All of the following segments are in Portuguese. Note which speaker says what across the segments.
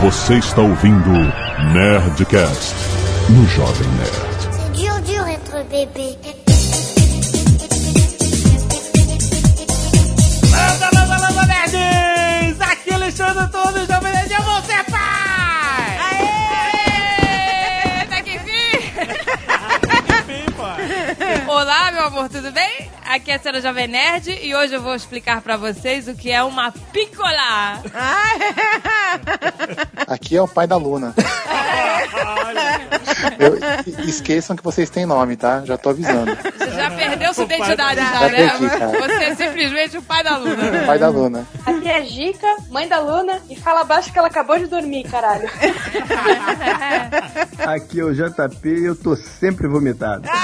Speaker 1: Você está ouvindo Nerdcast no Jovem Nerd.
Speaker 2: C'est dur, dur être bébé.
Speaker 3: Landa, landa, landa, nerds! Aqui é Alexandre Antônio, Jovem Nerd, eu vou ser pai!
Speaker 4: Aê! Tá aqui, fim?
Speaker 3: Sim, pai.
Speaker 4: Olá, meu amor, tudo bem? Aqui é a Senhora Jovem Nerd e hoje eu vou explicar pra vocês o que é uma picolá.
Speaker 5: Aqui é o pai da Luna. Eu- e- esqueçam que vocês têm nome, tá? Já tô avisando.
Speaker 4: Você já perdeu sua identidade, já,
Speaker 5: Já
Speaker 4: né?
Speaker 5: perdi, cara.
Speaker 4: Você é simplesmente o pai da Luna.
Speaker 5: Pai da Luna.
Speaker 6: Aqui é Gica, mãe da Luna, e fala abaixo que ela acabou de dormir, caralho.
Speaker 7: Aqui é o JP e eu tô sempre vomitado.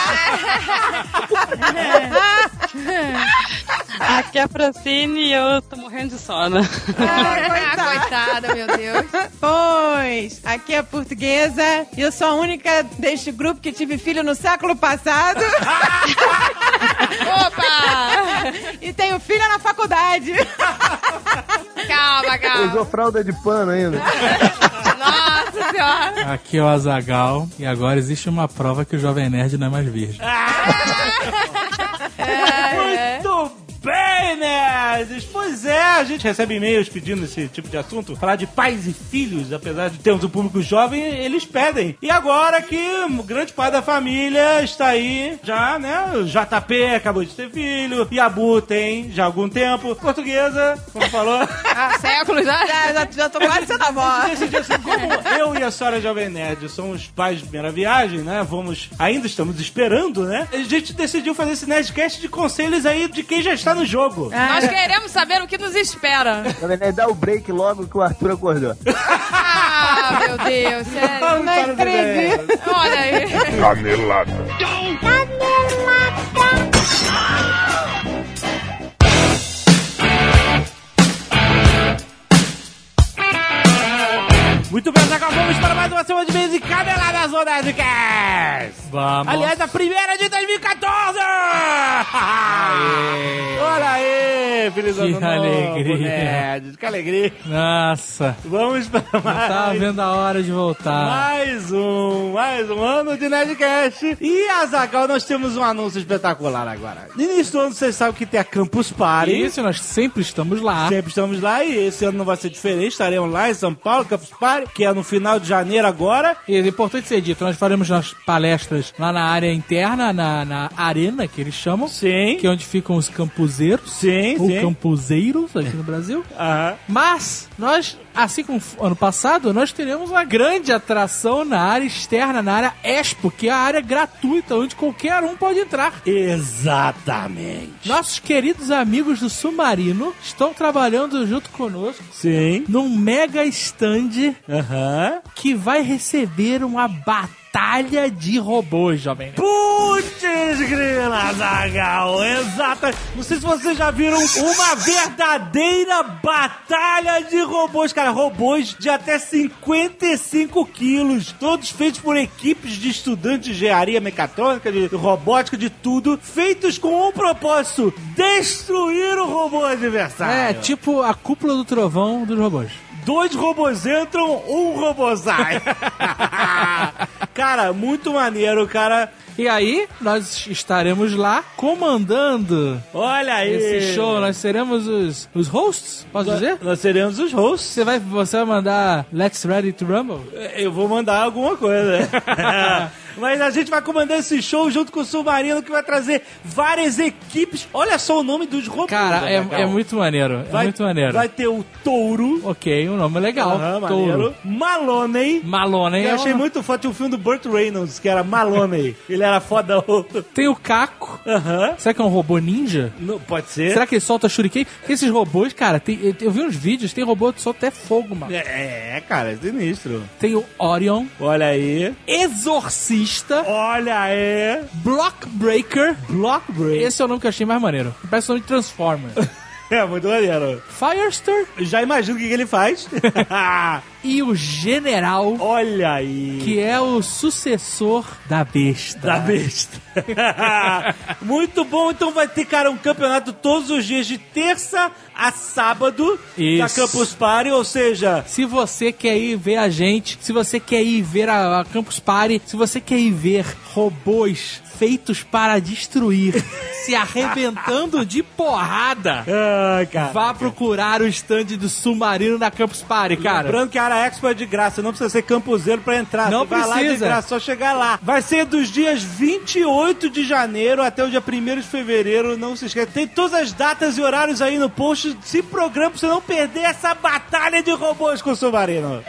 Speaker 8: Aqui é a Francine e eu tô morrendo de sono.
Speaker 4: Ah, coitada, meu Deus.
Speaker 9: Pois, aqui é portuguesa e eu sou a única deste grupo que tive filho no século passado
Speaker 4: Opa!
Speaker 9: e tenho filha na faculdade.
Speaker 4: Calma, calma.
Speaker 7: Usou fralda é de pano ainda.
Speaker 4: Nossa senhora.
Speaker 10: Aqui é o Azagal e agora existe uma prova que o Jovem Nerd não é mais virgem.
Speaker 3: Muito bem, nerds! Pois é, a gente recebe e-mails pedindo esse tipo de assunto. Falar de pais e filhos, apesar de termos um público jovem, eles pedem. E agora que o grande pai da família está aí, já, né? O JP acabou de ter filho, Yabu tem já há algum tempo. Portuguesa, como falou.
Speaker 4: Há séculos né? já?
Speaker 9: Já, já, já tô quase sendo avó.
Speaker 3: Decidiu assim, como eu e a senhora Jovem Nerd somos pais de primeira viagem, né? Vamos, ainda estamos esperando, né? A gente decidiu fazer esse Nerdcast de conselhos aí de quem já está no jogo.
Speaker 4: Nós
Speaker 6: É.
Speaker 4: queremos saber o que nos espera.
Speaker 7: Na verdade, dá o break logo que o Arthur acordou.
Speaker 4: Ah, meu Deus, sério.
Speaker 3: Vamos para os e-mails.
Speaker 4: Olha aí.
Speaker 1: Canelada.
Speaker 3: Muito bem, Zagal, vamos para mais uma semana de mês e caneladas do Nerdcast!
Speaker 10: Vamos.
Speaker 3: Aliás, a primeira de 2014!
Speaker 10: Ah,
Speaker 3: Olha aí, feliz
Speaker 10: Que
Speaker 3: ano novo,
Speaker 10: alegria.
Speaker 3: Nerd, que alegria!
Speaker 10: Nossa,
Speaker 3: Vamos para
Speaker 10: eu tava
Speaker 3: mais...
Speaker 10: vendo a hora de voltar.
Speaker 3: Mais um, mais um ano de Nerdcast. E, Azagal, nós temos um anúncio espetacular agora. No início do ano, vocês sabem que tem a Campus Party.
Speaker 10: Isso, nós sempre estamos lá.
Speaker 3: Sempre estamos lá e esse ano não vai ser diferente. Estaremos lá em São Paulo, Campus Party, que é no final de janeiro agora.
Speaker 10: E é importante ser dito, nós faremos as palestras lá na área interna, na, na arena que eles chamam,
Speaker 3: Sim.
Speaker 10: que é onde ficam os campuseiros,
Speaker 3: Sim,
Speaker 10: ou
Speaker 3: sim.
Speaker 10: campuseiros aqui no Brasil.
Speaker 3: Aham.
Speaker 10: Mas nós, assim como f- ano passado, nós teremos uma grande atração na área externa, na área Expo, que é a área gratuita onde qualquer um pode entrar.
Speaker 3: Exatamente.
Speaker 10: Nossos queridos amigos do Submarino estão trabalhando junto conosco
Speaker 3: Sim.
Speaker 10: num mega stand
Speaker 3: Aham.
Speaker 10: que vai receber uma batalha de robôs, jovem. Nerd.
Speaker 3: Putz, grila, Zagal. Exata. Não sei se vocês já viram uma verdadeira batalha de robôs, cara. Robôs de até 55 quilos. Todos feitos por equipes de estudantes de engenharia mecatrônica, de robótica, de tudo. Feitos com um propósito: destruir o robô
Speaker 10: É,
Speaker 3: adversário.
Speaker 10: tipo a cúpula do trovão dos robôs.
Speaker 3: Dois robôs entram, um robô sai. cara, muito maneiro, cara.
Speaker 10: E aí, nós estaremos lá comandando
Speaker 3: Olha aí.
Speaker 10: esse show. Nós seremos os, os hosts, posso dizer?
Speaker 3: Nós seremos os hosts.
Speaker 10: Você vai, você vai mandar Let's Ready to Rumble?
Speaker 3: Eu vou mandar alguma coisa. Mas a gente vai comandar esse show junto com o Submarino, que vai trazer várias equipes. Olha só o nome dos robôs.
Speaker 10: Cara, é,
Speaker 3: Azaghal.
Speaker 10: é muito maneiro.
Speaker 3: vai,
Speaker 10: é muito maneiro.
Speaker 3: Vai ter o Touro.
Speaker 10: Ok, um nome legal.
Speaker 3: Aham,
Speaker 10: Touro.
Speaker 3: maneiro. Maloney.
Speaker 10: Malone, hein?
Speaker 3: Eu achei
Speaker 10: É um-
Speaker 3: muito foda. Tinha um filme do Burt Reynolds, que era Maloney. Ele era foda.
Speaker 10: Tem o Caco.
Speaker 3: Aham.
Speaker 10: Será que é um robô ninja?
Speaker 3: Não, Pode ser.
Speaker 10: Será que ele solta shuriken? Porque esses robôs, cara, tem- eu- eu vi uns vídeos, tem robô que solta até fogo, mano.
Speaker 3: É, é, cara, é sinistro.
Speaker 10: Tem o Orion,
Speaker 3: Olha aí.
Speaker 10: Exorcista,
Speaker 3: Olha aí.
Speaker 10: Blockbreaker.
Speaker 3: Block Break.
Speaker 10: Esse é o nome que eu achei mais maneiro. Parece o nome de Transformer.
Speaker 3: É, muito maneiro.
Speaker 10: Firester,
Speaker 3: Já imagino o que, que ele faz.
Speaker 10: e o General,
Speaker 3: Olha aí.
Speaker 10: que é o sucessor da besta.
Speaker 3: Da besta. Muito bom, então vai ter, cara, um campeonato todos os dias, de terça a sábado, da
Speaker 10: Isso.
Speaker 3: Campus Party, ou seja,
Speaker 10: Se você quer ir ver a gente, se você quer ir ver a, a Campus Party, se você quer ir ver robôs feitos para destruir, se arrebentando de porrada,
Speaker 3: ah, cara.
Speaker 10: vá procurar o stand do Submarino da Campus Party, cara.
Speaker 3: Lembrando que a área Expo é de graça, não precisa ser campuseiro pra entrar.
Speaker 10: Não
Speaker 3: Você vai lá de
Speaker 10: precisa.
Speaker 3: graça, só chegar lá. Vai ser dos dias 28 de janeiro até o dia 1 de fevereiro, não se esqueça. Tem todas as datas e horários aí no post. Se programa pra você não perder essa batalha de robôs com o Submarino.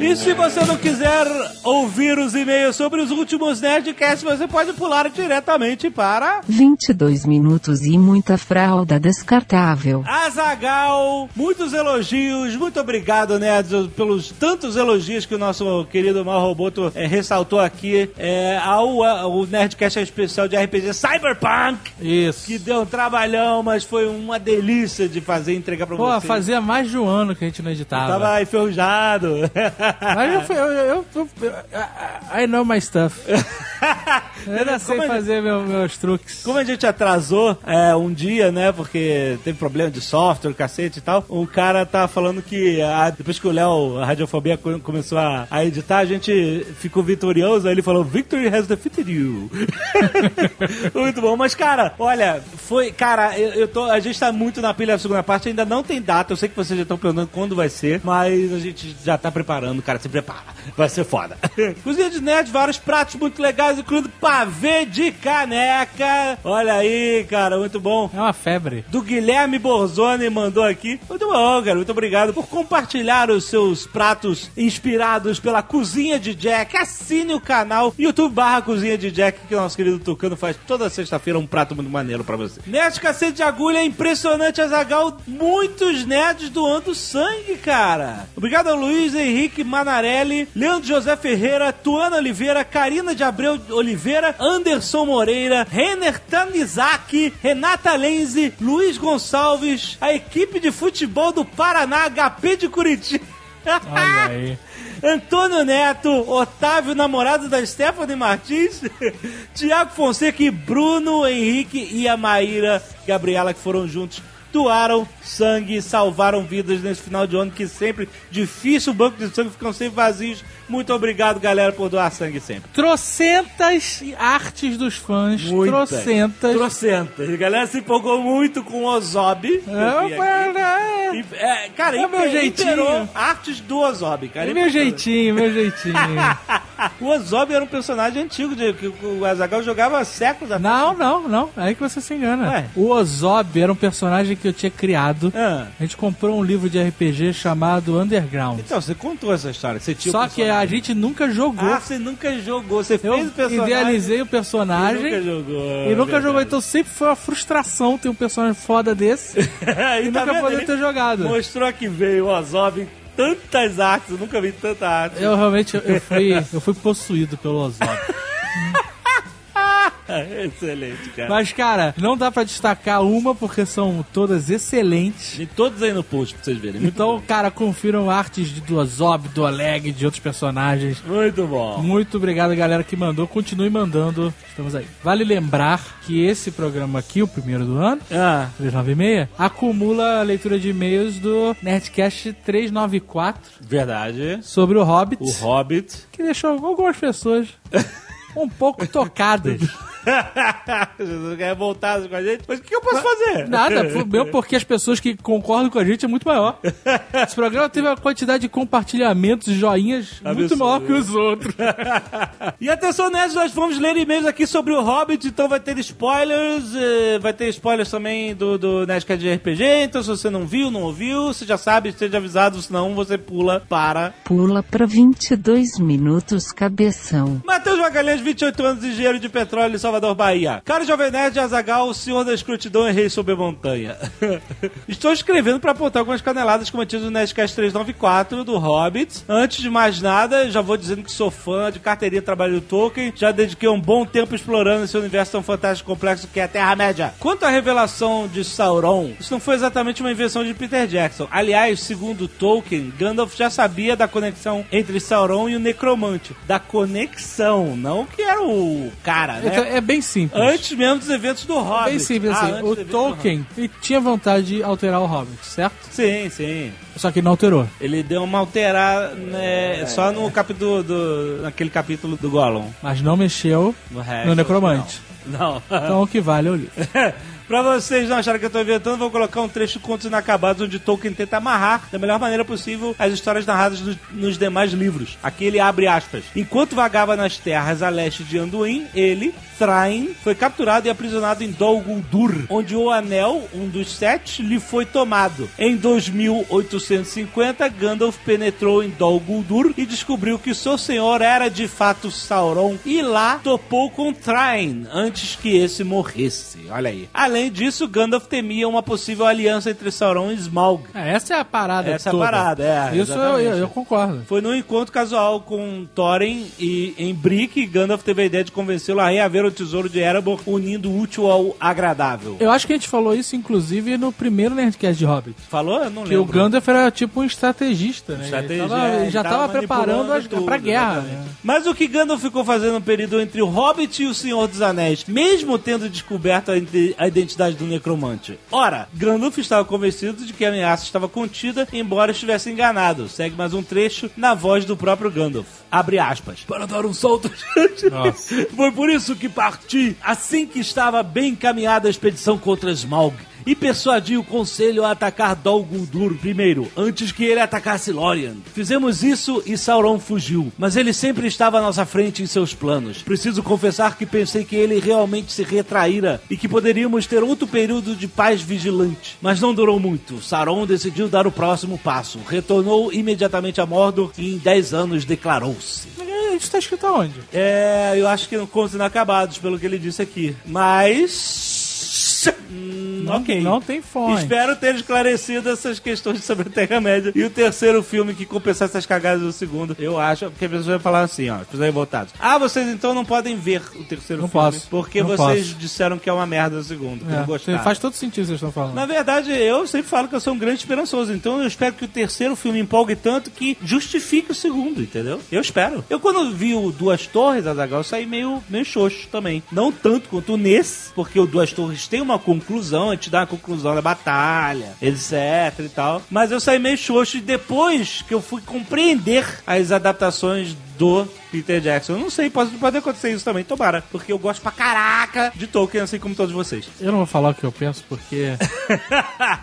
Speaker 3: E se você não quiser ouvir os e-mails sobre os últimos Nerdcasts, você pode pular diretamente para
Speaker 11: 22 minutos e muita fralda descartável.
Speaker 3: Azagal, muitos elogios, muito obrigado, nerds, pelos tantos elogios que o nosso querido Mal Roboto eh, ressaltou aqui é, ao, a- o Nerdcast especial de RPG Cyberpunk,
Speaker 10: Isso.
Speaker 3: que deu um trabalhão, mas foi uma delícia de fazer e entregar pra
Speaker 10: Pô,
Speaker 3: vocês.
Speaker 10: fazia mais de um ano que a gente não editava.
Speaker 3: Tava enferrujado.
Speaker 10: Mas eu, fui- eu, eu, eu, eu- I know my stuff. Eu não sei
Speaker 3: Como a
Speaker 10: fazer meu- meus truques.
Speaker 3: Como a gente atrasou é, um dia, né? Porque teve problema de software, cacete e tal. O cara tá falando que a- depois que o Léo, a radiofobia, co- começou a, a editar, a gente ficou vitorioso. Aí ele falou: Victory has defeated you. muito bom. Mas, cara, olha, foi. Cara, eu, eu tô. A gente tá muito na pilha da segunda parte. Ainda não tem data. Eu sei que vocês já estão perguntando quando vai ser. Mas a gente já tá preparando, cara. Se prepara. Vai ser foda. Cozinha de Nerd, vários pratos muito legais, incluindo pavê de caneca. Olha aí, cara, muito bom.
Speaker 10: É uma febre.
Speaker 3: Do Guilherme Borzoni mandou aqui. Muito bom, cara. Muito obrigado por compartilhar os seus pratos inspirados pela Cozinha de Jack. Assine o canal YouTube barra Cozinha de Jack, que o nosso querido Tucano faz toda sexta-feira um prato muito maneiro pra você. Nerd Cacete de Agulha, é impressionante, Azagal. Muitos nerds doando sangue, cara. Obrigado ao Luiz Henrique Manarelli, Leandro José Ferreira, Tuana Oliveira, Karina de Abreu Oliveira, Anderson Moreira, Renner Tanizaki, Renata Lenze, Luiz Gonçalves, a equipe de futebol do Paraná, HP de Curitiba.
Speaker 10: Olha aí.
Speaker 3: Antônio Neto, Otávio, namorado da Stephanie Martins, Tiago Fonseca e Bruno Henrique e a Maíra Gabriela, que foram juntos, doaram sangue, salvaram vidas nesse final de ano que sempre difícil, o banco de sangue ficam sempre vazios. Muito obrigado, galera, por doar sangue sempre.
Speaker 10: Trocentas artes dos fãs.
Speaker 3: Muitas.
Speaker 10: Trocentas.
Speaker 3: Trocentas. A galera se empolgou muito com o Ozob.
Speaker 10: É,
Speaker 3: Eu vi aqui.
Speaker 10: é, é.
Speaker 3: E, é, cara,
Speaker 10: É o meu
Speaker 3: imper- imperou
Speaker 10: jeitinho.
Speaker 3: artes do Ozob, cara.
Speaker 10: É meu
Speaker 3: Impressionante.
Speaker 10: jeitinho, meu jeitinho.
Speaker 3: O Ozob era um personagem antigo de, que o Azagal jogava há séculos atrás.
Speaker 10: Não, não, não. É aí que você se engana.
Speaker 3: Ué.
Speaker 10: O Ozob era um personagem que eu tinha criado.
Speaker 3: Ah.
Speaker 10: A gente comprou um livro de RPG chamado Underground.
Speaker 3: Então, você contou essa história. Você tinha o
Speaker 10: Só que a
Speaker 3: personagem.
Speaker 10: gente nunca jogou.
Speaker 3: Ah, você nunca jogou. Você
Speaker 10: eu
Speaker 3: fez o personagem.
Speaker 10: idealizei o
Speaker 3: e
Speaker 10: personagem.
Speaker 3: nunca jogou. é
Speaker 10: E nunca jogou,
Speaker 3: Verdade.
Speaker 10: então sempre foi uma frustração ter um personagem foda desse
Speaker 3: e
Speaker 10: e
Speaker 3: tá
Speaker 10: nunca
Speaker 3: vendo?
Speaker 10: poder
Speaker 3: Ele
Speaker 10: ter jogado.
Speaker 3: Mostrou que veio o Ozob em tantas artes. Eu nunca vi tanta arte.
Speaker 10: Eu realmente eu fui, eu fui possuído pelo Ozob.
Speaker 3: Excelente, cara.
Speaker 10: Mas, cara, não dá pra destacar uma porque são todas excelentes.
Speaker 3: Tem todos aí no post pra vocês verem. Muito
Speaker 10: Então, cara, confiram artes de- do Ozob, do Oleg, de outros personagens.
Speaker 3: bom. Muito bom.
Speaker 10: Muito obrigado, galera, que mandou. Continue mandando. Estamos aí. Vale lembrar que esse programa aqui, o primeiro do ano,
Speaker 3: Ah,
Speaker 10: 396, acumula a leitura de e-mails do Nerdcast 394
Speaker 3: verdade.
Speaker 10: sobre o Hobbit,
Speaker 3: O Hobbit.
Speaker 10: que deixou algumas pessoas um pouco tocadas.
Speaker 3: Jesus, revoltado com a gente. Mas o que eu posso fazer?
Speaker 10: Nada, mesmo porque as pessoas que concordam com a gente é muito maior. Esse programa teve uma quantidade de compartilhamentos e joinhas muito
Speaker 3: Absurdo.
Speaker 10: maior que os outros.
Speaker 3: E atenção, nerds, nós vamos ler e-mails aqui sobre o Hobbit, então vai ter spoilers, eh, vai ter spoilers também do, do Nerdcast de RPG, então se você não viu, não ouviu, você já sabe, esteja avisado, senão você pula para...
Speaker 11: Pula pra 22 minutos cabeção.
Speaker 3: Matheus Magalhães, 28 anos, engenheiro de petróleo, Salvador, Bahia. Caro Jovem Nerd Azagal, senhor da escrutidão e rei sob a montanha. Estou escrevendo para apontar algumas caneladas cometidas no Nerdcast 394 do Hobbit. Antes de mais nada, já vou dizendo que sou fã de carteirinha do trabalho do Tolkien. Já dediquei um bom tempo explorando esse universo tão fantástico e complexo que é a Terra-média. Quanto à revelação de Sauron, isso não foi exatamente uma invenção de Peter Jackson. Aliás, segundo Tolkien, Gandalf já sabia da conexão entre Sauron e o Necromante. Da conexão, não que era o cara, né?
Speaker 10: Então, é bem simples.
Speaker 3: Antes mesmo dos eventos do Hobbit.
Speaker 10: Bem simples
Speaker 3: Ah,
Speaker 10: assim.
Speaker 3: antes
Speaker 10: O
Speaker 3: do evento do
Speaker 10: Tolkien ele tinha vontade de alterar o Hobbit, certo?
Speaker 3: Sim, sim.
Speaker 10: Só que ele não alterou.
Speaker 3: Ele deu uma alterada né, só no capítulo do, naquele capítulo do Gollum.
Speaker 10: Mas não mexeu
Speaker 3: No
Speaker 10: no,
Speaker 3: resto,
Speaker 10: Necromante.
Speaker 3: É, Não.
Speaker 10: Então o que vale é o livro.
Speaker 3: pra vocês não acharem que eu tô inventando, vou colocar um trecho de Contos Inacabados onde Tolkien tenta amarrar da melhor maneira possível as histórias narradas no- nos demais livros. Aqui ele abre aspas. Enquanto vagava nas terras a leste de Anduin, ele, Thrain, foi capturado e aprisionado em Dol Guldur, onde o anel, um dos sete, lhe foi tomado. Em 2850, Gandalf penetrou em Dol Guldur e descobriu que seu senhor era de fato Sauron e lá topou com Thrain antes que esse morresse. Olha aí. Além disso, Gandalf temia uma possível aliança entre Sauron e Smaug.
Speaker 10: É, essa é a parada.
Speaker 3: Essa é a
Speaker 10: toda.
Speaker 3: parada, é,
Speaker 10: Isso eu, eu,
Speaker 3: exatamente.
Speaker 10: eu concordo.
Speaker 3: Foi num encontro casual com Thorin e em Brick, Gandalf teve a ideia de convencê-lo a reaver o tesouro de Erebor, unindo o útil ao agradável.
Speaker 10: Eu acho que a gente falou isso, inclusive, no primeiro Nerdcast de Hobbit.
Speaker 3: Falou? Eu não
Speaker 10: Que o
Speaker 3: lembro.
Speaker 10: Gandalf era tipo um estrategista, né?
Speaker 3: Estratégia,
Speaker 10: ele tava- ele
Speaker 3: é, ele
Speaker 10: já
Speaker 3: tava
Speaker 10: estava preparando
Speaker 3: manipulando
Speaker 10: as,
Speaker 3: tudo,
Speaker 10: pra guerra.
Speaker 3: exatamente.
Speaker 10: né?
Speaker 3: Mas o que Gandalf ficou fazendo no período entre o Hobbit e o Senhor dos Anéis, mesmo tendo descoberto a inte- a identidade do necromante? Ora, Gandalf estava convencido de que a ameaça estava contida, embora estivesse enganado. Segue mais um trecho na voz do próprio Gandalf. Abre aspas. Para dar um salto adiante. Foi por isso que parti. Assim que estava bem encaminhada a expedição contra Smaug, e persuadi o conselho a atacar Dol Guldur primeiro, antes que ele atacasse Lórien. Fizemos isso e Sauron fugiu, mas ele sempre estava à nossa frente em seus planos. Preciso confessar que pensei que ele realmente se retraíra e que poderíamos ter outro período de paz vigilante, mas não durou muito. Sauron decidiu dar o próximo passo, retornou imediatamente a Mordor e em 10 anos declarou-se.
Speaker 10: É, Isso tá escrito aonde?
Speaker 3: É, eu acho que não contos inacabados, pelo que ele disse aqui. Mas. Hum,
Speaker 10: Não-
Speaker 3: ok.
Speaker 10: não tem fonte.
Speaker 3: Espero ter esclarecido essas questões sobre a Terra-média. E o terceiro filme que compensasse essas cagadas do segundo, eu acho, porque as pessoas vão falar assim, ó, as pessoas revoltadas. Ah, vocês então não podem ver o terceiro
Speaker 10: Não
Speaker 3: filme.
Speaker 10: posso.
Speaker 3: Porque
Speaker 10: Não
Speaker 3: vocês
Speaker 10: posso.
Speaker 3: disseram que é uma merda o segundo. que não
Speaker 10: É,
Speaker 3: gostaram.
Speaker 10: Faz todo sentido o que vocês estão falando.
Speaker 3: Na verdade, eu sempre falo que eu sou um grande esperançoso, então eu espero que o terceiro filme empolgue tanto que justifique o segundo, entendeu? Eu espero. Eu quando vi o Duas Torres, Azaghal, eu saí meio, meio xoxo também. Não tanto quanto nesse, porque o Duas Torres tem uma conclusão, a gente dá uma conclusão da batalha, etc e tal. Mas eu saí meio xoxo e depois que eu fui compreender as adaptações do Peter Jackson. Eu não sei, pode, pode acontecer isso também, tomara. Porque eu gosto pra caraca de Tolkien, assim como todos vocês.
Speaker 10: Eu não vou falar o que eu penso, porque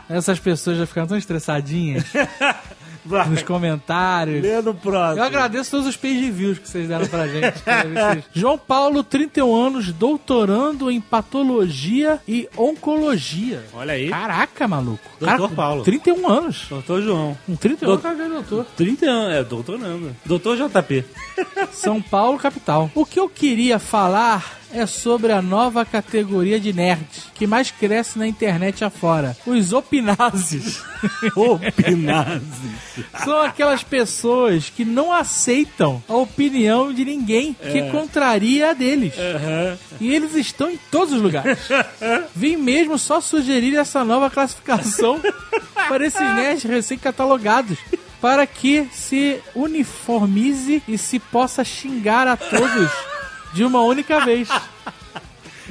Speaker 10: essas pessoas já ficaram tão estressadinhas
Speaker 3: Vai.
Speaker 10: nos comentários.
Speaker 3: Lê no próximo.
Speaker 10: Eu agradeço todos os page reviews que vocês deram pra gente. Vocês- João Paulo, 31 anos, doutorando em patologia e oncologia.
Speaker 3: Olha aí.
Speaker 10: Caraca, maluco.
Speaker 3: Doutor
Speaker 10: Cara,
Speaker 3: Paulo.
Speaker 10: 31 anos.
Speaker 3: Doutor João.
Speaker 10: Com 31
Speaker 3: Doutor-
Speaker 10: anos, cara, já é doutor.
Speaker 3: 30 anos, é, doutorando. Doutor JP.
Speaker 10: São Paulo, capital. O que eu queria falar é sobre a nova categoria de nerds que mais cresce na internet afora: os opinazes.
Speaker 3: Opinazes.
Speaker 10: São aquelas pessoas que não aceitam a opinião de ninguém que contraria a deles. E eles estão em todos os lugares. Vim mesmo só sugerir essa nova classificação para esses nerds recém-catalogados. Para que se uniformize e se possa xingar a todos de uma única vez.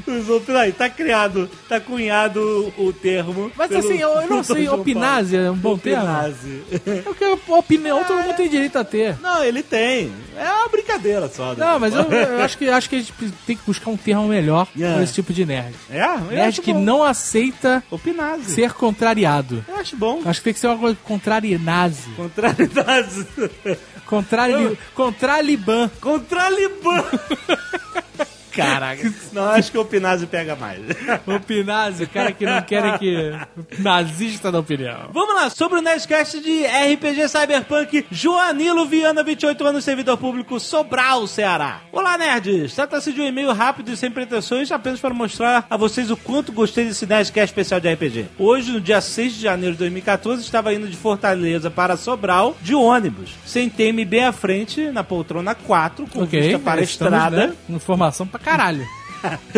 Speaker 3: Os outros aí, tá criado, tá cunhado o termo.
Speaker 10: Mas assim, eu, eu não sei, opinase é um bom termo.
Speaker 3: Opinase.
Speaker 10: É que a opinião todo mundo tem direito a ter.
Speaker 3: É. Não, ele tem. É uma brincadeira só. né?
Speaker 10: Não, mas eu, eu acho, que, acho que a gente tem que buscar um termo melhor
Speaker 3: Yeah.
Speaker 10: pra esse tipo de nerd.
Speaker 3: É, eu
Speaker 10: Nerd
Speaker 3: acho
Speaker 10: que
Speaker 3: bom.
Speaker 10: não aceita
Speaker 3: Opinase.
Speaker 10: ser contrariado.
Speaker 3: Eu acho bom.
Speaker 10: Acho que tem que ser uma coisa contrarinase.
Speaker 3: Contrariedades.
Speaker 10: Contrari... Contraliban.
Speaker 3: Contralibã.
Speaker 10: Caraca.
Speaker 12: Não, acho que o Pinazzi pega mais.
Speaker 10: O Pinazzi, o cara que não quer que... Nazista na opinião.
Speaker 3: Vamos lá, sobre o Nerdcast de RPG Cyberpunk, Joanilo Viana, 28 anos, servidor público, Sobral, Ceará. Olá, nerds! Trata-se de um e-mail rápido e sem pretensões, apenas para mostrar a vocês o quanto gostei desse Nerdcast especial de RPG. Hoje, no dia 6 de janeiro de 2014, estava indo de Fortaleza para Sobral de ônibus. Sentei-me bem à frente, na poltrona 4, com vista para a
Speaker 10: estamos,
Speaker 3: estrada.
Speaker 10: né, Informação pra caralho.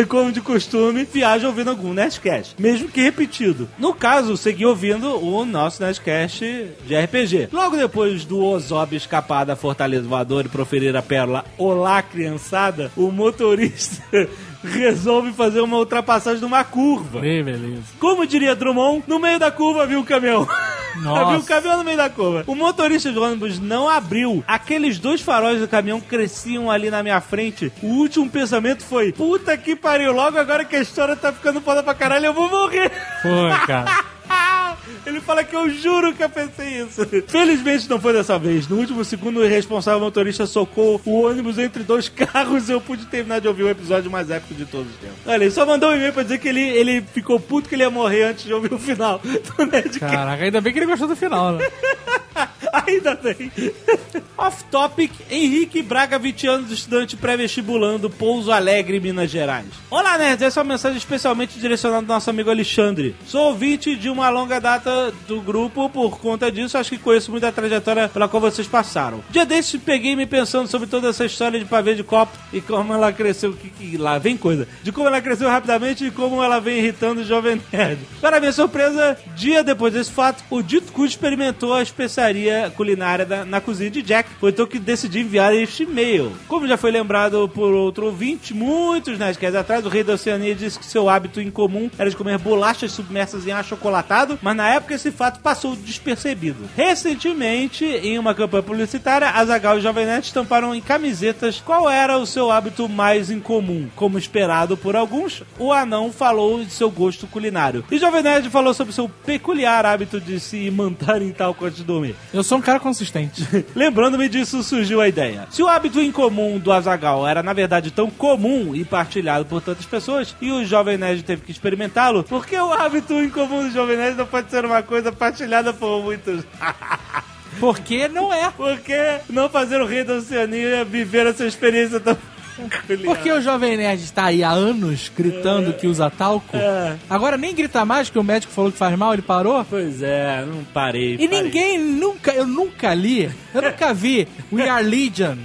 Speaker 3: Como de costume, viaja ouvindo algum Nerdcast, mesmo que repetido. No caso, segui ouvindo o nosso Nerdcast de RPG. Logo depois do Ozob escapar da Fortaleza Voadora e proferir a pérola Olá, criançada, o motorista resolve fazer uma ultrapassagem numa curva.
Speaker 10: beleza.
Speaker 3: Como diria Drummond, no meio da curva viu o caminhão.
Speaker 10: Nossa.
Speaker 3: viu o caminhão no meio da curva. O motorista do ônibus não abriu. Aqueles dois faróis do caminhão cresciam ali na minha frente. O último pensamento foi: puta que pariu, logo agora que a história tá ficando foda pra caralho, eu vou morrer.
Speaker 10: Foi, cara.
Speaker 3: Ah, Ele fala que eu juro que eu pensei isso. Felizmente não foi dessa vez. No último segundo, o irresponsável motorista socou o ônibus entre dois carros e eu pude terminar de ouvir o episódio mais épico de todos os tempos. Olha, ele só mandou um e-mail pra dizer que ele, ele ficou puto que ele ia morrer antes de ouvir o final do Nerdcast.
Speaker 10: Caraca, ainda bem que ele gostou do final, né?
Speaker 3: Ainda tem. Off topic, Henrique Braga, 20 anos, estudante pré-vestibulando, Pouso Alegre, Minas Gerais. Olá, nerds, essa é uma mensagem especialmente direcionada ao nosso amigo Alexandre. Sou ouvinte de uma longa data do grupo, por conta disso, acho que conheço muito a trajetória pela qual vocês passaram. Dia desses, peguei me pensando sobre toda essa história de pavê de copo e como ela cresceu, que, que lá vem coisa, de como ela cresceu rapidamente e como ela vem irritando o jovem nerd. Para minha surpresa, dia depois desse fato, o Dito Cu experimentou a especiaria culinária da- na cozinha de Jack, foi então que decidi enviar este e-mail. Como já foi lembrado por outro ouvinte, muitos Nerdcasts atrás, o rei da Oceania disse que seu hábito incomum era de comer bolachas submersas em achocolatado, mas na época esse fato passou despercebido. Recentemente, em uma campanha publicitária, Azagal e Jovem Nerd estamparam em camisetas qual era o seu hábito mais incomum. Como esperado por alguns, o anão falou de seu gosto culinário. E Jovem Nerd falou sobre seu peculiar hábito de se manter em tal quanto de dormir.
Speaker 10: Eu sou um cara consistente.
Speaker 3: Lembrando-me disso, surgiu a ideia. Se o hábito incomum do Azagal era, na verdade, tão comum e partilhado por tantas pessoas, e o Jovem Nerd teve que experimentá-lo, por que o hábito incomum do Jovem Nerd não pode ser uma coisa partilhada por muitos?
Speaker 10: Porque não é.
Speaker 3: Porque não fazer o rei da Oceania viver essa experiência tão peculiar?
Speaker 10: Porque o Jovem Nerd está aí há anos gritando que usa talco.
Speaker 3: É.
Speaker 10: Agora nem grita mais, que o médico falou que faz mal, ele parou.
Speaker 3: Pois é, não parei.
Speaker 10: E ninguém nunca, eu nunca li, eu nunca vi We Are Legion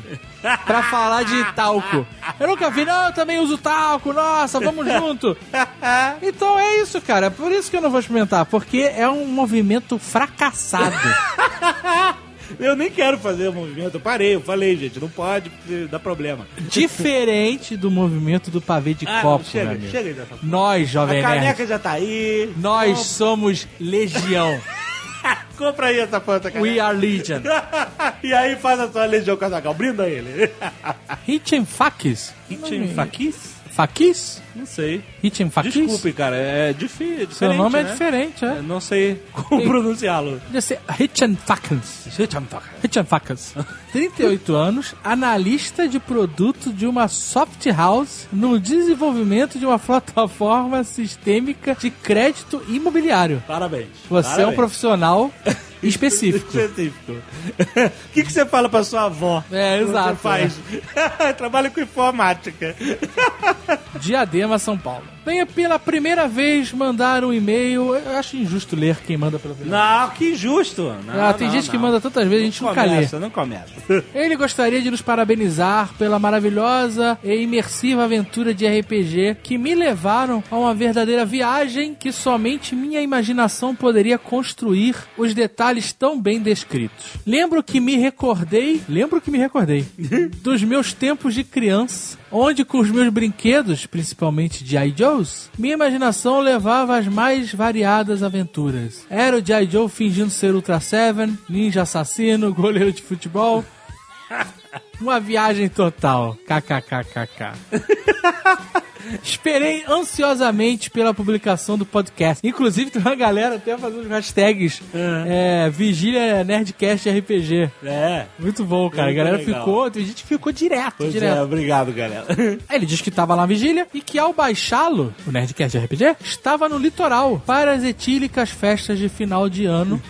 Speaker 10: pra falar de talco. Eu nunca vi, não, eu também uso talco, nossa, vamos junto. Então é isso, cara, é por isso que eu não vou experimentar, porque é um movimento fracassado.
Speaker 3: Eu nem quero fazer o movimento, eu parei, eu falei, gente, não pode, porque dá problema.
Speaker 10: Diferente do movimento do pavê de
Speaker 3: Ah,
Speaker 10: copo,
Speaker 3: chega,
Speaker 10: meu amigo.
Speaker 3: chega dessa porra.
Speaker 10: Nós, Jovem
Speaker 3: A caneca
Speaker 10: Nerd,
Speaker 3: já tá aí.
Speaker 10: nós
Speaker 3: Compra-
Speaker 10: somos legião.
Speaker 3: Compra aí essa planta, cara.
Speaker 10: We are legion.
Speaker 3: e aí faz a sua legião casacal. Brinda ele.
Speaker 10: Hitchin Fakis?
Speaker 3: Hitchin Fakis?
Speaker 10: Fakis?
Speaker 3: Não sei.
Speaker 10: Hitchin Fakis?
Speaker 3: Desculpe, cara. É difícil.
Speaker 10: Seu nome é diferente, é?
Speaker 3: Não sei como pronunciá-lo.
Speaker 10: Deve ser Hitchin Fakins.
Speaker 3: Hitchin Fakis.
Speaker 10: Hitchin Fakins. 38 anos, analista de produto de uma soft house no desenvolvimento de uma plataforma sistêmica de crédito imobiliário.
Speaker 3: Parabéns.
Speaker 10: Você é um
Speaker 3: Parabéns.
Speaker 10: profissional específico.
Speaker 3: específico. O que, que você fala pra sua avó?
Speaker 10: É,
Speaker 3: Quando
Speaker 10: exato, é.
Speaker 3: Você faz. Trabalha com informática.
Speaker 10: Diadema, São Paulo. Venha pela primeira vez mandar um e-mail. Eu acho injusto ler quem manda pela primeira
Speaker 3: Não, que injusto.
Speaker 10: vez.
Speaker 3: Não,
Speaker 10: Ah, tem
Speaker 3: não,
Speaker 10: gente que
Speaker 3: não.
Speaker 10: manda tantas vezes, a gente
Speaker 3: Não
Speaker 10: nunca lê.
Speaker 3: começa, não começa.
Speaker 10: Ele gostaria de nos parabenizar pela maravilhosa e imersiva aventura de RPG que me levaram a uma verdadeira viagem que somente minha imaginação poderia construir os detalhes tão bem descritos. Lembro que me recordei, lembro que me recordei dos meus tempos de criança, onde com os meus brinquedos, principalmente de I. Joe's, minha imaginação levava às mais variadas aventuras. Era o G.I. Joe fingindo ser Ultra Seven, ninja assassino, goleiro de futebol, uma viagem total. KKKKK. Esperei ansiosamente pela publicação do podcast. Inclusive, tem uma galera até fazendo os hashtags é, Vigília Nerdcast RPG.
Speaker 3: É.
Speaker 10: Muito bom, cara. A galera
Speaker 3: Muito legal.
Speaker 10: ficou, tem gente que ficou direto,
Speaker 3: Pois
Speaker 10: direto.
Speaker 3: é, obrigado, galera.
Speaker 10: Aí Ele diz que estava lá na vigília e que ao baixá-lo, o Nerdcast RPG, estava no litoral para as etílicas festas de final de ano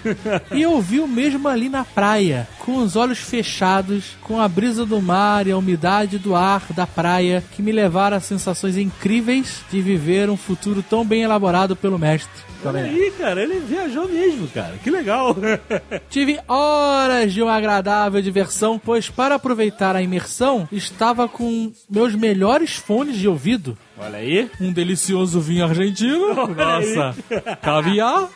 Speaker 10: e ouviu mesmo ali na praia, com os olhos fechados, com a brisa do mar e a umidade do ar da praia que me levaram a sensações incríveis de viver um futuro tão bem elaborado pelo mestre. Tá
Speaker 3: Olha aí, cara, ele viajou mesmo, cara. Que legal.
Speaker 10: Tive horas de uma agradável diversão, pois para aproveitar a imersão, estava com meus melhores fones de ouvido.
Speaker 3: Olha aí.
Speaker 10: Um delicioso vinho argentino. Nossa. Caviar.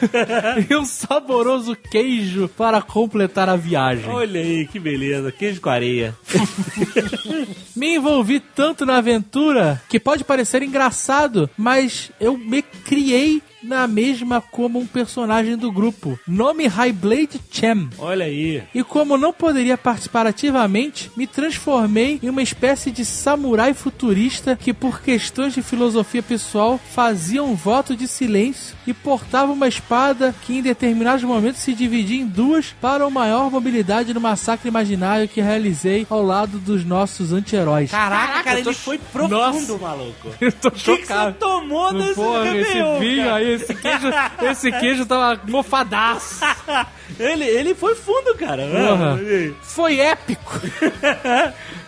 Speaker 10: e um saboroso queijo para completar a viagem.
Speaker 3: Olha aí, que beleza. Queijo com areia.
Speaker 10: Me envolvi tanto na aventura que pode parecer engraçado, mas eu me criei na mesma como um personagem do grupo. Nome Highblade Cham.
Speaker 3: Olha aí.
Speaker 10: E como não poderia participar ativamente, me transformei em uma espécie de samurai futurista que, por questões de filosofia pessoal, fazia um voto de silêncio e portava uma espada que, em determinados momentos, se dividia em duas para uma maior mobilidade no massacre imaginário que realizei ao lado dos nossos anti-heróis.
Speaker 3: Caraca, cara,
Speaker 10: eu tô
Speaker 3: ele foi profundo,
Speaker 10: Nossa.
Speaker 3: maluco.
Speaker 10: Eu tô
Speaker 3: que que você
Speaker 10: chocado.
Speaker 3: tomou desse
Speaker 10: Porra, esse
Speaker 3: Réveillon,
Speaker 10: vinho
Speaker 3: cara?
Speaker 10: aí, esse queijo, esse queijo tá- tava mofadaço.
Speaker 3: ele, ele foi fundo, cara.
Speaker 10: Porra.
Speaker 3: É.
Speaker 10: Foi épico.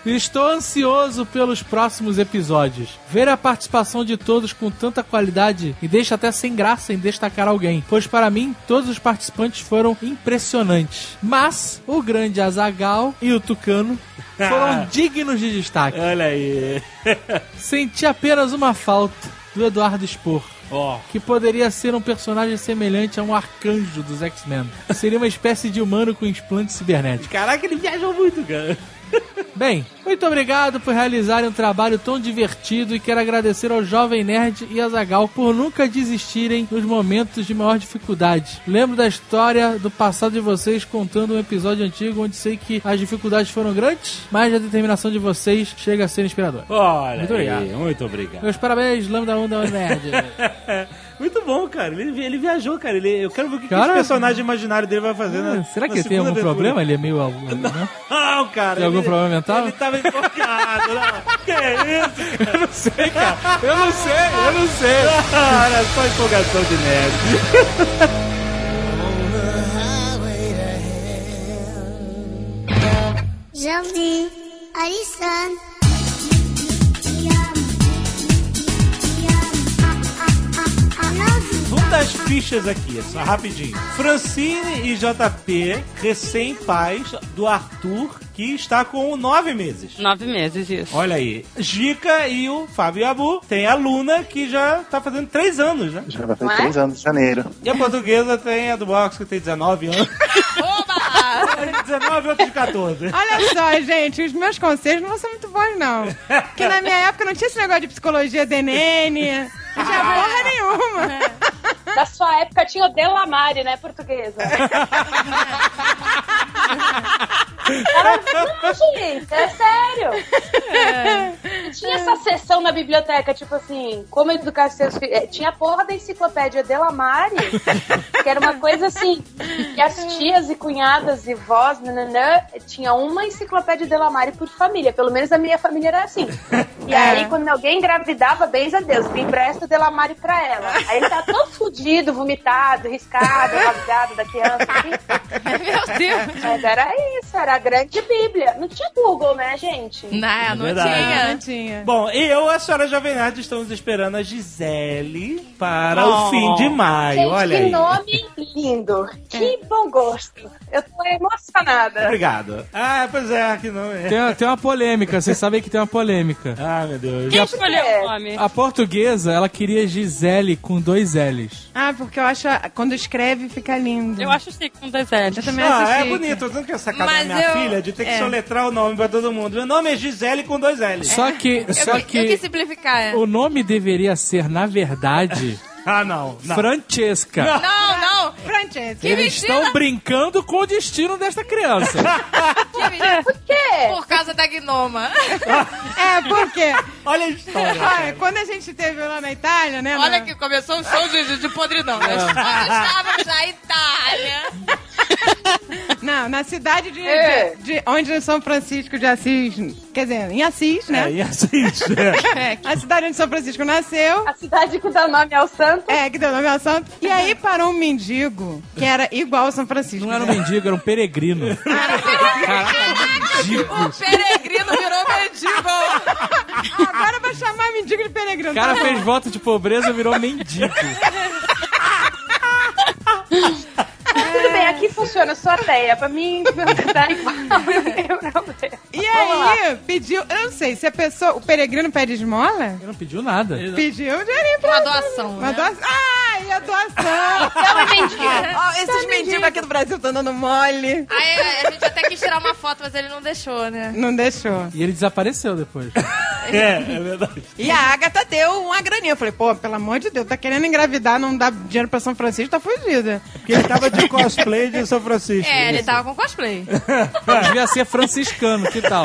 Speaker 10: Estou ansioso pelos próximos episódios. Ver a participação de todos com tanta qualidade me deixa até sem graça em destacar alguém, pois para mim todos os participantes foram impressionantes. Mas o grande Azagal e o Tucano foram dignos de destaque.
Speaker 3: Olha aí.
Speaker 10: Senti apenas uma falta do Eduardo Spor.
Speaker 3: Ó.
Speaker 10: Que poderia ser um personagem semelhante a um arcanjo dos X-Men. Seria uma espécie de humano com implante cibernético.
Speaker 3: Caraca, ele viajou muito, cara.
Speaker 10: Bem, muito obrigado por realizarem um trabalho tão divertido e quero agradecer ao Jovem Nerd e a Zagal por nunca desistirem nos momentos de maior dificuldade. Lembro da história do passado de vocês contando um episódio antigo onde sei que as dificuldades foram grandes, mas a determinação de vocês chega a ser inspiradora.
Speaker 3: Olha
Speaker 10: Muito
Speaker 3: aí,
Speaker 10: obrigado.
Speaker 3: muito obrigado.
Speaker 10: Meus parabéns, Lambda Onda Nerd.
Speaker 3: Muito bom, cara. Ele, vi- ele viajou, cara. Ele, eu quero ver o que, que
Speaker 10: Cara,
Speaker 3: esse personagem imaginário dele vai fazer na
Speaker 10: Ah, Será
Speaker 3: na
Speaker 10: que ele tem
Speaker 3: segunda
Speaker 10: algum
Speaker 3: aventura.
Speaker 10: problema? Ele é meio. Né?
Speaker 3: Não, cara.
Speaker 10: Tem algum
Speaker 3: ele-
Speaker 10: problema mental?
Speaker 3: Ele tava enfocado. não. Que é isso, cara? Eu não sei, cara.
Speaker 10: Eu não sei, eu não sei.
Speaker 3: Cara, só empolgação de nerd.
Speaker 2: Jordi, Alison.
Speaker 3: Vamos dar as fichas aqui, só rapidinho. Francine e JP, recém-pais do Arthur, que está com nove meses.
Speaker 8: Nove meses, isso.
Speaker 3: Olha aí. Gica e o Fábio Abu. Tem a Luna, que já tá fazendo três anos, né?
Speaker 5: Já vai
Speaker 6: Não
Speaker 5: fazer
Speaker 6: é?
Speaker 5: três anos, janeiro.
Speaker 3: E a portuguesa tem a do box, que tem 19 anos.
Speaker 4: Ah.
Speaker 3: Oba! 19 e outra de 14.
Speaker 9: Olha só, gente, os meus conselhos não são muito bons, não. Porque na minha época não tinha esse negócio de psicologia DNN, não tinha
Speaker 4: Ah,
Speaker 9: porra nenhuma.
Speaker 6: Na sua época tinha o Delamare, né, portuguesa? Era- não, gente, é sério.
Speaker 4: É.
Speaker 6: Não Tinha essa sessão na biblioteca, tipo assim, como educar seus filhos. É, Tinha a porra da enciclopédia Delamare, que era uma coisa assim, que as tias e cunhadas e vós, nananã, tinha uma enciclopédia Delamare por família. Pelo menos a minha família era assim. E aí, quando alguém engravidava, bens a Deus, me empresta o Delamare pra ela. Aí ele tá todo fudido, vomitado, riscado, rasgado da criança. Assim.
Speaker 4: Meu Deus.
Speaker 6: Mas era isso, era a grande bíblia. Não tinha Google, né, gente?
Speaker 4: Não, não
Speaker 3: Verdade.
Speaker 9: Ah, Não
Speaker 4: tinha.
Speaker 9: tinha.
Speaker 3: Bom, e eu, a senhora Jovem Nerd, estamos esperando a Gisele para o
Speaker 8: Oh.
Speaker 3: fim de maio.
Speaker 6: Gente,
Speaker 3: Olha
Speaker 6: que
Speaker 3: aí.
Speaker 6: nome lindo. Que bom gosto. Eu tô emocionada.
Speaker 3: Obrigado. Ah, pois é, que não é.
Speaker 10: Tem, tem uma polêmica, vocês sabem que tem uma polêmica.
Speaker 3: Ah, meu Deus.
Speaker 8: Quem escolheu
Speaker 6: É.
Speaker 8: o nome?
Speaker 10: A portuguesa, ela queria Gisele com dois L's.
Speaker 9: Ah, porque eu acho. Quando escreve, fica lindo.
Speaker 8: Eu acho chique com dois
Speaker 9: Eu
Speaker 8: L's.
Speaker 9: também acho
Speaker 3: Ah, é
Speaker 9: chique.
Speaker 3: bonito. Eu tô dizendo que essa casa da
Speaker 4: Mas
Speaker 3: minha
Speaker 4: eu-
Speaker 3: filha de ter que
Speaker 4: é.
Speaker 3: soletrar o nome pra todo mundo. Meu nome é Gisele com dois L's.
Speaker 10: Só que, só
Speaker 4: Eu, que... eu quis
Speaker 10: que
Speaker 4: simplificar. é.
Speaker 10: o nome deveria ser, na verdade,
Speaker 3: Ah, não. não.
Speaker 10: Francesca.
Speaker 4: Não, não.
Speaker 9: Francesca.
Speaker 4: Que
Speaker 10: Eles
Speaker 4: mentira.
Speaker 10: estão brincando com o destino desta criança.
Speaker 4: Que mentira.
Speaker 6: Por quê? quê?
Speaker 4: Por causa da gnoma.
Speaker 9: É, por quê?
Speaker 3: Olha a
Speaker 4: história,
Speaker 9: Olha,
Speaker 4: cara.
Speaker 9: quando a gente teve lá na Itália, né?
Speaker 4: Olha
Speaker 9: na-
Speaker 4: que começou o show de, de podridão. né? Nós
Speaker 10: Ah.
Speaker 4: estávamos na Itália.
Speaker 9: Não, na cidade de,
Speaker 4: É.
Speaker 9: de- de- onde é São Francisco de Assis. Quer dizer, em Assis, né?
Speaker 3: É, em Assis, é.
Speaker 9: É, A cidade onde São Francisco nasceu. A cidade que dá nome ao santo. É, que deu nome ao santo. E aí parou um mendigo que era igual ao São Francisco. Não era
Speaker 10: um mendigo, era um peregrino.
Speaker 4: O peregrino virou mendigo.
Speaker 9: Agora vai chamar mendigo de peregrino.
Speaker 10: O cara
Speaker 9: tá bom.
Speaker 10: fez voto de pobreza e virou mendigo.
Speaker 6: Tudo bem, aqui funciona, eu sou ateia. Pra mim, tá igual.
Speaker 9: E
Speaker 6: Vamos
Speaker 9: aí, pediu. Eu não sei, se a pessoa. O peregrino pede esmola?
Speaker 10: Ele não pediu nada.
Speaker 9: Pediu um dinheirinho pra
Speaker 4: Uma doação,
Speaker 9: Uma
Speaker 4: né?
Speaker 9: doação. Ai, a doação!
Speaker 4: Então é mendigo.
Speaker 9: Ó, esses
Speaker 4: Então é
Speaker 9: mendigos aqui do Brasil estão dando mole.
Speaker 4: Aí a gente até quis tirar uma foto, mas ele não deixou, né?
Speaker 9: Não deixou.
Speaker 10: E ele desapareceu depois.
Speaker 3: É, é verdade.
Speaker 9: E a Agatha deu uma graninha. Eu falei, pô, pelo amor de Deus, tá querendo engravidar, não dá dinheiro pra São Francisco, tá fugida.
Speaker 3: Porque ele tava de cosplay de São Francisco.
Speaker 4: É, ele tava com cosplay.
Speaker 10: Devia ser franciscano, que tal?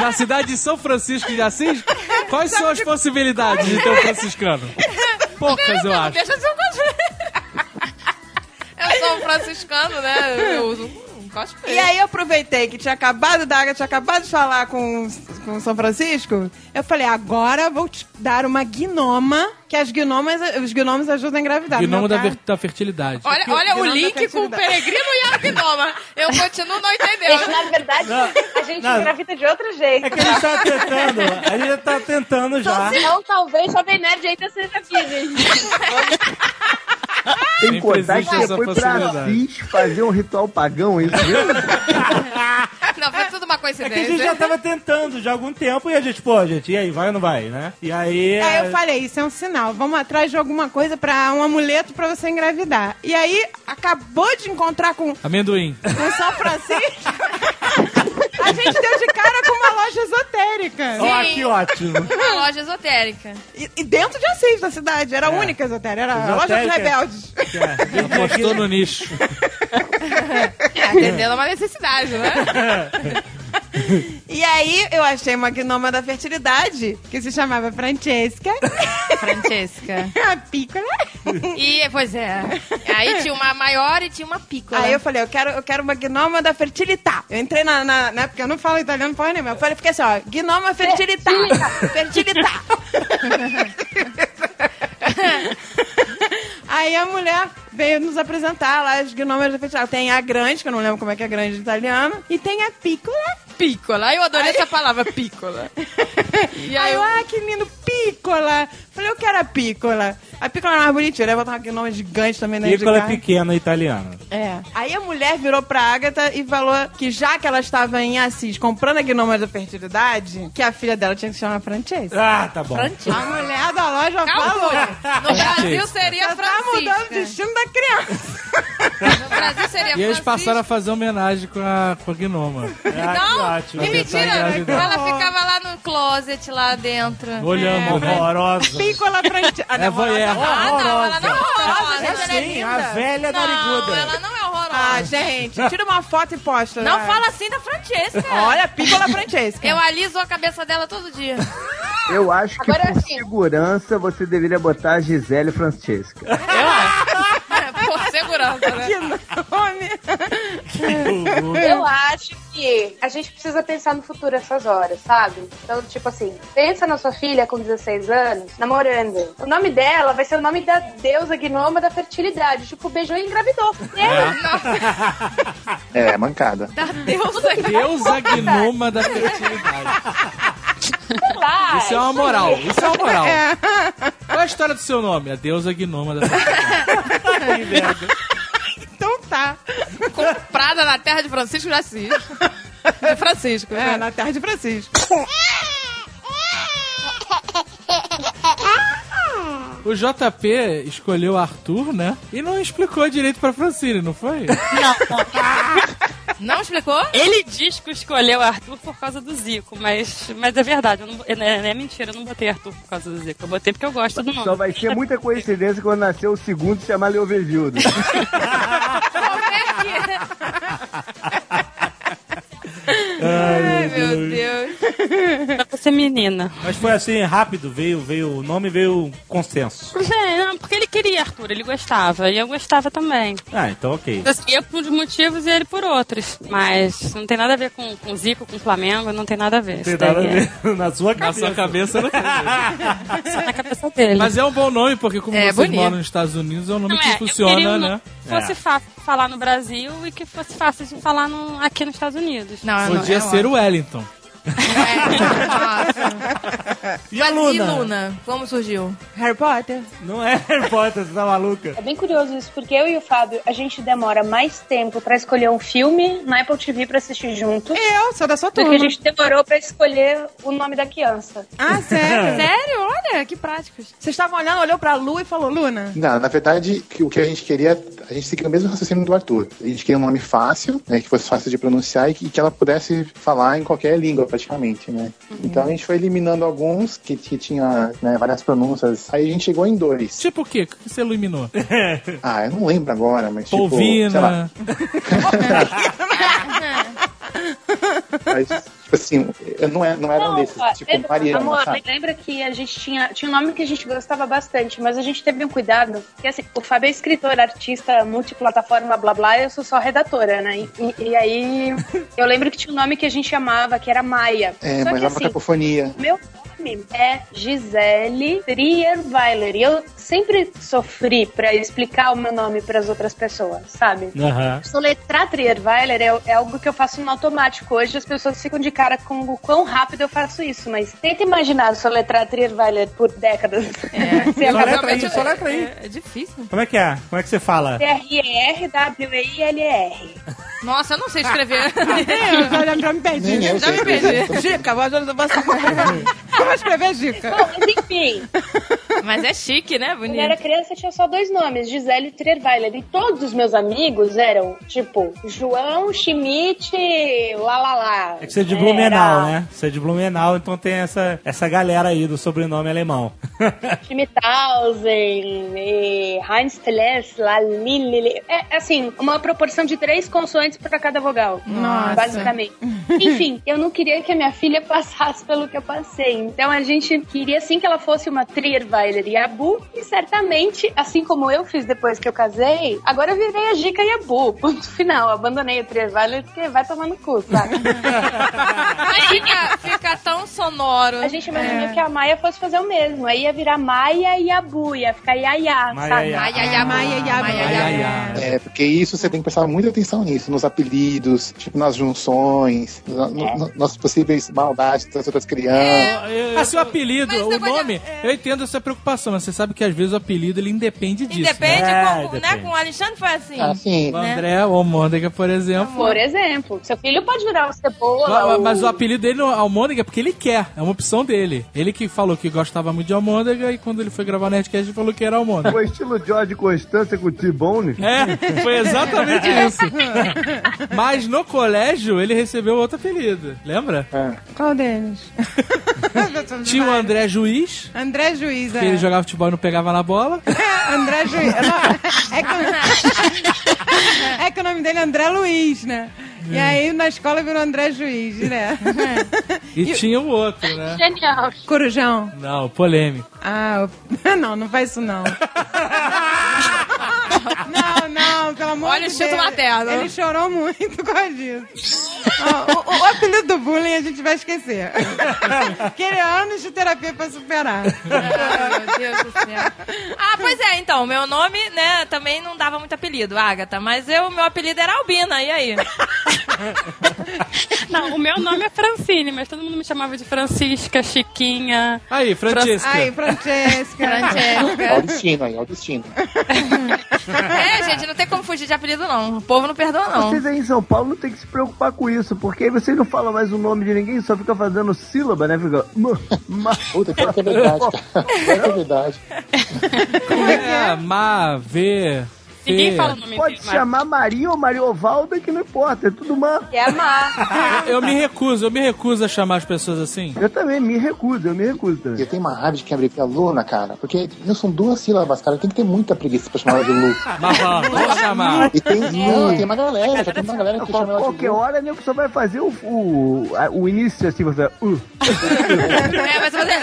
Speaker 10: Na cidade de São Francisco de Assis, quais são as possibilidades de ter um franciscano? Poucas, eu acho.
Speaker 4: Deixa eu ser um cosplay. Eu sou um franciscano, né? Eu uso um cosplay.
Speaker 3: É.
Speaker 9: E aí eu aproveitei que tinha acabado da Agatha, tinha acabado de falar com, com São Francisco. Eu falei, agora vou te dar uma guinoma, que as guinomas, os gnomos ajudam a
Speaker 8: Tá,
Speaker 9: engravidar.
Speaker 10: E nome
Speaker 9: No meu
Speaker 10: da,
Speaker 9: caso-
Speaker 10: ver- da fertilidade.
Speaker 4: Olha,
Speaker 9: Que-
Speaker 4: olha
Speaker 9: que
Speaker 4: o
Speaker 9: nome da
Speaker 4: link com o
Speaker 9: fertilidade.
Speaker 4: peregrino e a gnoma. Eu continuo não entendendo.
Speaker 6: Gente, na verdade, a gente
Speaker 3: não.
Speaker 6: engravida de outro jeito.
Speaker 3: É que ele tá tentando, ele já tá tentando já.
Speaker 6: Então, talvez Jovem Nerd ainda seja virgem.
Speaker 7: Tem contar que
Speaker 10: existe
Speaker 7: você
Speaker 10: essa
Speaker 7: foi pra
Speaker 10: possibilidade.
Speaker 7: Assis fazer um ritual pagão, é isso mesmo?
Speaker 4: Não, foi tudo uma
Speaker 3: É
Speaker 4: coincidência.
Speaker 3: que a gente já tava tentando já há algum tempo e a gente, pô, gente, e aí, vai ou não vai, né? E aí.
Speaker 9: Aí eu falei, isso é um sinal, vamos atrás de alguma coisa pra um amuleto pra você engravidar. E aí, acabou de encontrar com
Speaker 10: Amendoim.
Speaker 9: com São Francisco. A gente deu de cara com uma loja esotérica.
Speaker 3: Ó, que ótimo.
Speaker 4: Uma loja esotérica.
Speaker 9: E, e dentro de Assis, da cidade.
Speaker 3: É.
Speaker 9: Era a única esotérica. Era a loja dos
Speaker 3: Esotérica.
Speaker 9: rebeldes.
Speaker 10: É, Apostou no nicho.
Speaker 9: É.
Speaker 4: Atendendo a uma necessidade, né?
Speaker 9: E aí, eu achei uma gnoma da fertilidade, que se chamava Francesca.
Speaker 4: Francesca.
Speaker 9: A né? pícola.
Speaker 4: E, pois é. Aí tinha uma maior e tinha uma pícola.
Speaker 9: Aí eu falei, eu quero, eu quero uma gnoma da fertilità. Eu entrei na, na, né, porque eu não falo italiano porra nenhuma. Eu falei, fiquei assim, ó, gnoma fertilità. Fertilità. Aí a mulher veio nos apresentar lá as gnomas da fertilidade. Tem a grande, que eu não lembro como é que é a grande em italiano, e tem a pícola.
Speaker 4: Pícola. Eu adorei essa palavra, pícola.
Speaker 9: E aí, eu, ah, que lindo, pícola. Falei, eu quero a pícola. A pícola é mais bonitinha, eu ia botar uma gnoma gigante também na
Speaker 10: é
Speaker 3: Nicola é pequena
Speaker 10: tá
Speaker 3: italiana.
Speaker 9: É. Aí a mulher virou pra Agatha e falou que já que ela estava em Assis comprando a Gnoma da Fertilidade, que a filha dela tinha que se chamar Francesca.
Speaker 3: Ah, tá bom.
Speaker 9: A mulher da loja falou.
Speaker 4: Calma, No Brasil seria
Speaker 9: Você tá mudando o
Speaker 4: Francisca.
Speaker 9: destino da criança.
Speaker 4: No Brasil seria
Speaker 8: É
Speaker 10: E eles
Speaker 4: Francisca.
Speaker 10: passaram a fazer homenagem com a, com a Gnoma.
Speaker 3: Ah, que
Speaker 4: Não,
Speaker 3: ótimo.
Speaker 4: que
Speaker 10: tá
Speaker 4: mentira. Ela
Speaker 10: engravidar.
Speaker 4: ficava lá no closet, lá dentro. É,
Speaker 10: Olhando, né?
Speaker 3: Horrorosa.
Speaker 9: Pícola Francesca. Ah,
Speaker 10: É
Speaker 9: não, ela-
Speaker 10: voyeur.
Speaker 4: Ah, não, ela não é horrorosa.
Speaker 9: Ela
Speaker 4: gente,
Speaker 9: é
Speaker 3: Sim,
Speaker 9: linda.
Speaker 3: a velha
Speaker 4: Não,
Speaker 3: nariguda.
Speaker 4: ela não é horrorosa.
Speaker 9: Ah, gente, tira uma foto e posta.
Speaker 4: não
Speaker 9: né?
Speaker 4: fala assim da Francesca.
Speaker 9: Olha, Pícola Francesca.
Speaker 4: Eu aliso a cabeça dela todo dia.
Speaker 7: Eu acho que
Speaker 4: Agora
Speaker 7: por
Speaker 4: sim.
Speaker 7: segurança você deveria botar a Gisele Francesca.
Speaker 4: Por segurança, né?
Speaker 9: Que nome.
Speaker 6: Eu acho que a gente precisa pensar no futuro essas horas, sabe? Então, tipo assim, pensa na sua filha com 16 anos, namorando. O nome dela vai ser o nome da deusa gnoma da fertilidade. Tipo, beijou e engravidou. É.
Speaker 4: Nossa,
Speaker 5: É, mancada.
Speaker 4: da deusa.
Speaker 9: tá
Speaker 10: Deusa Gnoma da fertilidade.
Speaker 6: Vai.
Speaker 10: Isso é uma moral. Isso é uma moral.
Speaker 9: É.
Speaker 10: Qual é a história do seu nome? A deusa Gnoma da fertilidade.
Speaker 9: Então tá.
Speaker 4: Comprada na terra de Francisco de Assis. De Francisco,
Speaker 9: É,
Speaker 4: né?
Speaker 9: na terra de Francisco.
Speaker 10: O JP escolheu Arthur, né? E não explicou direito pra Francine, não foi?
Speaker 4: Não explicou?
Speaker 8: Ele diz que escolheu Arthur por causa do Zico, mas, mas é verdade. eu não- é, é mentira, eu não botei Arthur por causa do Zico. Eu botei porque eu gosto do nome.
Speaker 7: Só vai ser muita coincidência quando nascer o segundo e chamar Leovegildo.
Speaker 4: Como é que é?
Speaker 8: ser menina.
Speaker 3: Mas foi assim, rápido, veio, veio o nome, veio o consenso.
Speaker 8: É, não, porque ele queria Arthur, ele gostava. E eu gostava também.
Speaker 3: Ah, então ok.
Speaker 8: Assim, eu por uns motivos e ele por outros. Mas não tem nada a ver com, com Zico, com Flamengo, não tem nada a ver.
Speaker 3: Tem
Speaker 8: Isso daí
Speaker 3: nada a
Speaker 8: é-
Speaker 3: ver. Na sua
Speaker 10: Na
Speaker 3: cabeça.
Speaker 10: sua cabeça né? não
Speaker 8: Só na cabeça dele.
Speaker 10: Mas é um bom nome, porque como
Speaker 8: É,
Speaker 10: vocês
Speaker 8: bonito.
Speaker 10: moram nos Estados Unidos, é um nome
Speaker 8: Não
Speaker 10: que
Speaker 8: é, eu queria
Speaker 10: funciona,
Speaker 8: um
Speaker 10: né?
Speaker 8: nome que fosse fácil de falar no Brasil e que fosse fácil de falar no- aqui nos Estados Unidos.
Speaker 10: É. Podia ser o Wellington.
Speaker 3: E a
Speaker 13: E
Speaker 3: Luna?
Speaker 13: Luna, como surgiu?
Speaker 9: Harry Potter.
Speaker 3: Não é Harry Potter, você tá maluca?
Speaker 6: É bem curioso isso, porque eu e o Fábio, a gente demora mais tempo pra escolher um filme na Apple TV pra assistir junto.
Speaker 13: É,
Speaker 9: Eu, sou da sua
Speaker 6: Do que
Speaker 9: turma.
Speaker 6: a gente demorou pra escolher o nome da criança.
Speaker 9: Ah, sério?
Speaker 13: sério? Olha, que práticos.
Speaker 9: Vocês estavam olhando, olhou pra Lu e falou, Luna.
Speaker 5: Não, na verdade, que- o que a gente queria, a gente seguia o mesmo raciocínio do Arthur. A gente queria um nome fácil, né, que fosse fácil de pronunciar e que, e que ela pudesse falar em qualquer língua, praticamente, né?
Speaker 9: Uhum.
Speaker 5: Então a gente foi eliminando alguns que, que tinha né, várias pronúncias. Aí a gente chegou em dois.
Speaker 10: Tipo o quê? O que você eliminou?
Speaker 5: Ah, eu não lembro agora, mas tipo, sei lá,
Speaker 10: Polvina.
Speaker 5: Mas,
Speaker 13: Ah,
Speaker 5: tipo assim, eu não, é, não era um desses.
Speaker 6: ó,
Speaker 5: Tipo,
Speaker 6: lembra,
Speaker 5: Mariana,
Speaker 6: amor, né?
Speaker 5: sabe?
Speaker 6: lembra que a gente tinha, tinha um nome que a gente gostava bastante, mas a gente teve um cuidado, porque assim, o Fábio é escritor, artista, multiplataforma, blá blá, eu sou só redatora, né? E, e- e aí, eu lembro que tinha um nome que a gente amava, que era Maia.
Speaker 5: É,
Speaker 6: só
Speaker 5: mas
Speaker 6: que
Speaker 5: é uma
Speaker 6: assim,
Speaker 5: cacofonia.
Speaker 6: Meu nome é Gisele Trierweiler. E eu sempre sofri pra explicar o meu nome pras outras pessoas, sabe?
Speaker 3: Aham.
Speaker 6: Soletrar Trierweiler é, é algo que eu faço no automático. Hoje as pessoas ficam de cara com o quão rápido eu faço isso, mas tenta imaginar soletrar Trierweiler por décadas. É,
Speaker 3: Soletra aí, soletra aí.
Speaker 13: É difícil.
Speaker 3: Como é que é? Como é que você fala?
Speaker 6: T-R-E-R-W-E-I-L-R.
Speaker 13: Nossa, eu não sei escrever.
Speaker 9: Eu já, já me perdi.
Speaker 13: Nem eu Já sei me escrever. perdi.
Speaker 9: Dica, vou ajudar você. Como escrever dica?
Speaker 6: Bom, mas enfim.
Speaker 13: Mas é chique, né?
Speaker 6: Quando
Speaker 13: Bonito.
Speaker 6: eu era criança, eu tinha só dois nomes, Gisele e Trierweiler. E todos os meus amigos eram, tipo, João, Schmidt, lalala.
Speaker 3: É que você é de Blumenau, né? Você é de Blumenau, então tem essa, essa galera aí do sobrenome alemão.
Speaker 6: Schmidthausen, e Heinz Klessler, Lili. É assim, uma proporção de três consoantes pra cada vogal.
Speaker 13: Nossa.
Speaker 6: Basicamente. Enfim, eu não queria que a minha filha passasse pelo que eu passei. Então a gente queria sim que ela fosse uma Trierweiler Yabu. E certamente, assim como eu fiz depois que eu casei, agora eu virei a Gica Yabu. Ponto final. Abandonei o Trierweiler porque vai tomar no cu, sabe?
Speaker 13: Mas fica, fica tão sonoro.
Speaker 6: A gente imaginou
Speaker 4: É.
Speaker 6: que a Maia fosse fazer o mesmo. Aí ia virar Maia Yabu, ia ficar Yaya,
Speaker 5: Maia
Speaker 6: sabe?
Speaker 5: Yabu. Maia
Speaker 13: Yabu.
Speaker 9: Maia Yabu.
Speaker 5: É, porque isso você tem que prestar muita atenção nisso, nos apelidos, tipo, nas junções, na- no- no- nas possíveis maldades das outras
Speaker 13: É.
Speaker 5: crianças.
Speaker 10: Assim, o apelido, o nome, eu entendo essa preocupação, mas você sabe que às vezes o apelido ele independe disso.
Speaker 13: Depende,
Speaker 6: É,
Speaker 10: né?
Speaker 13: com, né? Com o Alexandre foi assim.
Speaker 6: Ah,
Speaker 10: O
Speaker 6: né?
Speaker 10: André ou Mônica, por exemplo.
Speaker 6: Por exemplo, seu filho pode virar o cebola.
Speaker 10: Mas- Mas o
Speaker 6: ou-
Speaker 10: apelido dele não é Almôndega porque ele quer, é uma opção dele. Ele que falou que gostava muito de Almôndega e quando ele foi gravar Nerdcast ele falou que era Almôndega.
Speaker 7: Foi estilo George Constância com o T-Bone.
Speaker 10: É, foi exatamente isso. Mas no colégio ele recebeu outro apelido, lembra?
Speaker 9: Qual deles?
Speaker 10: Tinha o André Juiz,
Speaker 9: André Juiz,
Speaker 10: que
Speaker 9: é.
Speaker 10: ele jogava futebol e não pegava na bola.
Speaker 9: André Juiz. Não, é, que... é que o nome dele é André Luiz, né? E aí na escola virou André Juiz, né?
Speaker 10: E, tinha o outro, né?
Speaker 6: Genial.
Speaker 9: Corujão.
Speaker 10: Não, polêmico.
Speaker 9: Ah, eu- não, não faz isso não. não, não, pelo amor
Speaker 13: Olha o
Speaker 9: de Deus.
Speaker 13: instinto materno.
Speaker 9: Ele chorou muito com a disso. Ó, o, o apelido do bullying a gente vai esquecer. Queria anos de terapia pra superar.
Speaker 13: Ah, meu Deus do céu. Ah, pois é, então, meu nome, né, também não dava muito apelido, Agatha, mas eu, meu apelido era Albina, e aí?
Speaker 8: Não, o meu nome é Francine, mas todo mundo me chamava de Francisca, Chiquinha.
Speaker 10: Aí, Francesca.
Speaker 9: Ai, Francesca.
Speaker 5: Olha o destino aí, olha o destino.
Speaker 13: É, gente, não tem como fugir de apelido, não. O povo não perdoa, não.
Speaker 7: Vocês aí em São Paulo não tem que se preocupar com isso, porque aí vocês não falam mais o nome de ninguém, só fica fazendo sílaba, né? Fica. "Ma- ma-"
Speaker 5: Puta, pior que é verdade, cara. Pior que é verdade.
Speaker 10: É, Má, Vê,
Speaker 7: você. Ninguém fala o nome Pode dele, chamar mas... Maria ou Maria Ovalda, que não importa, é tudo uma.
Speaker 6: É amar.
Speaker 10: Ah, eu, eu me recuso, eu me recuso a chamar as pessoas assim.
Speaker 7: Eu também me recuso, eu me recuso também.
Speaker 5: Eu tenho uma raiva de quem abrir Luna, cara, porque não são duas sílabas, cara, tem que ter muita preguiça pra chamar ela de Lu.
Speaker 10: Mas vamos chamar.
Speaker 5: E tem, não, tem uma galera, já tem uma galera que chama ela de Lu.
Speaker 7: Qualquer hora, né, que só vai fazer o, o, a- o início assim, você vai. Uh.
Speaker 4: É, mas você.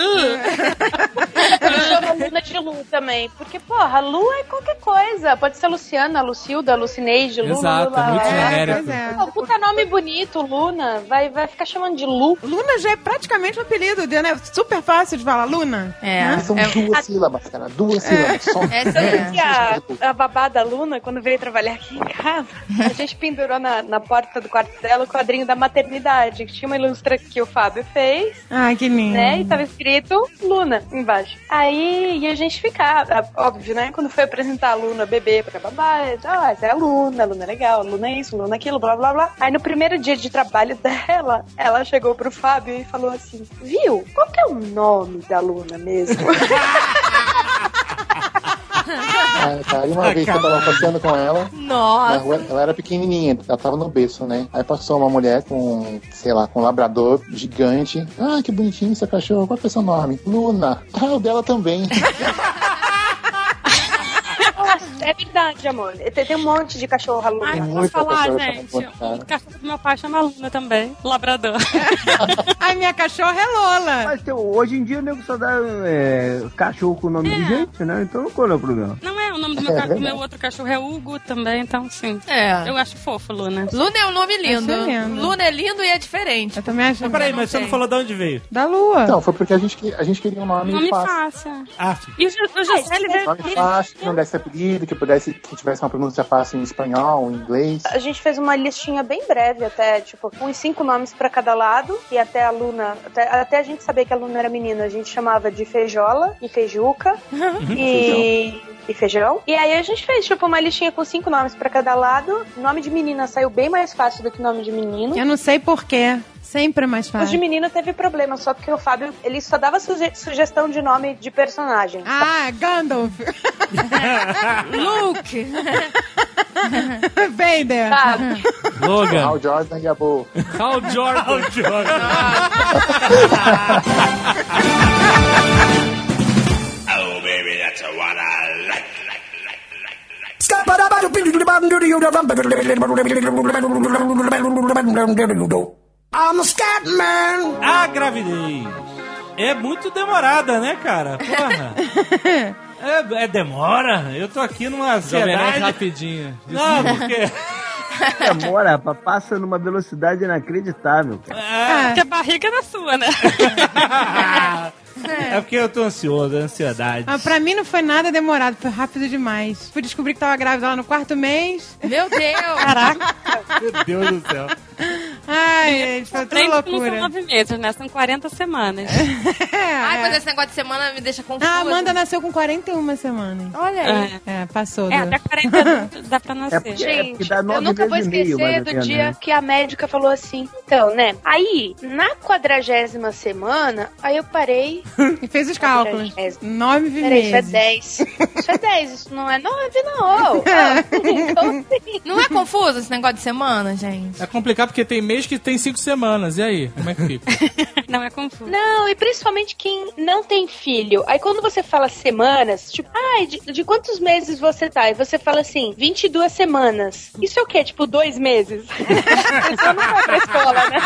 Speaker 4: Uh,
Speaker 6: Eu chamo a Luna de Lu também. Porque, porra, Lu é qualquer coisa. Pode ser Luciana, Lucilda, Lucineide, Luna.
Speaker 10: Exato,
Speaker 6: Lula,
Speaker 10: é muito
Speaker 6: Lé.
Speaker 10: genérico.
Speaker 6: Pois é. Pô, puta nome bonito, Luna. Vai, vai ficar chamando de Lu.
Speaker 9: Luna já é praticamente um apelido, né? É Super fácil de falar, Luna.
Speaker 13: É.
Speaker 9: Né? É.
Speaker 5: Mas São duas sílabas, cara, duas sílabas. Só.
Speaker 6: Essa é. que a, a babada Luna, quando veio trabalhar aqui em casa, a gente pendurou na, na porta do quarto dela o quadrinho da maternidade, que tinha uma ilustra que o Fábio fez.
Speaker 9: Ai, Ah, que lindo.
Speaker 6: Né?
Speaker 13: tá-
Speaker 6: E tava escrito Luna embaixo. Aí e a gente ficava, óbvio, né? Quando foi apresentar a Luna bebê pra babá, eu disse, ah, essa é a Luna, a Luna é legal, a Luna é isso, a Luna é aquilo, blá blá blá. Aí no primeiro dia de trabalho dela, ela chegou pro Fábio e falou assim: Viu? Qual que é o nome da Luna mesmo?
Speaker 5: Ah, cara, e uma vez que eu tava passeando com ela, na
Speaker 4: Nossa.
Speaker 5: rua, ela era pequenininha, ela tava no berço, né? Aí passou uma mulher com, sei lá, com um labrador gigante. Ah, que bonitinho seu cachorro, qual que é seu nome? Luna. Ah, o dela também.
Speaker 6: Nossa, é verdade, amor. Tem, tem um monte de cachorro Luna.
Speaker 8: Ai,
Speaker 5: Muita
Speaker 8: posso falar,
Speaker 5: cachorra
Speaker 8: gente?
Speaker 5: chamando, cara.
Speaker 8: O cachorro do meu pai chama Luna também. Labrador.
Speaker 9: Ai, minha cachorra é Lola.
Speaker 7: Mas tem- hoje em dia o nego só dá é, cachorro com o nome de gente, né? Então qual é o problema?
Speaker 8: Não é, o nome do meu, ca- do meu outro cachorro é Hugo também, então sim.
Speaker 4: É.
Speaker 8: Eu acho fofo, Luna.
Speaker 4: Luna é um nome lindo.
Speaker 8: Acho lindo.
Speaker 4: Luna é lindo e é diferente. É.
Speaker 9: Eu também acho.
Speaker 3: Mas peraí, mas você não falou de onde veio?
Speaker 9: Da lua.
Speaker 5: Não, foi porque a gente, que- a gente queria um nome,
Speaker 8: Nome
Speaker 5: fácil.
Speaker 8: fácil.
Speaker 3: Ah,
Speaker 8: E o, Ju- o José, ele veio...
Speaker 5: Nome fácil, que não desse apelido, que pudesse, que tivesse uma pronúncia fácil em espanhol, em inglês.
Speaker 6: A gente fez uma listinha bem breve, até, tipo, uns cinco nomes pra cada lado. E até a Luna. Até, até a gente saber que a Luna era menina, a gente chamava de feijola e feijuca. é. e.
Speaker 9: É.
Speaker 6: E feijão. E aí a gente fez, tipo, uma listinha com cinco nomes pra cada lado. Nome de menina saiu bem mais fácil do que nome de menino.
Speaker 9: Eu não sei porquê. Sempre é mais
Speaker 6: Os de
Speaker 9: fácil.
Speaker 6: menino teve problema, só porque o Fábio, ele só dava suge- sugestão de nome de personagem.
Speaker 9: Ah, Gandalf.
Speaker 4: Luke.
Speaker 9: Vader.
Speaker 13: Tá.
Speaker 6: Sabe?
Speaker 10: Logan,
Speaker 5: Hal Jordan e a Bo.
Speaker 10: Hal Jordan.
Speaker 12: Oh, baby, that's what I like.
Speaker 3: I'm a Scatman! A gravidez é muito demorada, né, cara? Porra! É, é demora? Eu tô aqui numa
Speaker 10: Jovem
Speaker 3: ansiedade.
Speaker 10: rapidinho.
Speaker 3: Não, porque.
Speaker 7: Demora, rapaz, É, passa numa velocidade inacreditável, cara.
Speaker 8: Porque a barriga é da sua, né?
Speaker 3: É porque eu tô ansioso, é ansiedade.
Speaker 9: Ah, pra mim não foi nada demorado, foi rápido demais. Fui descobrir que tava grávida lá no quarto mês.
Speaker 4: Meu Deus. Caraca.
Speaker 3: Meu Deus do céu.
Speaker 9: Ai, gente, foi tudo
Speaker 8: Frente não são
Speaker 9: loucura.
Speaker 8: nove meses, né? São 40 semanas.
Speaker 4: É.
Speaker 8: É.
Speaker 4: Ai, mas esse negócio de semana me deixa confusa.
Speaker 9: Ah, a Amanda nasceu com 41 semanas.
Speaker 4: Olha aí.
Speaker 8: É,
Speaker 9: É, passou.
Speaker 8: é
Speaker 9: do-
Speaker 8: até 40 dá pra
Speaker 7: É
Speaker 8: nascer.
Speaker 7: porque, é porque
Speaker 6: Gente,
Speaker 7: dá
Speaker 6: eu
Speaker 7: nove
Speaker 6: nunca vou
Speaker 7: vezes e meio,
Speaker 6: esquecer
Speaker 7: mais ou
Speaker 6: do
Speaker 7: menos,
Speaker 6: dia
Speaker 7: né?
Speaker 6: que a médica falou assim, então, né? Aí, na quadragésima semana, aí eu parei.
Speaker 9: E fez os cálculos.
Speaker 6: Quadragésimo.
Speaker 9: Nove
Speaker 6: Peraí, isso é
Speaker 9: meses.
Speaker 6: 10. Isso é 10, isso não é 9, não. Ah, então, assim,
Speaker 4: Não é confuso esse negócio de semana, gente?
Speaker 10: É complicado porque tem mês que tem cinco semanas. E aí? Como é que fica?
Speaker 8: Não é confuso.
Speaker 6: Não, e principalmente quem não tem filho. Aí quando você fala semanas, tipo, ai, de, de quantos meses você tá? E você fala assim, 22 semanas. Isso é o quê? Tipo, dois meses? A pessoa não vai pra escola, né?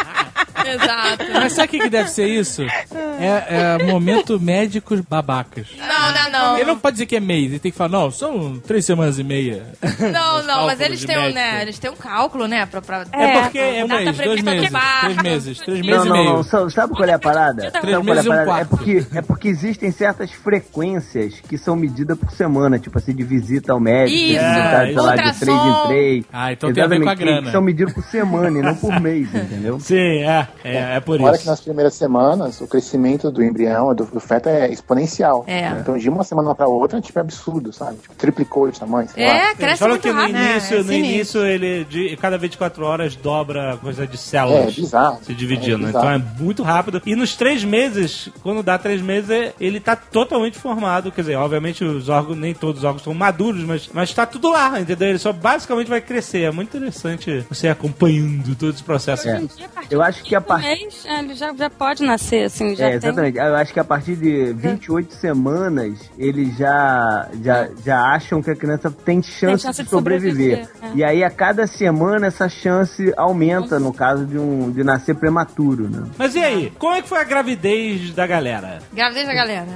Speaker 4: Exato.
Speaker 10: Mas sabe o que, que deve ser isso? É, é momento médicos babacas.
Speaker 4: Não, não, não.
Speaker 10: Ele não pode dizer que é mês, ele tem que falar, não, são três semanas e meia.
Speaker 4: Não, não, mas
Speaker 10: cálculos
Speaker 4: eles
Speaker 10: um de
Speaker 4: têm, um,
Speaker 10: médico.
Speaker 4: né, eles têm um cálculo, né? Pra, pra,
Speaker 10: É porque é um
Speaker 4: data
Speaker 10: mês, dois
Speaker 4: prevista de
Speaker 10: meses,
Speaker 4: parto.
Speaker 10: três meses, três meses
Speaker 7: Não,
Speaker 10: e
Speaker 7: não,
Speaker 10: meio.
Speaker 7: não. Sabe, sabe qual é a parada?
Speaker 8: Três
Speaker 7: Sabe qual é a
Speaker 10: meses e um
Speaker 7: parada? É
Speaker 10: quarto.
Speaker 7: porque, é porque existem certas frequências que são medidas por semana, tipo assim, de visita ao médico, de
Speaker 4: Isso.
Speaker 7: visitar, sei lá, de
Speaker 4: Ultrassom.
Speaker 7: três em três.
Speaker 10: Ah, então tem a ver
Speaker 7: Exatamente,
Speaker 10: com a
Speaker 7: que-
Speaker 10: grana.
Speaker 7: Que são medidas por semana e não por mês, entendeu?
Speaker 3: Sim, é. É, é por
Speaker 5: Fora que
Speaker 3: isso.
Speaker 5: nas primeiras semanas, o crescimento do embrião, do, do feto é exponencial.
Speaker 4: É.
Speaker 5: Então, de uma semana pra outra, tipo, é absurdo, sabe? Tipo, triplicou de tamanho, sei lá.
Speaker 4: É,
Speaker 3: Eles
Speaker 4: cresce
Speaker 3: falam
Speaker 4: muito
Speaker 3: que no
Speaker 4: rápido.
Speaker 9: É,
Speaker 3: início,
Speaker 9: é
Speaker 3: no
Speaker 9: sinistro.
Speaker 3: início ele de, cada 24 horas dobra a coisa de
Speaker 5: É,
Speaker 3: células.
Speaker 5: bizarro.
Speaker 3: se dividindo.
Speaker 5: É,
Speaker 3: então
Speaker 5: bizarro.
Speaker 3: é muito rápido. E nos três meses, Quando dá três meses, ele tá totalmente formado. Quer dizer, obviamente os órgãos, nem todos os órgãos estão maduros, mas, mas tá tudo lá, entendeu? Ele só basicamente vai crescer. É muito interessante você acompanhando todo esse processo.
Speaker 7: É. Eu acho que a
Speaker 8: Um
Speaker 7: partir.
Speaker 8: mês, é, ele já, já pode nascer, assim, já
Speaker 7: É,
Speaker 8: tem.
Speaker 7: exatamente. Eu acho que a partir de 28 semanas, eles já, já, já acham que a criança tem chance,
Speaker 8: chance
Speaker 7: de
Speaker 8: de
Speaker 7: sobreviver.
Speaker 8: sobreviver, é.
Speaker 7: E aí, a cada semana, essa chance aumenta no caso de, um, de nascer prematuro, né?
Speaker 3: Mas e aí? Como é que foi a gravidez da galera?
Speaker 4: Gravidez da galera.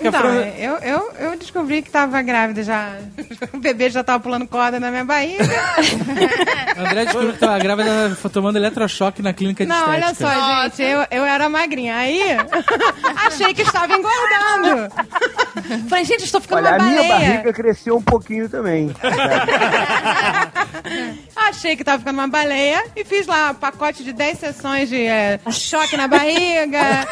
Speaker 9: Então, eu, eu, eu descobri que tava grávida já. O bebê já tava pulando corda na minha barriga.
Speaker 10: A André descobriu que tava grávida foi tomando eletrochoque na
Speaker 7: É
Speaker 10: clínica de
Speaker 9: Não, olha só,
Speaker 10: estética.
Speaker 9: gente, eu, eu era magrinha. Aí, achei que estava engordando. Falei, gente, estou ficando
Speaker 7: Olha, a
Speaker 9: uma
Speaker 7: minha
Speaker 9: baleia.
Speaker 7: barriga cresceu um pouquinho também.
Speaker 9: Achei que tava ficando uma baleia e fiz lá um pacote de 10 sessões de é, choque na barriga,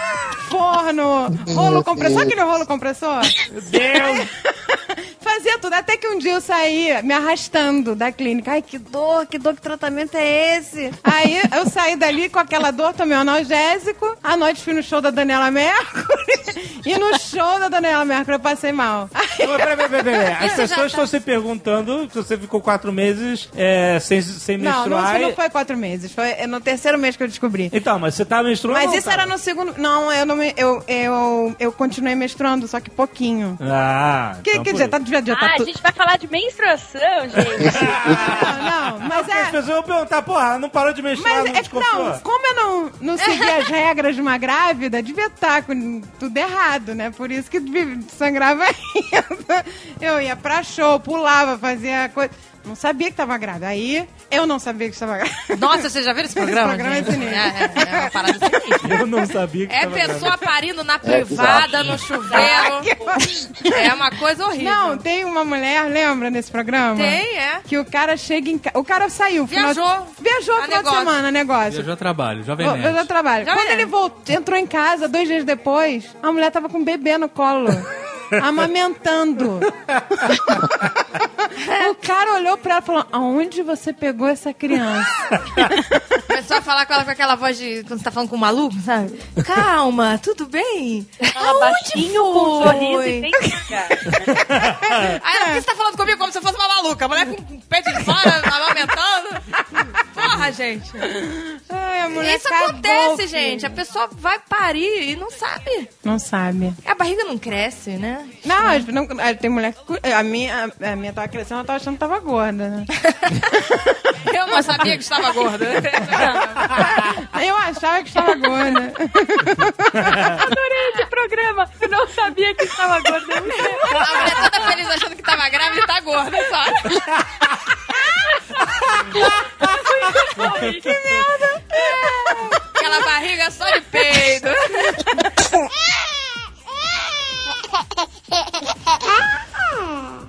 Speaker 9: forno, rolo compressor. Sabe aquele rolo compressor? Meu
Speaker 3: Deus!
Speaker 9: Fazia tudo, até que um dia eu saí me arrastando da clínica. Ai, que dor, que dor, que tratamento é esse? Aí eu saí dali com aquela dor, tomei um analgésico. À noite fui no show da Daniela Mercury e no show da Daniela Mercury eu passei mal.
Speaker 3: Não, peraí, peraí, peraí, peraí. As
Speaker 9: Isso já tá.
Speaker 3: pessoas estão se perguntando se você ficou quatro meses é, sem, sem
Speaker 9: Não, não,
Speaker 3: menstruar.
Speaker 9: não foi quatro meses, foi é no terceiro mês que eu descobri.
Speaker 3: Então, mas você tá menstruando?
Speaker 9: Mas
Speaker 3: ou
Speaker 9: isso
Speaker 3: não tá?
Speaker 9: era no segundo. Não, eu não me. Eu, eu, eu continuei mestrando, só que pouquinho.
Speaker 3: Ah,
Speaker 9: Que,
Speaker 3: então
Speaker 9: quer
Speaker 3: por
Speaker 9: dizer,
Speaker 3: isso.
Speaker 9: tá, devia adiantar
Speaker 6: Ah, a
Speaker 9: tudo.
Speaker 6: gente vai falar de menstruação, gente.
Speaker 9: Não, não, mas
Speaker 3: Porque As
Speaker 9: é.
Speaker 3: pessoas vão perguntar, porra, não parou de menstruar,
Speaker 9: Mas
Speaker 3: não
Speaker 9: é
Speaker 3: desconfiou?
Speaker 9: não, como eu não, não segui as regras de uma grávida, devia estar com tudo errado, né? Por isso que vi- sangrava ainda. Eu ia pra show, pulava, fazia coisa. Não sabia que tava grávida. Aí eu não sabia que estava grávida.
Speaker 4: Nossa, vocês já viram esse programa?
Speaker 9: Esse programa é
Speaker 4: gente?
Speaker 9: sinistro.
Speaker 4: é, é, é uma parada sinistra.
Speaker 3: Eu não sabia que
Speaker 10: tá
Speaker 4: É
Speaker 3: tava
Speaker 4: pessoa
Speaker 3: grávida.
Speaker 4: parindo na
Speaker 3: É,
Speaker 4: privada,
Speaker 3: exato.
Speaker 4: no chuveiro. É uma coisa horrível.
Speaker 9: Não, tem uma mulher, lembra nesse programa?
Speaker 4: Tem, é.
Speaker 9: Que o cara chega em casa. O cara saiu. final-
Speaker 4: Viajou.
Speaker 9: Viajou
Speaker 4: A
Speaker 9: final de
Speaker 4: negócio. é.
Speaker 9: semana, negócio.
Speaker 10: Viajou a trabalho, jovem
Speaker 9: Vou- Eu já
Speaker 10: nerd.
Speaker 9: trabalho. Quando ele voltou, entrou em casa, dois dias depois, a mulher tava com um bebê no colo. amamentando. o cara olhou pra ela e falou: Aonde você pegou essa criança?
Speaker 4: Começou a falar com ela com aquela voz de quando você tá falando com um maluco, sabe? Calma, tudo bem? Aonde
Speaker 6: com um
Speaker 4: foi?
Speaker 6: sorriso e
Speaker 4: Aí ela, por que você tá falando comigo como se eu fosse uma maluca? A mulher com o pé de fora, amamentando. Porra, gente.
Speaker 9: Ai, a mulher
Speaker 4: Isso
Speaker 9: cagou,
Speaker 4: acontece,
Speaker 9: filho.
Speaker 4: gente. A pessoa vai parir e não sabe.
Speaker 9: Não sabe.
Speaker 4: A barriga não cresce, né?
Speaker 9: Não, as- não- ah, tem mulher que. cu- A minha, a- a minha tava crescendo, eu tava achando que tava gorda, né?
Speaker 4: Eu não sabia que estava gorda. né?
Speaker 9: Ah, Eu achava que estava gorda.
Speaker 6: Adorei esse programa. Eu não sabia que estava gorda.
Speaker 4: A mulher toda feliz achando que tava grávida e tá gorda só. que merda! Aquela barriga só de peido.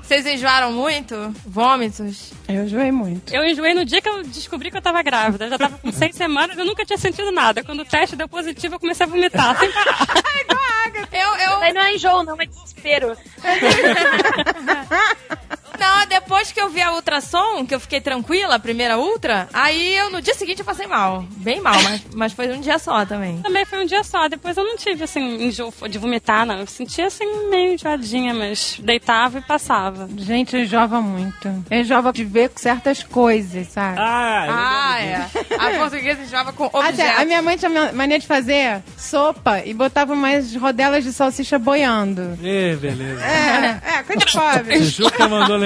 Speaker 4: Vocês enjoaram muito? Vômitos?
Speaker 9: Eu enjoei muito.
Speaker 8: Eu enjoei no dia que eu descobri que eu tava grávida. Eu já tava com seis semanas, eu nunca tinha sentido nada. Quando o teste deu positivo, eu comecei a vomitar. Sem parar.
Speaker 4: Eu, eu...
Speaker 6: Mas não é enjoo, não, é desespero.
Speaker 4: Não, depois que eu vi a ultrassom, que eu fiquei tranquila, a primeira ultra, aí eu no dia seguinte eu passei mal. Bem mal, mas, mas foi um dia só também.
Speaker 8: Também foi um dia só. Depois eu não tive, assim, enjoo de vomitar, não. Eu sentia, assim, meio enjoadinha, mas deitava e passava.
Speaker 9: Gente, eu enjova muito. Eu enjova de ver certas coisas, sabe?
Speaker 4: Ah, é. A portuguesa enjoava com objetos.
Speaker 9: Até, a minha mãe tinha ma- mania de fazer sopa e botava umas rodelas de salsicha boiando.
Speaker 10: Ê, beleza.
Speaker 9: É, é, coisa de pobre.
Speaker 10: Juca mandou lembrança.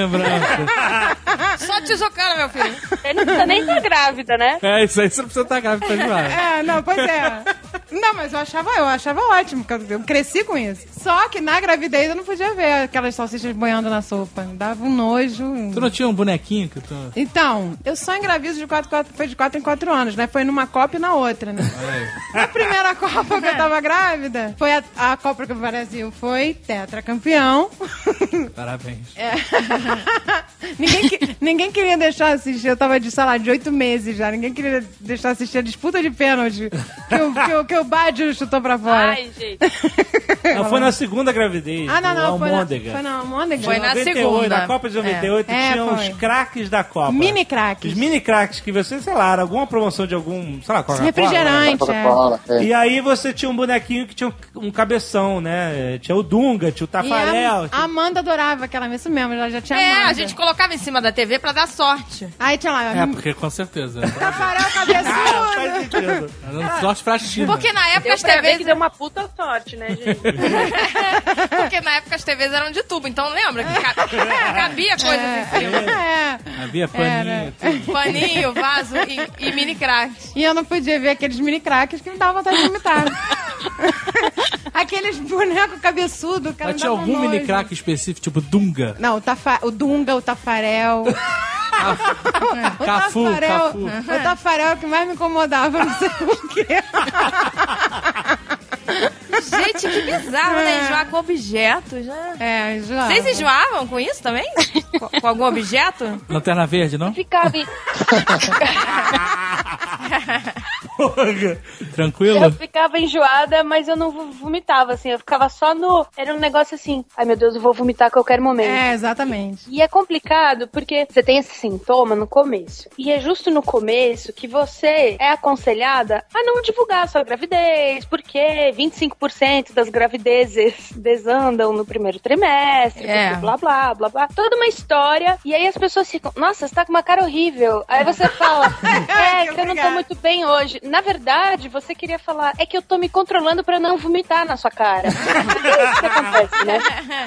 Speaker 4: Só te jogando, meu filho.
Speaker 6: Você não precisa nem estar grávida, né?
Speaker 10: É, isso aí você não precisa estar grávida pra enjoar.
Speaker 9: É, não, pois é. Não, mas eu achava, eu achava ótimo, porque eu cresci com isso. Só que na gravidez eu não podia ver aquelas salsichas boiando na sopa. Dava um nojo.
Speaker 10: Tu não tinha um bonequinho que tu...
Speaker 9: Então, eu só engravido de quatro, quatro- foi de quatro em quatro anos, né? Foi numa Copa e na outra, né? A primeira Copa que eu tava grávida foi a, a Copa que o Brasil foi tetracampeão.
Speaker 10: Parabéns.
Speaker 9: Ninguém, que- ninguém queria deixar assistir. Eu tava de, sei lá, de oito meses já. Ninguém queria deixar assistir a disputa de pênalti que o, que o, que o Bádio chutou pra fora.
Speaker 6: Ai, gente.
Speaker 3: Não, foi na segunda gravidez.
Speaker 9: Ah, não,
Speaker 3: do
Speaker 9: não, foi na,
Speaker 3: Almôndega.
Speaker 9: foi na Almôndega.
Speaker 3: De 98, Na Copa de 98
Speaker 9: É,
Speaker 3: tinha os
Speaker 9: foi.
Speaker 3: craques da Copa.
Speaker 9: Mini craques.
Speaker 3: Os mini craques que você, sei lá, era alguma promoção de algum, sei lá, Coca-Cola. né?
Speaker 9: Refrigerante, Coca-Cola, é. é.
Speaker 3: E aí você tinha um bonequinho que tinha um um cabeção, né? Tinha o Dunga, tinha o
Speaker 9: E a,
Speaker 3: Tafarel.
Speaker 9: a Amanda adorava aquela, isso mesmo, ela já tinha
Speaker 13: É,
Speaker 9: Amanda.
Speaker 13: a gente colocava em cima da TV pra dar sorte.
Speaker 9: Aí tinha lá,
Speaker 10: É, porque com certeza.
Speaker 9: Tafarel cabeçudo.
Speaker 10: Tá dando sorte pra
Speaker 9: Um
Speaker 10: China.
Speaker 13: Porque na época
Speaker 6: Deu
Speaker 13: as
Speaker 6: pra ver
Speaker 13: TVs.
Speaker 6: que deu uma puta sorte, né, gente?
Speaker 13: Porque na época as TVs eram de tubo, então lembra que ca-
Speaker 6: É.
Speaker 13: cabia assim. coisas em cima.
Speaker 9: É.
Speaker 10: Havia paninho.
Speaker 13: Paninho, vaso e, e mini crack.
Speaker 9: E eu não podia ver aqueles mini craques que me davam vontade de vomitar. aqueles bonecos cabeçudo, cara.
Speaker 10: Mas
Speaker 9: me
Speaker 10: tinha
Speaker 9: dava
Speaker 10: algum
Speaker 9: nojo.
Speaker 10: mini crack específico, tipo Dunga?
Speaker 9: Não, o, tafa... o Dunga, o Tafarel. o
Speaker 10: Cafu,
Speaker 9: Tafarel,
Speaker 10: Cafu.
Speaker 9: O Tafarel é o que mais me incomodava, não sei porquê.
Speaker 13: Gente, que bizarro, né? Enjoar com objetos, né?
Speaker 9: É, enjoava.
Speaker 13: Vocês enjoavam com isso também? com, com algum objeto?
Speaker 10: Lanterna verde, não?
Speaker 6: Ficava em- Eu
Speaker 10: Tranquilo?
Speaker 6: ficava enjoada, mas eu não vo- vomitava, assim. Eu ficava só no. Era um negócio assim. Ai, meu Deus, eu vou vomitar a qualquer momento.
Speaker 9: É, exatamente.
Speaker 6: E é complicado porque você tem esse sintoma no começo. E é justo no começo que você é aconselhada a não divulgar a sua gravidez, porque 25% das gravidezes desandam no primeiro trimestre,
Speaker 13: É.
Speaker 6: porque blá blá blá blá. Toda uma história. E aí as pessoas ficam, nossa, você tá com uma cara horrível. Aí você fala, é que eu não tô muito bem hoje. Na verdade, você queria falar, é que eu tô me controlando pra não vomitar na sua cara. é isso que acontece, né?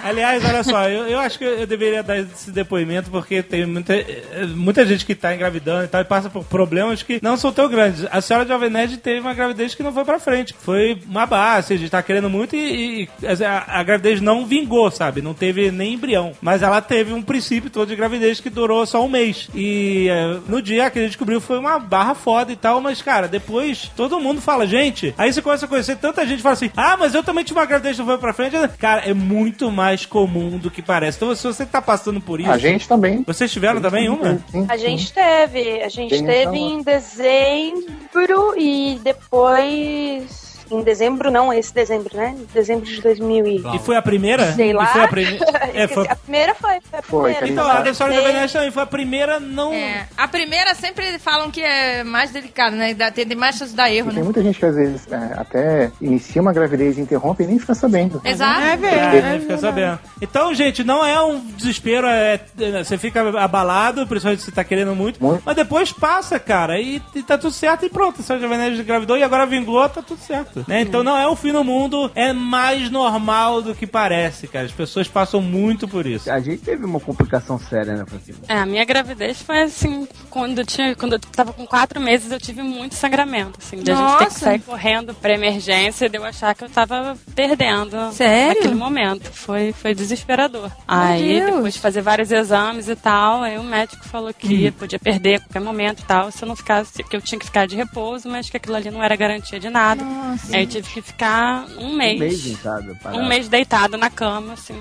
Speaker 3: Aliás, olha só, eu, eu acho que eu deveria dar esse depoimento porque tem muita, eh, muita gente que tá engravidando e tal e passa por problemas que não são tão grandes. A senhora Jovem Nerd teve uma gravidez que não foi pra frente. Foi uma base, a gente tá querendo muito e, e, assim, a, a gravidez não vingou, sabe? Não teve nem embrião. Mas ela teve um princípio todo de gravidez que durou só um mês. E eh, no dia que a gente descobriu foi uma barra foda e tal, mas cara, depois todo mundo fala, gente, aí você começa a conhecer tanta gente e fala assim, ah, mas eu também tive uma gravidez que não foi pra frente. Cara, é muito mais comum do que parece. Então se você tá passando por isso...
Speaker 5: A gente também.
Speaker 3: Vocês tiveram também uma?
Speaker 6: A gente teve, a gente
Speaker 3: Uhum.
Speaker 6: teve
Speaker 3: Tem essa
Speaker 6: em dezembro e depois. Em dezembro, não, esse dezembro, né? Dezembro de 2000 e...
Speaker 3: E foi a primeira?
Speaker 6: Sei lá.
Speaker 3: E foi a primeira? É, foi...
Speaker 6: A primeira foi, foi a primeira.
Speaker 3: Então, a da senhora Jovem Nerd também foi a primeira não...
Speaker 13: É. A primeira sempre falam que é mais delicada, né? Dá- Tem mais chance de dar erro,
Speaker 5: E tem
Speaker 13: né?
Speaker 5: muita gente que às vezes é, até inicia uma gravidez e interrompe e nem fica sabendo.
Speaker 13: Exato.
Speaker 9: É
Speaker 3: É, né, fica sabendo. Então, gente, não é um desespero, é, é, você fica abalado, principalmente se você tá querendo muito, mas depois passa, cara, e, e tá tudo certo e pronto. A senhora Jovem Nerd engravidou e agora vingou, tá tudo certo. né? Então não é o fim do mundo, é mais normal do que parece, cara. As pessoas passam muito por isso.
Speaker 7: A gente teve uma complicação séria, né, Francisco?
Speaker 8: É, a minha gravidez foi assim, quando eu tinha, quando eu tava com quatro meses, eu tive muito sangramento, assim, de a gente ter que
Speaker 13: Nossa.
Speaker 8: sair correndo pra emergência, de eu achar que eu tava perdendo
Speaker 13: Sério?
Speaker 8: naquele momento. Foi, foi desesperador. aí,
Speaker 13: Deus.
Speaker 8: depois de fazer vários exames e tal, aí o médico falou que
Speaker 13: Hum.
Speaker 8: podia perder a qualquer momento e tal, se eu não ficasse, que eu tinha que ficar de repouso, mas que aquilo ali não era garantia de nada. Aí eu tive que ficar um mês.
Speaker 7: Um mês em casa, parado.
Speaker 8: Um mês deitado na cama, assim.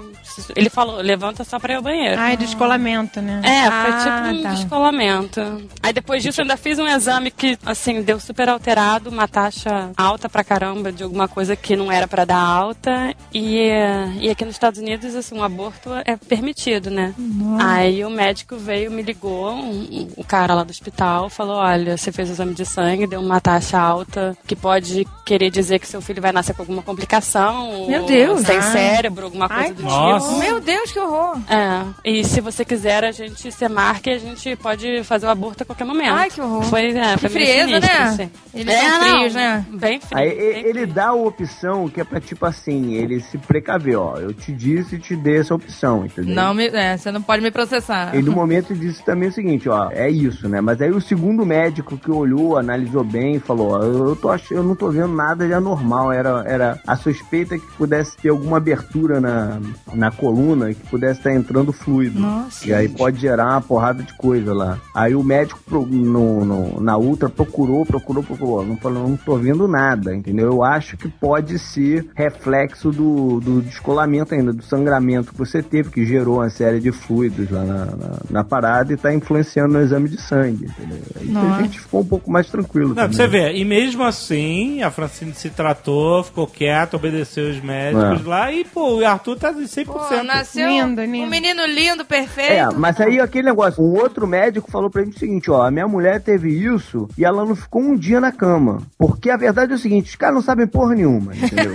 Speaker 8: Ele falou, levanta só pra ir ao banheiro.
Speaker 13: Ah, é
Speaker 9: Ai, descolamento, né?
Speaker 8: É, foi tipo um
Speaker 9: Ah, tá.
Speaker 8: descolamento. Aí depois disso eu ainda fiz um exame que, assim, deu super alterado, uma taxa alta pra caramba de alguma coisa que não era pra dar alta. E, eh, e aqui nos Estados Unidos, assim, um aborto é permitido, né?
Speaker 13: Nossa.
Speaker 8: Aí o médico veio, me ligou, um- um- o cara lá do hospital, falou: olha, você fez o exame de sangue, deu uma taxa alta, que pode querer dizer que seu filho vai nascer com alguma complicação.
Speaker 13: Meu
Speaker 8: ou
Speaker 13: Deus.
Speaker 8: Sem
Speaker 13: Ah.
Speaker 8: cérebro, alguma coisa
Speaker 13: Ai,
Speaker 8: do
Speaker 13: que
Speaker 8: tipo.
Speaker 13: Meu Deus, que horror.
Speaker 8: É, e se você quiser, a gente se marca e a gente pode fazer o aborto a qualquer momento.
Speaker 13: Ai, que horror.
Speaker 8: Foi, é,
Speaker 13: Que
Speaker 8: foi meio
Speaker 13: frieza,
Speaker 8: sinistro,
Speaker 13: né?
Speaker 8: assim.
Speaker 13: Eles são
Speaker 8: não,
Speaker 13: frios, né?
Speaker 8: Bem frio.
Speaker 7: Aí e- ele dá a opção que é pra, tipo assim, ele se precaver, ó. Eu te disse e te dei essa opção, entendeu?
Speaker 13: Não me, é, você não pode me processar.
Speaker 7: E no momento disse também o seguinte, ó, é isso, né? Mas aí o segundo médico que olhou, analisou bem, falou, ó, eu, tô ach... eu não tô vendo nada de anormal, era, era a suspeita que pudesse ter alguma abertura na, na coluna, que pudesse estar entrando fluido.
Speaker 13: Nossa.
Speaker 7: E aí pode gerar uma porrada de coisa lá. Aí o médico pro- no, no- na ultra procurou, procurou, procurou, não falou, não tô vendo nada, entendeu? Eu acho que pode ser reflexo do, do descolamento ainda, do sangramento que você teve, que gerou uma série de fluidos lá na, na, na parada e tá influenciando no exame de sangue, entendeu? Aí a
Speaker 3: Nossa.
Speaker 7: gente ficou um pouco mais tranquilo.
Speaker 3: Não, pra
Speaker 7: também.
Speaker 3: você ver, e mesmo assim, a Francine se tratou, ficou quieto, obedeceu os médicos
Speaker 7: É.
Speaker 3: lá e, pô, o Arthur tá em 100%.
Speaker 4: Pô, nasceu um menino lindo, perfeito.
Speaker 8: então
Speaker 7: É, mas
Speaker 8: tá.
Speaker 7: aí aquele negócio, um outro médico falou pra gente o seguinte, ó, a minha mulher teve isso e ela não ficou um dia na cama. Porque a verdade é o seguinte, os caras não sabem porra nenhuma, entendeu?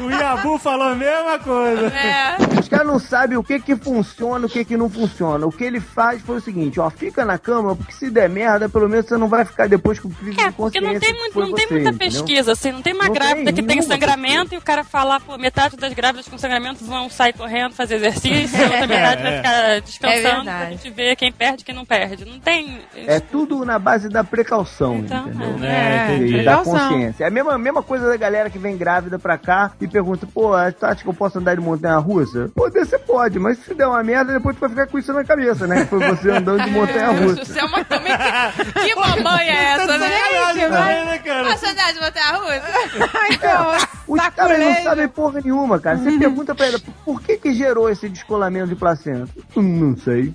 Speaker 3: o Iabu falou a mesma coisa.
Speaker 6: É.
Speaker 7: Os caras não sabem o que que funciona, o que que não funciona. O que ele faz foi o seguinte, ó, fica na cama, porque se der merda, pelo menos você não vai ficar depois com crise de
Speaker 8: É, Porque
Speaker 7: consciência.
Speaker 8: não tem,
Speaker 7: que
Speaker 8: muito,
Speaker 7: foi
Speaker 8: não tem
Speaker 7: você,
Speaker 8: muita
Speaker 7: entendeu?
Speaker 8: pesquisa, assim, não tem uma
Speaker 7: Não
Speaker 8: grávida
Speaker 7: tem
Speaker 8: que tem
Speaker 7: nenhuma
Speaker 8: sangramento e o cara falar, pô, metade das grávidas com sangramento vão sair correndo fazer exercício, a outra metade vai
Speaker 7: É.
Speaker 8: ficar
Speaker 4: É
Speaker 8: descansando pra
Speaker 4: verdade.
Speaker 8: gente ver quem perde e quem não perde. Não tem.
Speaker 7: É tudo na base da precaução, entendeu?
Speaker 8: É,
Speaker 7: E
Speaker 8: entendi.
Speaker 7: Da
Speaker 8: Precaução.
Speaker 7: consciência. É a mesma, mesma coisa da galera que vem grávida pra cá e pergunta, pô, tu acha que eu posso andar de montanha russa? Poder você pode, mas se der uma merda, depois tu vai ficar com isso na cabeça, né? Que foi você andando de montanha
Speaker 8: É.
Speaker 7: russa.
Speaker 4: é Que mamãe é essa, né?
Speaker 7: Gente, mas-
Speaker 4: Posso andar de botar a russa?
Speaker 8: É,
Speaker 7: É, Os
Speaker 8: tá
Speaker 7: caras não sabem porra nenhuma, cara.
Speaker 8: Uhum.
Speaker 7: Você pergunta pra ela, por que que gerou esse descolamento de placenta? Hum, Não sei.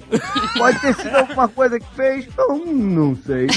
Speaker 7: Pode ter sido alguma coisa que fez? Hum, Não sei.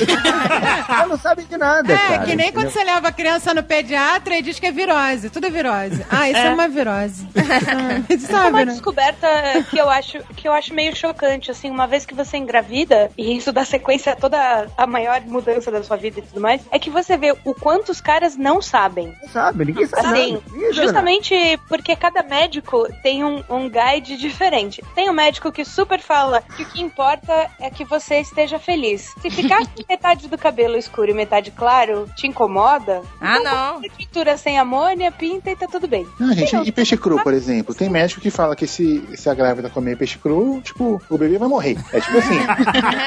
Speaker 7: Ela não sabe de nada,
Speaker 9: É,
Speaker 7: cara.
Speaker 9: que nem quando
Speaker 7: entendeu?
Speaker 9: você leva a criança no pediatra e diz que é virose. Tudo é virose. Ah, isso é,
Speaker 6: É.
Speaker 9: uma virose.
Speaker 6: Sabe, uma
Speaker 9: né?
Speaker 6: descoberta que eu acho que eu acho meio chocante, assim, uma vez que você engravida, e isso dá sequência a toda a maior mudança da sua vida e tudo mais, é que você vê o quanto os caras não sabem.
Speaker 7: Não sabe, ninguém sabe
Speaker 6: Assim,
Speaker 7: nada. Ninguém sabe nada.
Speaker 6: justamente porque cada médico tem um, um guide diferente. Tem um médico que super fala que o que importa é que você esteja feliz. Se ficar com metade do cabelo escuro e metade claro, te incomoda.
Speaker 4: Ah,
Speaker 6: não. Pintura sem amônia, pinta e tá tudo bem.
Speaker 5: Não, Ah, gente, e peixe cru, por exemplo? Tem médico que fala que se, se a grávida comer peixe cru, tipo, o bebê vai morrer. É tipo assim.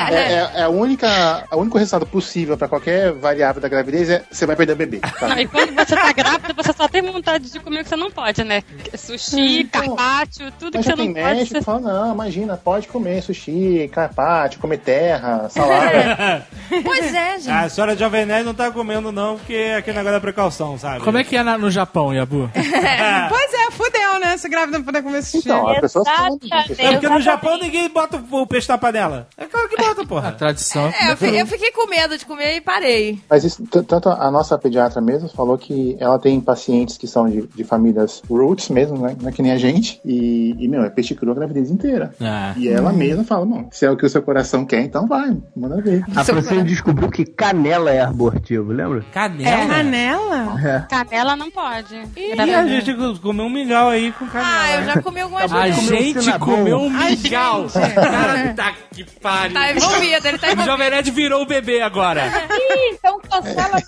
Speaker 5: é, é- é a única, o único resultado possível pra qualquer variável da gravidez é você vai perder o bebê. tá?
Speaker 8: Não, e quando você tá grávida, você só tem vontade de comer o que você não pode, né? Sushi, carpaccio, tudo
Speaker 5: Mas
Speaker 8: que
Speaker 5: já
Speaker 8: você
Speaker 5: tem
Speaker 7: assim,
Speaker 8: não pode.
Speaker 5: médico que fala, não, imagina, pode comer sushi, carpaccio, comer terra, salada.
Speaker 4: Pois é, gente.
Speaker 3: Ah, a senhora Jovem Nerd não tá comendo, não, porque é aquele negócio da precaução, sabe?
Speaker 10: Como é que é na- no Japão, Yabu?
Speaker 9: Pois é, fudeu, né? Se grávida não puder comer sushi.
Speaker 10: Então, a pessoa sabe disso.
Speaker 3: É porque no Japão ninguém bota o o peixe na panela. É claro que bota,
Speaker 10: A
Speaker 3: porra.
Speaker 10: tradição.
Speaker 4: É, eu, fi- eu fiquei com medo de comer e parei.
Speaker 5: Mas isso, t- tanto a nossa pediatra mesmo falou que ela tem pacientes que são de, de famílias roots mesmo, né? Não é que nem a gente. E, e, meu, é peixe cru a gravidez inteira.
Speaker 7: Ah.
Speaker 3: Ah.
Speaker 5: E
Speaker 8: Uhum.
Speaker 5: ela mesma fala, não, se é o que o seu coração quer, então vai, manda ver.
Speaker 7: A Francine descobriu que canela é abortivo, lembra?
Speaker 10: Canela?
Speaker 8: É.
Speaker 9: Canela?
Speaker 7: É.
Speaker 8: Canela não pode.
Speaker 3: E a gente comeu um milhau aí com canela.
Speaker 4: Ah, eu já comi algumas
Speaker 3: A
Speaker 4: vezes.
Speaker 3: gente comeu um
Speaker 4: A
Speaker 3: milhau.
Speaker 4: gente.
Speaker 10: Cara, tá que pariu.
Speaker 4: Tá envolvido, ele tá
Speaker 10: O
Speaker 4: envolvido.
Speaker 10: Jovem Nerd virou o bebê agora.
Speaker 6: Ih, então cancela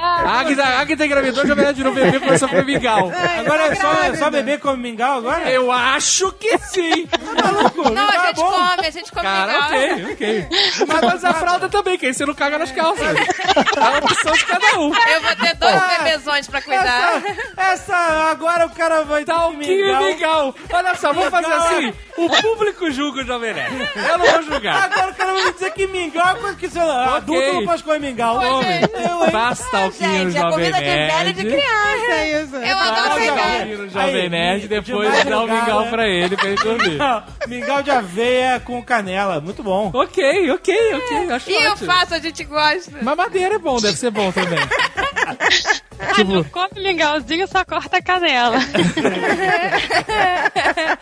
Speaker 6: Ah.
Speaker 10: A Agatha, a Agatha engravidou, o Jovem Nerd virou o bebê e começou a comer mingau.
Speaker 3: Agora
Speaker 4: tá
Speaker 3: é só, só bebê come mingau agora?
Speaker 10: Eu acho que sim.
Speaker 4: Não, a gente come, a gente come
Speaker 10: Cara,
Speaker 4: legal.
Speaker 10: ok, ok. Mas, mas a fralda também, que aí você não caga nas calças. É a opção de cada um.
Speaker 4: Eu vou ter dois né? bebezões pra cuidar.
Speaker 3: Essa, agora o cara vai dar um
Speaker 10: Que mingau. Tá Olha só, vamos fazer assim. O público julga o Jovem Nerd. Eu não vou julgar.
Speaker 3: Agora o cara vai me dizer que mingau é coisa que, sei lá, adulto não faz comer mingau. Homem. Eu, hein?
Speaker 10: Passa talquinho no
Speaker 3: gente, é
Speaker 10: Jovem
Speaker 3: comida de velho e
Speaker 10: Nerd.
Speaker 3: de
Speaker 9: Criança, é isso. Eu
Speaker 4: adoro
Speaker 10: Talquinho no Jovem Nerd depois dá o mingau pra ele, pra ele dormir.
Speaker 3: Mingau de aveia com canela, muito bom.
Speaker 10: Ok, ok, ok. Acho
Speaker 4: E eu
Speaker 10: ótimo.
Speaker 4: faço, a gente gosta.
Speaker 10: Mas madeira é bom, deve ser bom também. tipo,
Speaker 8: Come mingauzinho, só corta a canela.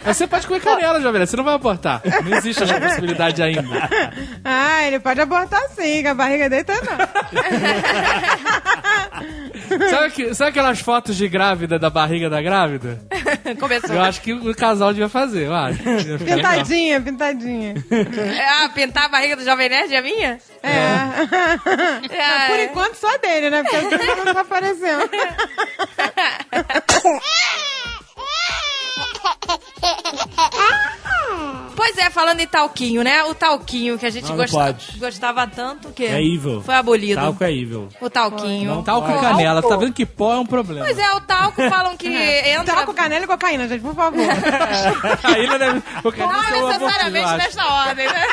Speaker 10: mas você pode comer canela, Jovem Nerd, você não vai abortar. Não existe essa possibilidade ainda.
Speaker 9: Ah, ele pode abortar sim, que a barriga dele tá não.
Speaker 10: Sabe, que- sabe aquelas fotos de grávida, da barriga da grávida?
Speaker 4: Começou.
Speaker 10: Eu acho que o casal devia fazer, eu acho. Ia ficar legal.
Speaker 9: Pintadinha, pintadinha.
Speaker 4: Ah, pintar a barriga do Jovem Nerd é minha?
Speaker 10: É.
Speaker 4: É.
Speaker 9: Por enquanto só dele, né? Porque o cara não tá aparecendo.
Speaker 4: Pois é, falando em talquinho, né? O talquinho que a gente
Speaker 3: Não, não
Speaker 4: gosta-
Speaker 3: pode.
Speaker 4: gostava tanto que
Speaker 3: É evil.
Speaker 4: foi abolido.
Speaker 3: Talco é evil.
Speaker 4: O talquinho.
Speaker 3: Não
Speaker 10: Talco
Speaker 3: pode.
Speaker 10: e canela, tá vendo que pó é um problema.
Speaker 4: Pois é, o talco falam que entra...
Speaker 9: Talco, canela e cocaína, gente, por favor.
Speaker 10: Aí não deve... o canela
Speaker 4: Não
Speaker 10: é
Speaker 4: Ah,
Speaker 10: um abortivo, eu
Speaker 4: necessariamente
Speaker 10: acho.
Speaker 4: nesta ordem, né?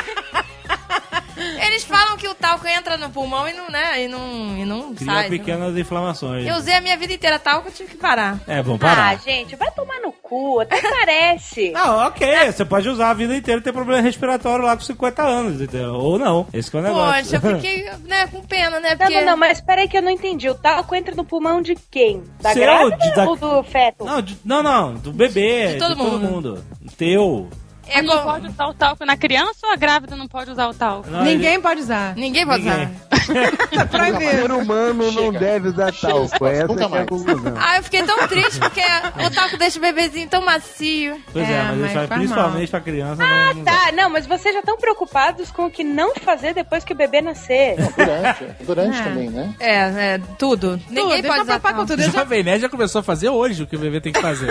Speaker 4: Eles falam que o talco entra no pulmão e não, né? E não, e não
Speaker 3: Cria
Speaker 4: sai. né?
Speaker 3: pequenas inflamações.
Speaker 4: Eu usei a minha vida inteira talco, eu tive que parar.
Speaker 3: É bom
Speaker 4: Ah,
Speaker 3: parar. Ah,
Speaker 6: gente, vai tomar no cu. cu, até parece.
Speaker 3: Não, ok, você pode usar a vida inteira e ter problema respiratório lá com 50 anos, entendeu? Ou não. Esse que é o
Speaker 4: Poxa,
Speaker 3: negócio.
Speaker 4: eu fiquei, né, com pena, né?
Speaker 6: Não,
Speaker 4: Porque...
Speaker 6: não, não, mas peraí que eu não entendi. O talco entra no pulmão de quem? Da
Speaker 3: Seu,
Speaker 6: grávida
Speaker 3: de- da-
Speaker 6: ou do feto?
Speaker 3: Não, de- não, não, do bebê, de todo, mundo. Teu.
Speaker 8: É não pode usar o talco na criança ou a grávida não pode usar o talco?
Speaker 3: Não, Ninguém
Speaker 9: pode usar.
Speaker 4: Ninguém pode usar.
Speaker 9: Tá
Speaker 7: O ser humano não deve usar talco. Essa que é a conclusão.
Speaker 4: Ah, eu fiquei tão triste porque o taco deixa o bebezinho tão macio.
Speaker 3: Pois é, mas, isso faz- principalmente pra criança.
Speaker 6: Ah,
Speaker 3: não-
Speaker 6: tá. Não, mas vocês já estão preocupados com o que não fazer depois que o bebê nascer.
Speaker 5: Durante, durante
Speaker 6: É.
Speaker 5: também, né?
Speaker 4: É, é, tudo. Ninguém
Speaker 9: deixa
Speaker 4: pode
Speaker 9: pra
Speaker 4: usar
Speaker 9: papar com
Speaker 4: talco.
Speaker 9: tudo. Eu já-
Speaker 10: Jovem Nerd já começou a fazer hoje o que o bebê tem que fazer.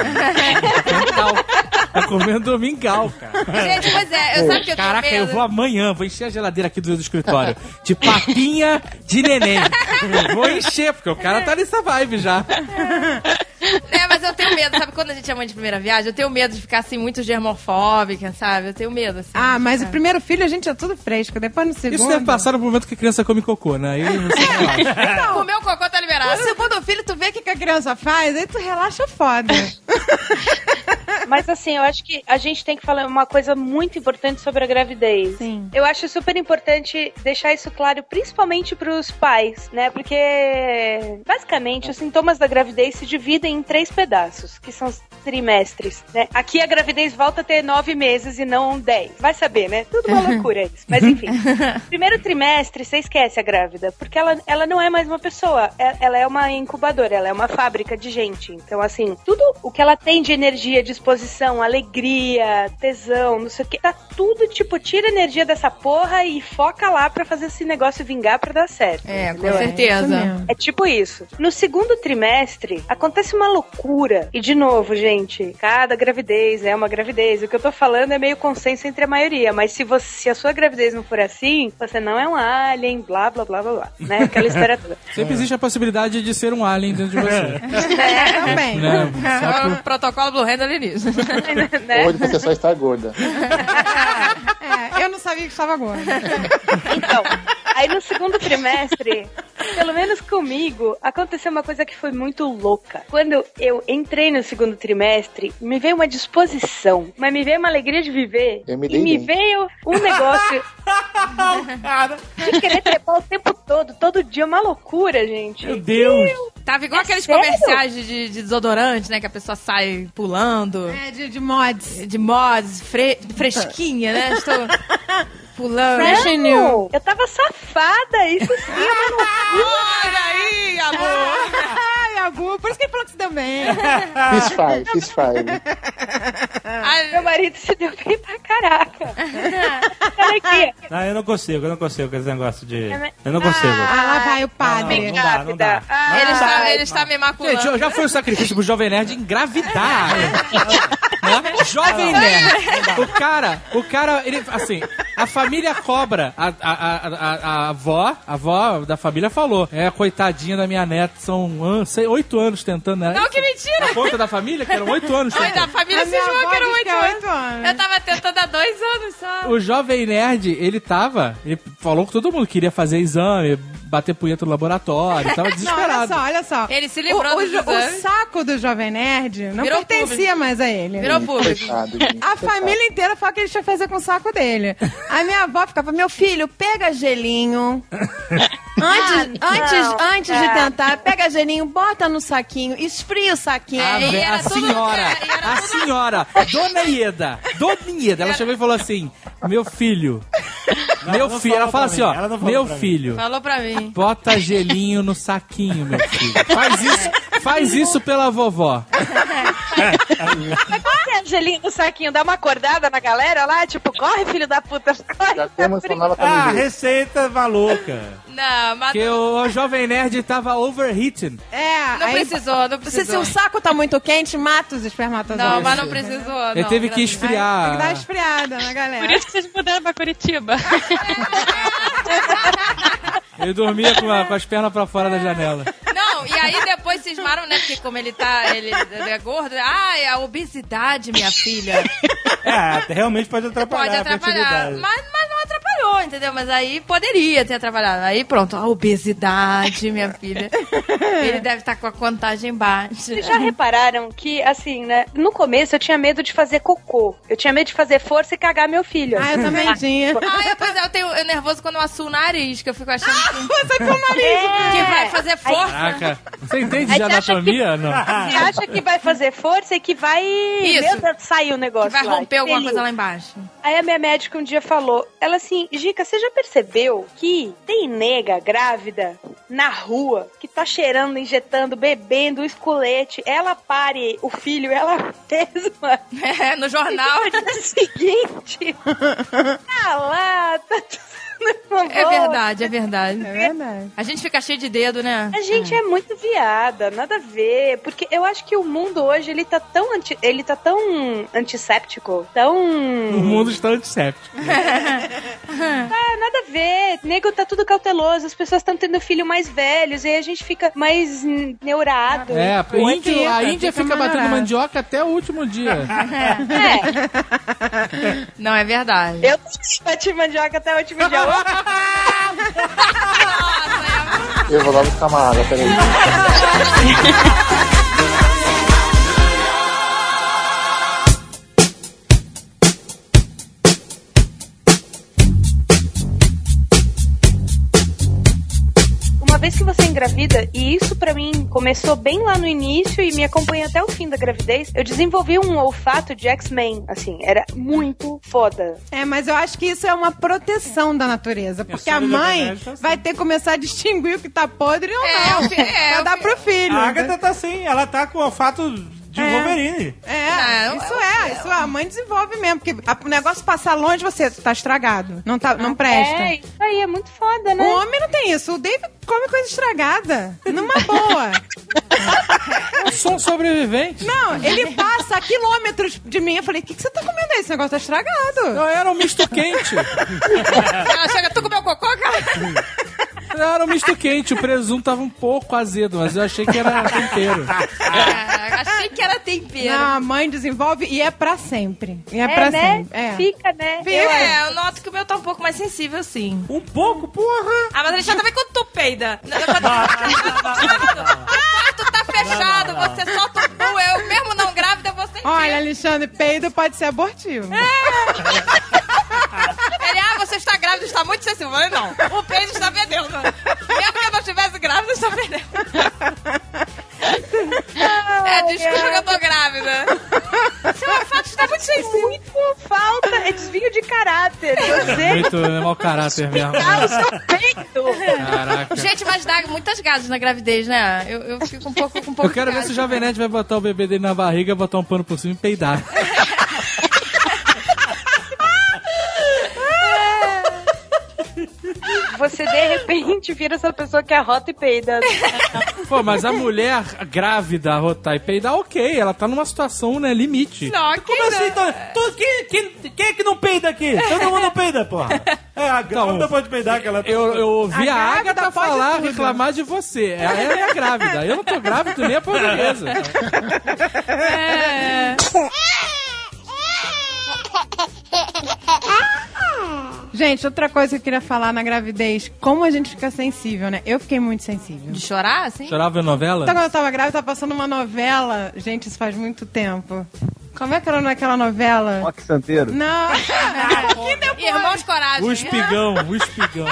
Speaker 10: tá comendo domingau, cara.
Speaker 4: Gente, pois é, eu sabe que eu tenho
Speaker 10: Caraca, eu
Speaker 4: medo.
Speaker 10: vou amanhã, vou encher a geladeira aqui do do escritório de papinha de neném. vou encher, porque o cara tá nessa vibe já.
Speaker 4: É, mas eu tenho medo, sabe? Quando a gente é mãe de primeira viagem, eu tenho medo de ficar assim muito germofóbica, sabe? Eu tenho medo, assim.
Speaker 9: Ah, mas o primeiro filho a gente é tudo fresco, depois no segundo.
Speaker 10: Isso deve passar no momento que a criança come cocô, né? Aí você relaxa.
Speaker 4: Então, o meu cocô tá liberado.
Speaker 9: O segundo filho, tu vê o que, que a criança faz, aí tu relaxa foda.
Speaker 6: Mas assim, eu acho que a gente tem que falar uma coisa muito importante sobre a gravidez.
Speaker 9: Sim.
Speaker 6: Eu acho super importante deixar isso claro, principalmente pros pais, né? Porque basicamente os sintomas da gravidez se dividem em três pedaços, que são os trimestres. Né? Aqui a gravidez volta a ter nove meses e não dez. Vai saber, né? Tudo uma loucura isso. Mas enfim. Primeiro trimestre, você esquece a grávida, porque ela, ela não é mais uma pessoa, é- ela é uma incubadora, ela é uma fábrica de gente. Então, assim, tudo o que ela tem de energia, disposição, alegria, tesão, não sei o que, tá tudo tipo, tira energia dessa porra e foca lá pra fazer esse negócio vingar pra dar certo.
Speaker 4: É, com
Speaker 6: entendeu?
Speaker 4: certeza.
Speaker 6: É tipo isso. No segundo trimestre, acontece uma loucura. E de novo, gente, cada gravidez é uma gravidez. O que eu tô falando é meio consenso entre a maioria. Mas se, você, se a sua gravidez não for assim, você não é um alien, blá, blá, blá, blá, blá. Né? Aquela história toda.
Speaker 10: Sempre existe a possibilidade de ser um alien dentro de você.
Speaker 9: tá. Também.
Speaker 10: Né?
Speaker 4: É o protocolo Blue Hand alienígena.
Speaker 5: Ou você só está gorda.
Speaker 9: É, eu não sabia que estava gorda.
Speaker 6: Então, aí no segundo trimestre, pelo menos comigo, aconteceu uma coisa que foi muito louca. Quando eu entrei no segundo trimestre, me veio uma disposição, mas me veio uma alegria de viver.
Speaker 5: Eu me
Speaker 6: e
Speaker 5: dei
Speaker 6: me
Speaker 5: bem.
Speaker 6: veio um negócio de querer trepar o tempo todo, todo dia, uma loucura, gente. é
Speaker 3: Meu Deus!
Speaker 4: Tava igual aqueles
Speaker 6: sério?
Speaker 4: comerciais de, de desodorante, né? Que a pessoa sai pulando.
Speaker 9: É, de, de mods.
Speaker 4: De mods, fre- fresquinha, né? Estou pulando.
Speaker 6: Não, Eu tava safada, isso sim, eu não
Speaker 4: Olha aí, amor!
Speaker 9: Ai, Agu, por isso que ele falou que se deu bem.
Speaker 5: Fiz five, fiz five.
Speaker 4: Ai,
Speaker 6: Meu marido se deu bem pra caraca. Olha aqui.
Speaker 3: Não, eu não consigo, eu não consigo com esse negócio de.
Speaker 6: É, mas-
Speaker 3: Eu não consigo.
Speaker 9: Ah, lá vai o padre.
Speaker 3: não, não dá, não dá.
Speaker 6: Ah,
Speaker 4: ele, está, ele está me maculando.
Speaker 10: Gente, já foi um sacrifício pro Jovem Nerd engravidar. né? Jovem Nerd. O cara, o cara, ele, assim, a família cobra. A, a, a, a, a avó, a avó da família falou. É, coitadinha da minha neta, são an- sei, oito anos tentando. Né?
Speaker 4: Não, que mentira!
Speaker 10: A conta da família, que eram oito anos.
Speaker 4: Ai,
Speaker 10: tentando.
Speaker 4: da família
Speaker 9: A minha
Speaker 4: cismou
Speaker 9: avó
Speaker 4: que era
Speaker 9: diz
Speaker 4: muito
Speaker 9: que é oito anos.
Speaker 4: Eu tava tentando há dois anos só.
Speaker 10: O jovem nerd, ele tava. Ele falou que todo mundo queria fazer exame, bater punheta no laboratório, tava
Speaker 9: Não, olha
Speaker 10: desesperado.
Speaker 9: só, olha só.
Speaker 4: Ele se livrou
Speaker 9: o, o,
Speaker 4: dos
Speaker 9: jo-
Speaker 4: exames.
Speaker 9: o saco do Jovem Nerd não
Speaker 4: Virou
Speaker 9: pertencia
Speaker 4: público.
Speaker 9: mais a ele.
Speaker 4: Virou público.
Speaker 5: Coitado, gente,
Speaker 9: A
Speaker 5: coitado.
Speaker 9: família inteira falou que ele tinha que fazer com o saco dele. A minha avó ficava, meu filho, pega gelinho.
Speaker 6: Ah,
Speaker 9: Antes, antes, antes
Speaker 6: É.
Speaker 9: de tentar, pega gelinho, bota no saquinho, esfria o saquinho.
Speaker 10: A,
Speaker 4: É, e
Speaker 10: ve-
Speaker 4: era
Speaker 10: a
Speaker 4: tudo-
Speaker 10: senhora,
Speaker 4: é, e era
Speaker 10: a senhora, Dona Ieda, Dona Ieda, ela chegou e falou assim: Meu filho, meu
Speaker 3: não
Speaker 10: filho, ela
Speaker 3: falou
Speaker 10: fala
Speaker 3: pra
Speaker 10: assim:
Speaker 3: mim,
Speaker 10: Ó,
Speaker 3: ela não falou
Speaker 10: meu
Speaker 3: pra mim.
Speaker 10: filho,
Speaker 4: Falou pra mim.
Speaker 10: bota gelinho no saquinho, meu filho. Faz isso, faz isso pela vovó.
Speaker 6: É, Olha a Angelina no saquinho, dá uma acordada na galera lá, tipo, corre, filho da puta, corre.
Speaker 5: Já temos falava
Speaker 3: Ah,
Speaker 5: pra
Speaker 3: receita maluca.
Speaker 4: Não, mas
Speaker 10: Porque o, o jovem nerd tava overheating.
Speaker 9: É,
Speaker 4: não
Speaker 9: aí-
Speaker 4: precisou, não
Speaker 9: Se, se
Speaker 4: precisou.
Speaker 9: o saco tá muito quente, mata os espermatozoides.
Speaker 4: Não, mas não precisou.
Speaker 10: Ele
Speaker 4: não,
Speaker 10: teve que
Speaker 4: graças-
Speaker 9: Tem que dar uma
Speaker 10: esfriar.
Speaker 9: esfriada na
Speaker 8: Por
Speaker 9: galera.
Speaker 8: isso que vocês mudaram pra Curitiba.
Speaker 10: Ele dormia com, a- com as pernas pra fora da janela.
Speaker 4: Não, e aí depois cismaram, né? Porque como ele tá, ele é gordo. Ah, é a obesidade, minha filha.
Speaker 3: É, realmente pode atrapalhar.
Speaker 4: Pode
Speaker 3: a
Speaker 4: atrapalhar.
Speaker 3: fertilidade.
Speaker 4: Mas, mas não atrapalhou. entendeu? Mas aí poderia ter trabalhado. Aí pronto, a obesidade, minha filha.
Speaker 9: É.
Speaker 4: Ele deve estar com a contagem baixa.
Speaker 6: Vocês já repararam que, assim, né? No começo eu tinha medo de fazer cocô. Eu tinha medo de fazer força e cagar meu filho.
Speaker 9: Ah, eu também tinha.
Speaker 4: Ah, eu, pois é, eu tenho eu nervoso quando eu assuo o nariz, que eu fico achando que,
Speaker 9: Ah, Você com o nariz.
Speaker 4: que vai fazer força.
Speaker 10: Caraca. Você entende
Speaker 6: Aí
Speaker 10: de
Speaker 6: você acha
Speaker 10: anatomia? Não.
Speaker 6: Você acha que vai fazer força e que vai. Meu Deus, saiu o negócio.
Speaker 4: que vai
Speaker 6: lá,
Speaker 4: romper alguma
Speaker 6: feliz.
Speaker 4: coisa lá embaixo.
Speaker 6: Aí a minha médica um dia falou: ela assim, Gica, você já percebeu que tem nega grávida na rua que tá cheirando, injetando, bebendo esculete? Ela pare o filho, ela mesma.
Speaker 4: É, no jornal.
Speaker 6: No dia seguinte, tá lá, tá tudo
Speaker 4: É verdade, é verdade.
Speaker 9: É verdade.
Speaker 4: A gente fica cheio de dedo, né?
Speaker 6: A gente é muito viada, nada a ver, porque eu acho que o mundo hoje ele tá tão anti, ele tá tão antisséptico, tão
Speaker 10: O mundo está antisséptico.
Speaker 6: Ah, nada a ver. Nego tá tudo cauteloso, as pessoas estão tendo filho mais velhos, e aí a gente fica mais hum, neurado.
Speaker 10: É, a Índia, a
Speaker 9: fica,
Speaker 10: Índia
Speaker 9: fica
Speaker 10: fica batendo
Speaker 9: marado.
Speaker 10: mandioca até o último dia.
Speaker 6: É,
Speaker 4: Não, é verdade.
Speaker 6: eu bati mandioca até o último dia.
Speaker 5: Eu vou lá buscar uma água, peraí.
Speaker 6: Uma vez que você engravida, e isso pra mim começou bem lá no início e me acompanha até o fim da gravidez, eu desenvolvi um olfato de X-Men, assim, era muito foda.
Speaker 9: É, mas eu acho que isso é uma proteção da natureza. Porque a
Speaker 10: sobre a
Speaker 9: mãe
Speaker 3: assim.
Speaker 10: verdade, tá
Speaker 9: vai ter que começar a distinguir o que tá podre ou
Speaker 4: É,
Speaker 9: não.
Speaker 4: o fi- é,
Speaker 9: pra
Speaker 4: o
Speaker 9: dar
Speaker 4: fi-
Speaker 9: pro filho. né?
Speaker 3: A Agatha tá assim, ela tá com o olfato de
Speaker 9: É.
Speaker 3: Wolverine.
Speaker 9: É,
Speaker 4: Não,
Speaker 9: isso é, isso é. A mãe desenvolve mesmo. Porque a- o negócio passar longe, você tá estragado. Não, tá, não presta.
Speaker 6: É, isso aí, é muito foda,
Speaker 9: O
Speaker 6: né?
Speaker 9: homem não tem isso. O David come coisa estragada. Numa boa.
Speaker 10: Eu sou um sobrevivente.
Speaker 9: Não, ele passa quilômetros de mim. Eu falei, o que, que você tá comendo aí? Esse negócio tá estragado.
Speaker 10: Eu era um misto quente.
Speaker 4: Ela chega, tu comeu cocô, cara?
Speaker 10: Eu era um misto quente. O presunto tava um pouco azedo, mas eu achei que era tempero.
Speaker 4: É, achei que era tempero.
Speaker 9: Não, a mãe desenvolve e é pra sempre. E é,
Speaker 6: É,
Speaker 9: pra
Speaker 6: né?
Speaker 9: sempre. É.
Speaker 6: Fica, né?
Speaker 9: Fica.
Speaker 6: Eu-
Speaker 4: É, eu noto que o meu tá um pouco mais sensível, sim.
Speaker 3: Um pouco, porra.
Speaker 4: Ah, mas ele já tá vendo quando tu peida. Quando o quarto tá fechado, você solta o cu. Eu mesmo não grávida, você
Speaker 9: Olha, Alexandre, peido pode ser abortivo.
Speaker 4: Ele, ah, você está grávida, está muito sensível. Eu falei, não, o peido está perdendo. Mesmo que eu não estivesse grávida, está perdendo. É, desculpa que eu tô grávida. é
Speaker 6: Seu olfato está muito muito falta, é desvio de caráter. Você
Speaker 10: Muito né, mau caráter mesmo.
Speaker 6: tá o seu peito.
Speaker 10: Caraca.
Speaker 4: Gente, mas dá muitas gases na gravidez, né? Eu, eu fico um pouco com um pouco
Speaker 10: Eu quero
Speaker 4: de
Speaker 10: ver se o
Speaker 4: gases.
Speaker 10: Jovem Nerd vai botar o bebê dele na barriga, botar um pano por cima e peidar.
Speaker 6: Você de repente vira essa pessoa que arrota e peida.
Speaker 10: Pô, mas a mulher grávida arrotar e peidar, ok. Ela tá numa situação, né, limite.
Speaker 4: Não, aqui
Speaker 3: Como
Speaker 4: não.
Speaker 9: né,
Speaker 3: assim? Então, tu, quem, quem, quem é que não peida aqui? Todo mundo peida, porra. É, a grávida pode peidar, que ela tá-
Speaker 10: Então, Eu, eu ouvi
Speaker 9: A
Speaker 10: a,
Speaker 9: grávida
Speaker 10: Agatha
Speaker 9: pode
Speaker 10: falar,
Speaker 9: tudo.
Speaker 10: reclamar de você. Ela é grávida. Eu não tô grávida nem a portuguesa.
Speaker 9: Gente, outra coisa que eu queria falar na gravidez, como a gente fica sensível, né? Eu fiquei muito sensível.
Speaker 4: De chorar, assim?
Speaker 10: Chorava em novela?
Speaker 9: Então, quando eu tava grávida, tava passando uma novela. Gente, isso faz muito tempo. Como é que era naquela novela?
Speaker 7: Rock Santeiro.
Speaker 9: Não.
Speaker 4: Ah, Irmãos Coragem.
Speaker 10: O espigão, o espigão.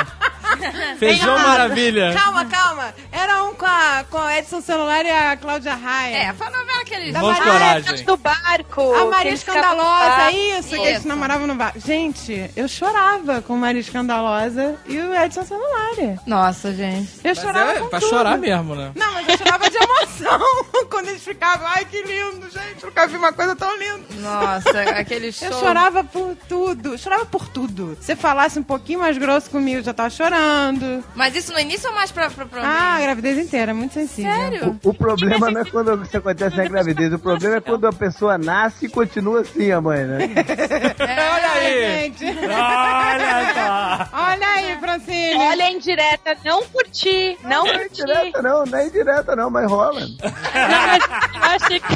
Speaker 10: Feijão maravilha.
Speaker 9: Calma, calma. Era um com, a, com o Edson Celular e a Cláudia Raia.
Speaker 4: É, foi a novela que eles...
Speaker 10: Irmãos
Speaker 9: Maria-
Speaker 10: Coragem.
Speaker 6: Do barco.
Speaker 9: A Maria
Speaker 6: que eles ficavam no
Speaker 9: Escandalosa, é
Speaker 6: barco.
Speaker 9: isso, que eles
Speaker 4: Isso.
Speaker 9: namoravam no bar. Gente, eu chorava com Maria Escandalosa e o Edson Celulari.
Speaker 4: Nossa, gente.
Speaker 9: Eu
Speaker 10: Mas
Speaker 9: chorava
Speaker 10: é
Speaker 9: com
Speaker 10: pra
Speaker 9: tudo.
Speaker 10: chorar mesmo, né?
Speaker 9: Não, mas eu chorava de emoção quando eles ficavam. Ai, que lindo, gente. Nunca vi uma coisa tão linda.
Speaker 4: Nossa, aquele show.
Speaker 9: Eu chorava por tudo. Chorava por tudo. Se falasse um pouquinho mais grosso comigo, eu já tava chorando.
Speaker 4: Mas isso no início ou mais pra... pra, pra
Speaker 9: Ah, a gravidez inteira, é muito sensível.
Speaker 4: Sério?
Speaker 7: O problema não é quando isso acontece na gravidez, o problema é quando a pessoa nasce e continua assim, a mãe, né?
Speaker 9: Olha aí. Gente.
Speaker 3: Olha
Speaker 10: tá.
Speaker 3: só.
Speaker 9: Olha aí, Francine.
Speaker 6: Olha a indireta, não curti, não curti.
Speaker 7: Não, não é indireta não, mas rola.
Speaker 6: Mas,
Speaker 8: achei que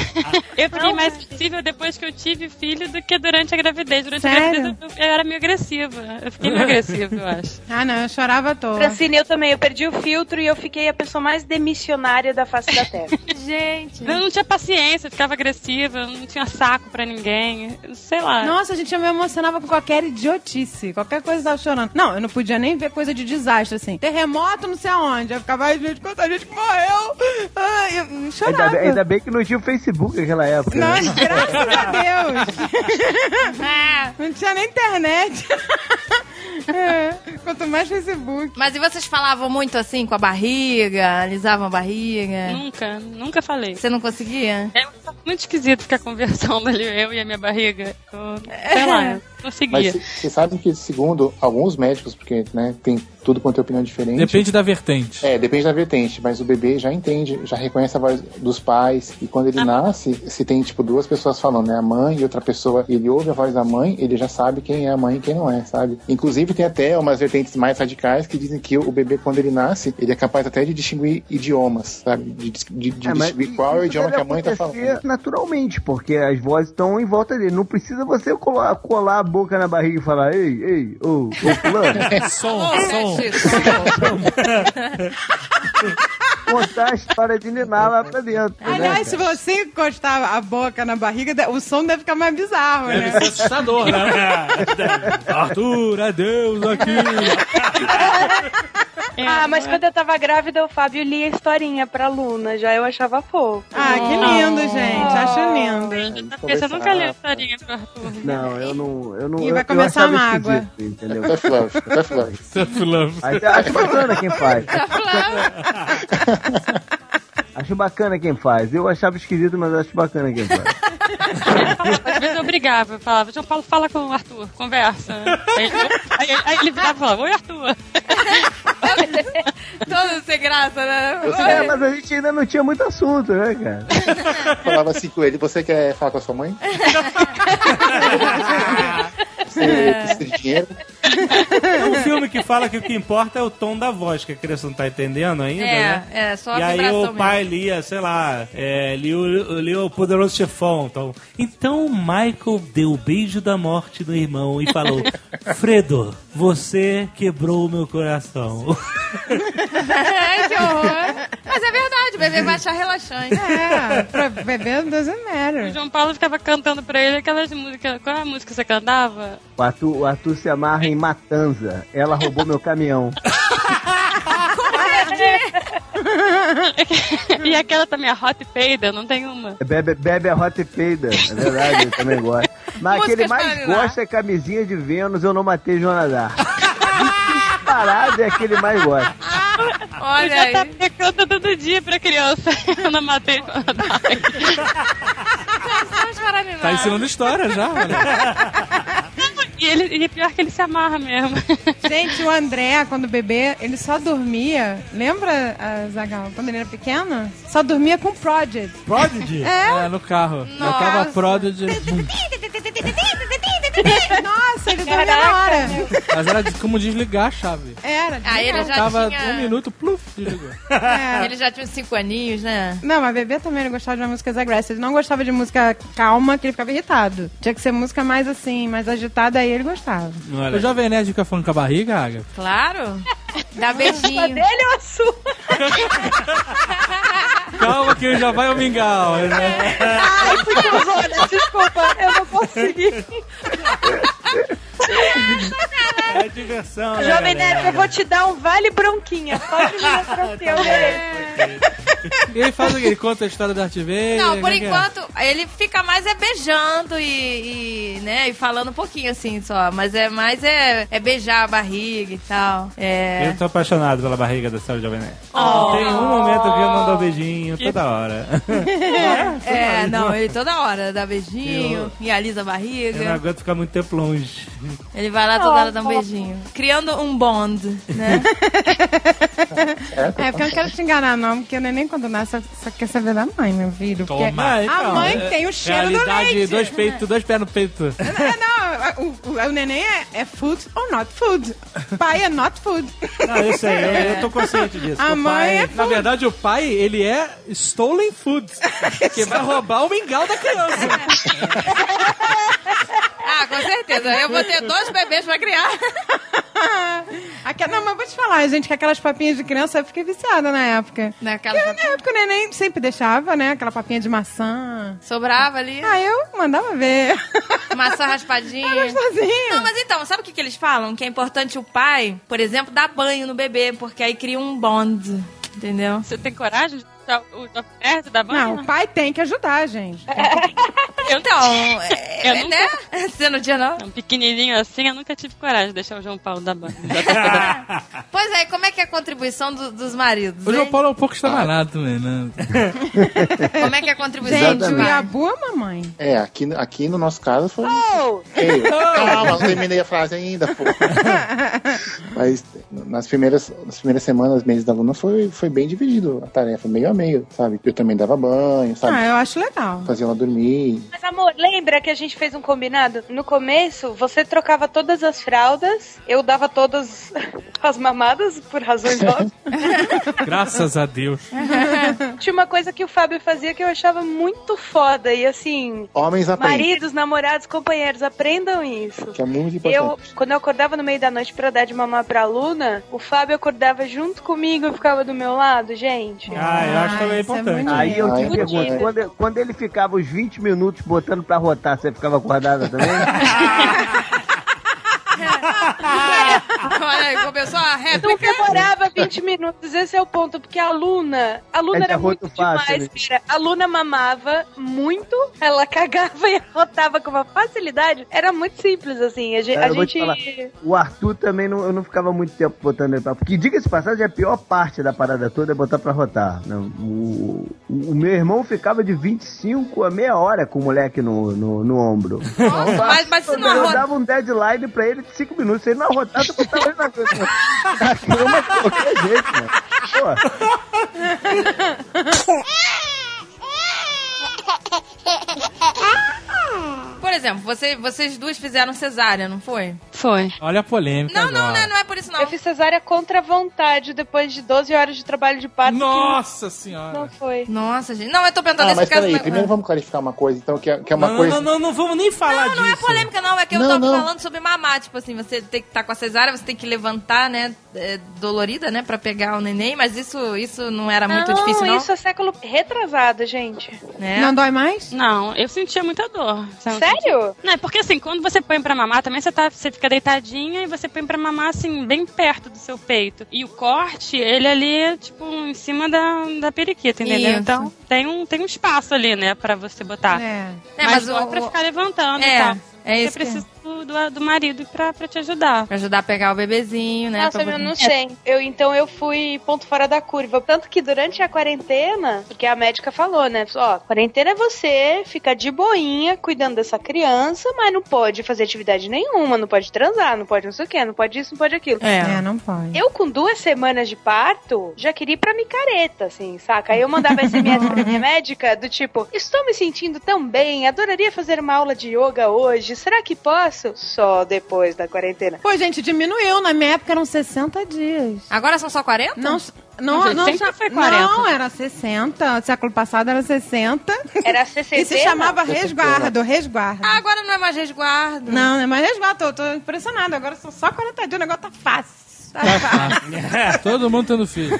Speaker 8: eu fiquei mais sensível depois que eu tive filho do que durante a gravidez. Durante a
Speaker 9: Sério?
Speaker 8: gravidez eu, eu era meio agressiva. Eu fiquei meio agressiva, eu acho.
Speaker 9: Ah, não, eu chorava à toa.
Speaker 6: Francine, eu também. Eu perdi o filtro e eu fiquei a pessoa mais demissionária da face da Terra.
Speaker 8: Gente. Eu não tinha paciência, eu ficava agressiva, eu não tinha saco pra ninguém. Sei lá.
Speaker 9: Nossa, gente, eu me emocionava com qualquer idiotice. Qualquer coisa eu tava chorando. Não, eu não podia nem ver coisa de desastre, assim. Terremoto, não sei aonde. Eu ficava, ai, gente, quanta gente que morreu. Ai, eu- eu chorava.
Speaker 7: Ainda, bem- ainda bem que não tinha o Facebook naquela época.
Speaker 9: Não,
Speaker 7: né?
Speaker 9: graças a Deus. não tinha nem internet. É, quanto mais Facebook.
Speaker 4: Mas e vocês falavam muito assim com a barriga? Alisavam a
Speaker 9: é.
Speaker 4: barriga?
Speaker 8: Nunca, nunca falei.
Speaker 4: Você não conseguia?
Speaker 8: É muito esquisito ficar conversando ali, eu e a minha barriga. Eu, sei lá, eu não
Speaker 5: Mas
Speaker 8: seguia.
Speaker 5: vocês sabem que, segundo alguns médicos, porque né, tem tudo quanto é opinião diferente.
Speaker 10: Depende da vertente.
Speaker 5: É, depende da vertente, mas o bebê já entende, já reconhece a voz dos pais. E quando ele nasce, se tem, tipo, duas pessoas falando, né? A mãe e outra pessoa, ele ouve a voz da mãe, ele já sabe quem é a mãe e quem não é, sabe? Inclusive, tem até umas vertentes mais radicais que dizem que o bebê, quando ele nasce, ele é capaz até de distinguir idiomas, sabe? De, dis- de- de
Speaker 7: É, mas
Speaker 5: distinguir qual é o
Speaker 7: isso
Speaker 5: idioma
Speaker 7: deve
Speaker 5: que a mãe tá
Speaker 7: acontecer
Speaker 5: falando.
Speaker 7: Naturalmente, porque as vozes estão em volta dele. Não precisa você colar, colar a boca na barriga e falar, ei, ei, ô, ô, fulano.
Speaker 10: som, som.
Speaker 7: Contar a história de Niná lá pra dentro. né?
Speaker 9: Aliás, se você encostar a boca na barriga, de- o som deve ficar mais bizarro, né?
Speaker 10: Deve ser assustador, né? Arthur, é Deus aqui.
Speaker 6: ah, mas
Speaker 10: É.
Speaker 6: quando eu tava grávida, o Fábio lia a historinha pra Luna, já eu achava fofo.
Speaker 9: Ah, que lindo, gente. Acho lindo.
Speaker 8: Porque eu nunca li a historinha pro Arthur.
Speaker 7: Não, eu não. Eu não
Speaker 9: Ih, vai
Speaker 7: eu- eu
Speaker 9: começar
Speaker 7: achava
Speaker 9: a mágoa.
Speaker 7: esquisito, Entendeu?
Speaker 5: Tá fluff, tá fluff.
Speaker 10: é
Speaker 7: Acho, acho bacana quem faz. acho bacana quem faz. Eu achava esquisito, mas acho bacana quem faz.
Speaker 8: Às vezes eu brigava, eu falava, João Paulo, fala com o Arthur, conversa. Aí, aí- aí- aí ele virava e falava, oi Arthur.
Speaker 4: Todo sem graça, né?
Speaker 7: É, mas a gente ainda não tinha muito assunto, né, cara?
Speaker 5: Falava assim com ele, você quer falar com a sua mãe? você precisa de dinheiro?
Speaker 3: Tem um filme que fala que o que importa é o tom da voz, que a criança não tá entendendo ainda,
Speaker 4: É,
Speaker 3: né?
Speaker 4: é, só
Speaker 3: e
Speaker 4: a
Speaker 3: aí
Speaker 4: vibração
Speaker 3: o pai lia, sei lá, é, lia, o, lia o Poderoso Chefão. Então, então o Michael deu o beijo da morte no irmão e falou: Fredo, você quebrou o meu coração.
Speaker 4: Ai, que horror. Mas é verdade, o bebê vai achar relaxante.
Speaker 9: É, pra beber um doze mero.
Speaker 8: O João Paulo ficava cantando pra ele aquelas músicas. Qual é a música que você cantava?
Speaker 7: O Arthur, o Arthur se amarra em Matanza. Ela roubou meu caminhão.
Speaker 9: Ah, é.
Speaker 8: e aquela também, a Hot Peida, não tem uma.
Speaker 7: Bebe, bebe a Hot Peida. É verdade, eu também gosto. Mas aquele
Speaker 8: Músicas pra
Speaker 7: mais
Speaker 8: bailar.
Speaker 7: gosta é camisinha de Vênus, eu não matei Jonadar. Disparado é aquele mais gosta.
Speaker 8: Eu
Speaker 4: Olha
Speaker 8: já
Speaker 4: aí.
Speaker 8: tava canta todo dia pra criança. Eu não matei.
Speaker 4: Estamos parando
Speaker 10: Tá ensinando história já, olha.
Speaker 8: E, ele, e é pior que ele se amarra mesmo.
Speaker 9: Gente, o André, quando bebê, ele só dormia. Lembra, a Zagal, quando ele era pequeno? Só dormia com o Project.
Speaker 10: Prodigy?
Speaker 9: É?
Speaker 10: no carro. Eu tava Prodigy.
Speaker 9: Nossa, ele dormia na hora.
Speaker 10: Mas era de- como desligar a chave.
Speaker 9: Era.
Speaker 4: Ah, ele já
Speaker 10: tava
Speaker 4: tinha...
Speaker 10: um minuto, pluf, desligou.
Speaker 9: É.
Speaker 4: Ele já tinha uns cinco aninhos, né?
Speaker 9: Não, mas bebê também não gostava de músicas aggressivas. Ele não gostava de música calma, que ele ficava irritado. Tinha que ser música mais assim, mais agitada, aí ele gostava.
Speaker 10: O Jovem Nerd fica falando com a barriga, Aga.
Speaker 4: Claro. Dá
Speaker 6: A
Speaker 4: beijinho.
Speaker 8: é um
Speaker 6: dele ou a sua?
Speaker 10: Calma que já vai o mingau. Né?
Speaker 6: Desculpa, eu não consegui.
Speaker 3: É diversão, né?
Speaker 6: Jovem
Speaker 3: galera? Tá
Speaker 6: Nerd, eu vou te dar um vale bronquinha. Pode me mostrar o seu direito.
Speaker 10: E ele faz o quê? Ele conta a história da Darth Vader.
Speaker 4: Não, por
Speaker 10: como é que é?
Speaker 4: enquanto, ele fica mais é beijando e, e, né, e falando um pouquinho assim só. Mas é mais é, é beijar a barriga e tal. É. Oh.
Speaker 3: Eu tô apaixonado pela barriga da Sarah Jovem Nerd. Tem um momento que eu não dou beijinho toda hora.
Speaker 4: É, não, ele toda hora dá beijinho e alisa a barriga.
Speaker 3: Eu não aguento ficar muito tempo longe.
Speaker 4: Ele vai lá toda hora dar um beijinho. Criando um bond, né?
Speaker 9: É, porque eu não quero te enganar, não, porque eu nem quando nasce, só quer saber da mãe, meu filho. Porque
Speaker 10: Toma. Ah,
Speaker 9: a
Speaker 10: então,
Speaker 9: mãe
Speaker 10: é-
Speaker 9: tem o cheiro do
Speaker 10: realidade,
Speaker 9: leite.
Speaker 10: dois peitos, dois pés no peito.
Speaker 9: É, não, o, o- o neném é, é food ou not food. Pai é not food.
Speaker 3: Não, eu sei, eu, eu tô consciente disso.
Speaker 9: A
Speaker 3: O
Speaker 9: mãe é
Speaker 3: pai-
Speaker 10: Na verdade, o pai, ele é stolen food. que vai roubar o mingau da criança.
Speaker 4: Ah, com certeza. Eu vou ter dois bebês pra criar.
Speaker 9: Aque- não, mas vou te falar, gente, que aquelas papinhas de criança eu fiquei viciada na época.
Speaker 4: Naquela
Speaker 9: Porque na época o neném sempre deixava, né? Aquela papinha de maçã.
Speaker 4: Sobrava ali.
Speaker 9: Ah, eu mandava ver.
Speaker 4: Maçã raspadinha.
Speaker 9: gostosinho.
Speaker 4: Não, mas então, sabe o que, que eles falam? Que é importante o pai, por exemplo, dar banho no bebê, porque aí cria um bond. Entendeu?
Speaker 8: Você tem coragem de deixar o da perto
Speaker 4: Tá
Speaker 8: da banha?
Speaker 9: Não,
Speaker 4: né?
Speaker 9: o pai tem que ajudar, gente.
Speaker 4: Então, é,
Speaker 8: Eu
Speaker 4: é,
Speaker 8: nunca-
Speaker 4: né? Você não tinha, não?
Speaker 8: Um pequenininho assim, eu nunca tive coragem de deixar o João Paulo da banha.
Speaker 10: tá
Speaker 4: Pois é, e como é que é a contribuição do- dos maridos?
Speaker 10: O João
Speaker 4: hein?
Speaker 10: Paulo é um pouco estabanado também, né?
Speaker 4: Como é que é a contribuição
Speaker 9: Gente,
Speaker 4: dos
Speaker 9: o
Speaker 4: maridos?
Speaker 9: Iabu é mamãe.
Speaker 5: É, aqui, aqui no nosso caso foi.
Speaker 6: Oh,
Speaker 5: feio. Calma, não terminei a frase ainda, pô. Mas nas primeiras, nas primeiras semanas, meses da Luna, foi, foi bem dividido a tarefa, meio a meio, sabe? Eu também dava banho,
Speaker 9: Ah,
Speaker 5: sabe?
Speaker 9: eu acho legal.
Speaker 5: Fazia ela dormir.
Speaker 6: Mas, amor, lembra que a gente fez um combinado? No começo, você trocava todas as fraldas, eu dava todas as mamadas, por razões óbvias.
Speaker 10: Graças a Deus.
Speaker 6: Tinha uma coisa que o Fábio fazia que eu achava muito foda, e assim,
Speaker 5: Homens aprendem,
Speaker 6: maridos, namorados, companheiros, aprendam isso.
Speaker 5: que é muito
Speaker 6: Eu,
Speaker 5: importante.
Speaker 6: quando eu acordava no meio da noite pra dar de mamar pra Luna, o Fábio acordava junto comigo e ficava do meu lado, gente.
Speaker 3: Ah, eu acho que também é
Speaker 9: isso é
Speaker 3: importante.
Speaker 9: bonito.
Speaker 7: Aí eu
Speaker 5: Ai,
Speaker 7: te
Speaker 5: ai,
Speaker 7: pergunto,
Speaker 5: ai.
Speaker 7: quando, quando ele ficava os 20 minutos botando pra rotar, você ficava acordada também?
Speaker 4: Olha aí, começou a
Speaker 6: Não
Speaker 4: réplica.
Speaker 6: demorava 20 minutos, esse é o ponto, porque a Luna, a Luna
Speaker 7: Mas é
Speaker 6: era muito
Speaker 7: roto fácil,
Speaker 6: demais,
Speaker 7: né?
Speaker 6: cara. A Luna mamava muito, ela cagava e rotava com uma facilidade. Era muito simples, assim. A, ge-
Speaker 7: Cara,
Speaker 6: a
Speaker 7: eu vou te
Speaker 6: gente.
Speaker 7: O Arthur também não, eu não ficava muito tempo botando ele pra. Porque, diga-se de passagem, a pior parte da parada toda é botar pra rotar. né? O, o- o meu irmão ficava de 25 a meia hora com o moleque no, no, no ombro.
Speaker 4: Nossa, mas, mas se não
Speaker 7: eu
Speaker 4: arrota.
Speaker 7: dava um deadline pra ele de 5 minutos. Se ele não arrotasse, eu botava ele na, na cama de qualquer jeito, né? Pô,
Speaker 4: Por exemplo, você- vocês duas fizeram cesárea, não foi?
Speaker 9: É.
Speaker 8: Foi.
Speaker 10: Olha a polêmica.
Speaker 4: Não, não,
Speaker 10: agora.
Speaker 4: né? Não é por isso, não.
Speaker 6: Eu fiz cesárea contra a vontade depois de 12 horas de trabalho de parto. que
Speaker 10: Nossa
Speaker 6: Não não
Speaker 10: senhora.
Speaker 6: foi.
Speaker 4: Nossa, gente. Não, eu tô perguntando
Speaker 5: Ah,
Speaker 4: nesse
Speaker 5: mas
Speaker 4: caso. é.
Speaker 5: peraí, primeiro vamos clarificar uma coisa, então, que é, que é uma
Speaker 3: Não,
Speaker 5: coisa.
Speaker 3: não, não, não vamos nem falar disso.
Speaker 4: Não, não é polêmica, não. É que eu
Speaker 5: Não,
Speaker 4: tava
Speaker 5: não.
Speaker 4: falando sobre mamar. Tipo assim, você tem que estar com a cesárea, você tem que levantar, né? é, dolorida, né? Pra pegar o neném. Mas isso, isso não era muito
Speaker 6: Não,
Speaker 4: difícil, não.
Speaker 6: Isso é século retrasado, gente.
Speaker 4: Né?
Speaker 9: Não dói mais?
Speaker 8: Não, eu sentia muita dor. sabe?
Speaker 6: Sério?
Speaker 8: Não, é porque assim, quando você põe pra mamar, também você, tá, você fica deitadinha e você põe pra mamar, assim, bem perto do seu peito. E o corte, ele ali, tipo, em cima da, da periquita, entendeu?
Speaker 4: Isso.
Speaker 8: Então tem um, tem um espaço ali, né, pra você botar.
Speaker 9: É.
Speaker 4: É,
Speaker 8: mas
Speaker 4: mas
Speaker 8: não
Speaker 4: o-
Speaker 8: é pra ficar levantando
Speaker 4: É,
Speaker 8: e tal.
Speaker 4: é isso
Speaker 8: Você
Speaker 4: que-
Speaker 8: precisa do, do, do marido
Speaker 6: assim,
Speaker 8: pra, pra te ajudar.
Speaker 4: Pra ajudar a pegar o bebezinho, né?
Speaker 6: Nossa,
Speaker 4: pra...
Speaker 6: eu não sei. Eu, então eu fui ponto fora da curva. Tanto que durante a quarentena, porque a médica falou, né? Ó, quarentena é você ficar de boinha cuidando dessa criança, mas não pode fazer atividade nenhuma, não pode transar, não pode não sei o quê, não pode isso, não pode aquilo.
Speaker 9: É,
Speaker 4: É.
Speaker 9: não pode.
Speaker 6: Eu, com duas semanas de parto, já queria ir pra micareta, assim, saca? Aí eu mandava SMS pra minha médica do tipo, estou me sentindo tão bem, adoraria fazer uma aula de yoga hoje, será que posso? Só depois da quarentena.
Speaker 9: Pô, gente, diminuiu. Na minha época eram 60 dias.
Speaker 4: Agora são só 40?
Speaker 9: Não, não,
Speaker 8: Gente,
Speaker 9: não,
Speaker 8: sempre
Speaker 9: já-
Speaker 8: foi 40.
Speaker 9: não,
Speaker 6: é-
Speaker 9: era 60. Século passado era 60.
Speaker 6: Era 60.
Speaker 9: E se chamava
Speaker 5: certeza.
Speaker 9: resguardo, resguardo.
Speaker 4: Ah, agora não é mais resguardo.
Speaker 9: Não, né, mas resguardo, tô, tô impressionada. Agora são só 40 dias, o negócio tá fácil. Tá fácil.
Speaker 10: Todo mundo tendo filho.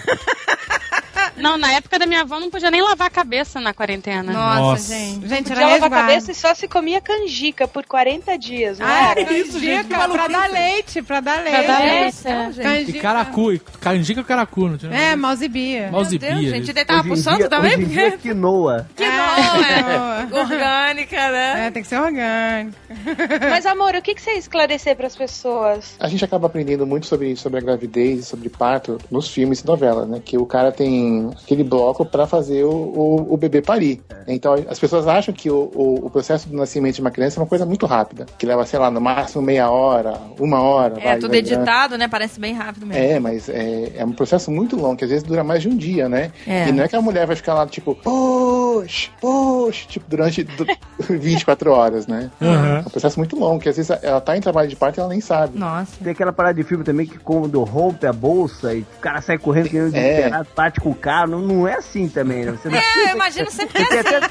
Speaker 8: Não, na época da minha avó não podia nem lavar a cabeça na quarentena.
Speaker 4: Nossa,
Speaker 10: Nossa.
Speaker 4: gente.
Speaker 9: Gente, era
Speaker 6: Podia lavar a
Speaker 9: resguardo.
Speaker 6: cabeça e só se comia canjica por 40 dias, não
Speaker 9: Ah,
Speaker 6: era?
Speaker 9: era
Speaker 3: isso, gente, que
Speaker 9: canjica, pra dar leite, pra dar leite. É.
Speaker 8: dar leite.
Speaker 10: E
Speaker 9: Canjica.
Speaker 10: caracu, e canjica e caracu, não tinha
Speaker 9: É, mausibia.
Speaker 4: Meu
Speaker 10: Mouse
Speaker 4: Deus,
Speaker 10: Bia. né?
Speaker 4: gente. Deitava
Speaker 7: hoje
Speaker 4: pro
Speaker 7: em
Speaker 4: santo
Speaker 7: dia-
Speaker 4: também?
Speaker 7: hoje em
Speaker 9: é
Speaker 7: dia, quinoa.
Speaker 4: tá Que não, é.
Speaker 9: não.
Speaker 4: Orgânica, né?
Speaker 9: É, tem que ser orgânico.
Speaker 6: Mas, amor, o que, que você ia esclarecer pras pessoas?
Speaker 5: A gente acaba aprendendo muito sobre, sobre a gravidez, sobre parto, nos filmes e novelas, né? Que o cara tem aquele bloco para fazer o, o, o, bebê parir. Então as pessoas acham que o, o, o, processo do nascimento de uma criança é uma coisa muito rápida, que leva, sei lá, no máximo meia hora, uma hora.
Speaker 4: É, vai, tudo vai, editado, vai. né? Parece bem rápido mesmo.
Speaker 5: É, mas é, é, um processo muito longo, que às vezes dura mais de um dia, né? É. E não é que a mulher vai ficar lá, tipo, push, push, tipo, durante 24 horas, né? Uhum. É um processo muito longo, que às vezes ela tá em trabalho de parto e ela nem sabe.
Speaker 4: Nossa.
Speaker 7: Tem aquela parada de filme também que quando rompe a bolsa e o cara sai correndo querendo é. desesperar, bate com o carro, não, não é assim também, né? Você
Speaker 4: é, não... eu imagino sempre que é assim.
Speaker 7: até...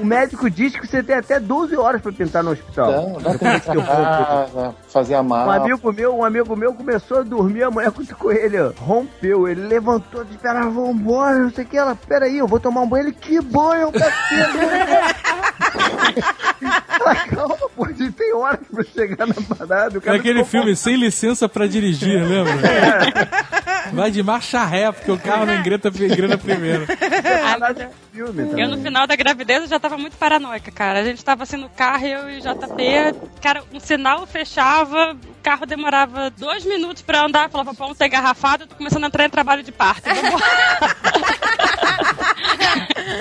Speaker 7: O médico diz que você tem até 12 horas pra tentar no hospital. Ah,
Speaker 5: Não, é dá tempo de casa, fazer a mala.
Speaker 7: Um amigo meu, um amigo meu começou a dormir, a mulher com ele, rompeu, ele levantou, disse, pera, vambora, não sei o que, ela, peraí, eu vou tomar um banho, ele, que banho, Ela, calma, pô, tem horas pra chegar na parada.
Speaker 10: é aquele filme, sem licença pra dirigir, lembra? É. Vai de marcha ré, porque o carro não engrena, engrena primeiro.
Speaker 7: tá
Speaker 8: Eu no final da gravidez eu já tava muito paranoica, cara. A gente tava assim no carro, eu e o JP, cara, um sinal fechava, o carro demorava dois minutos pra andar, eu falava, vamos ser engarrafado, eu tô começando a entrar em trabalho de parto.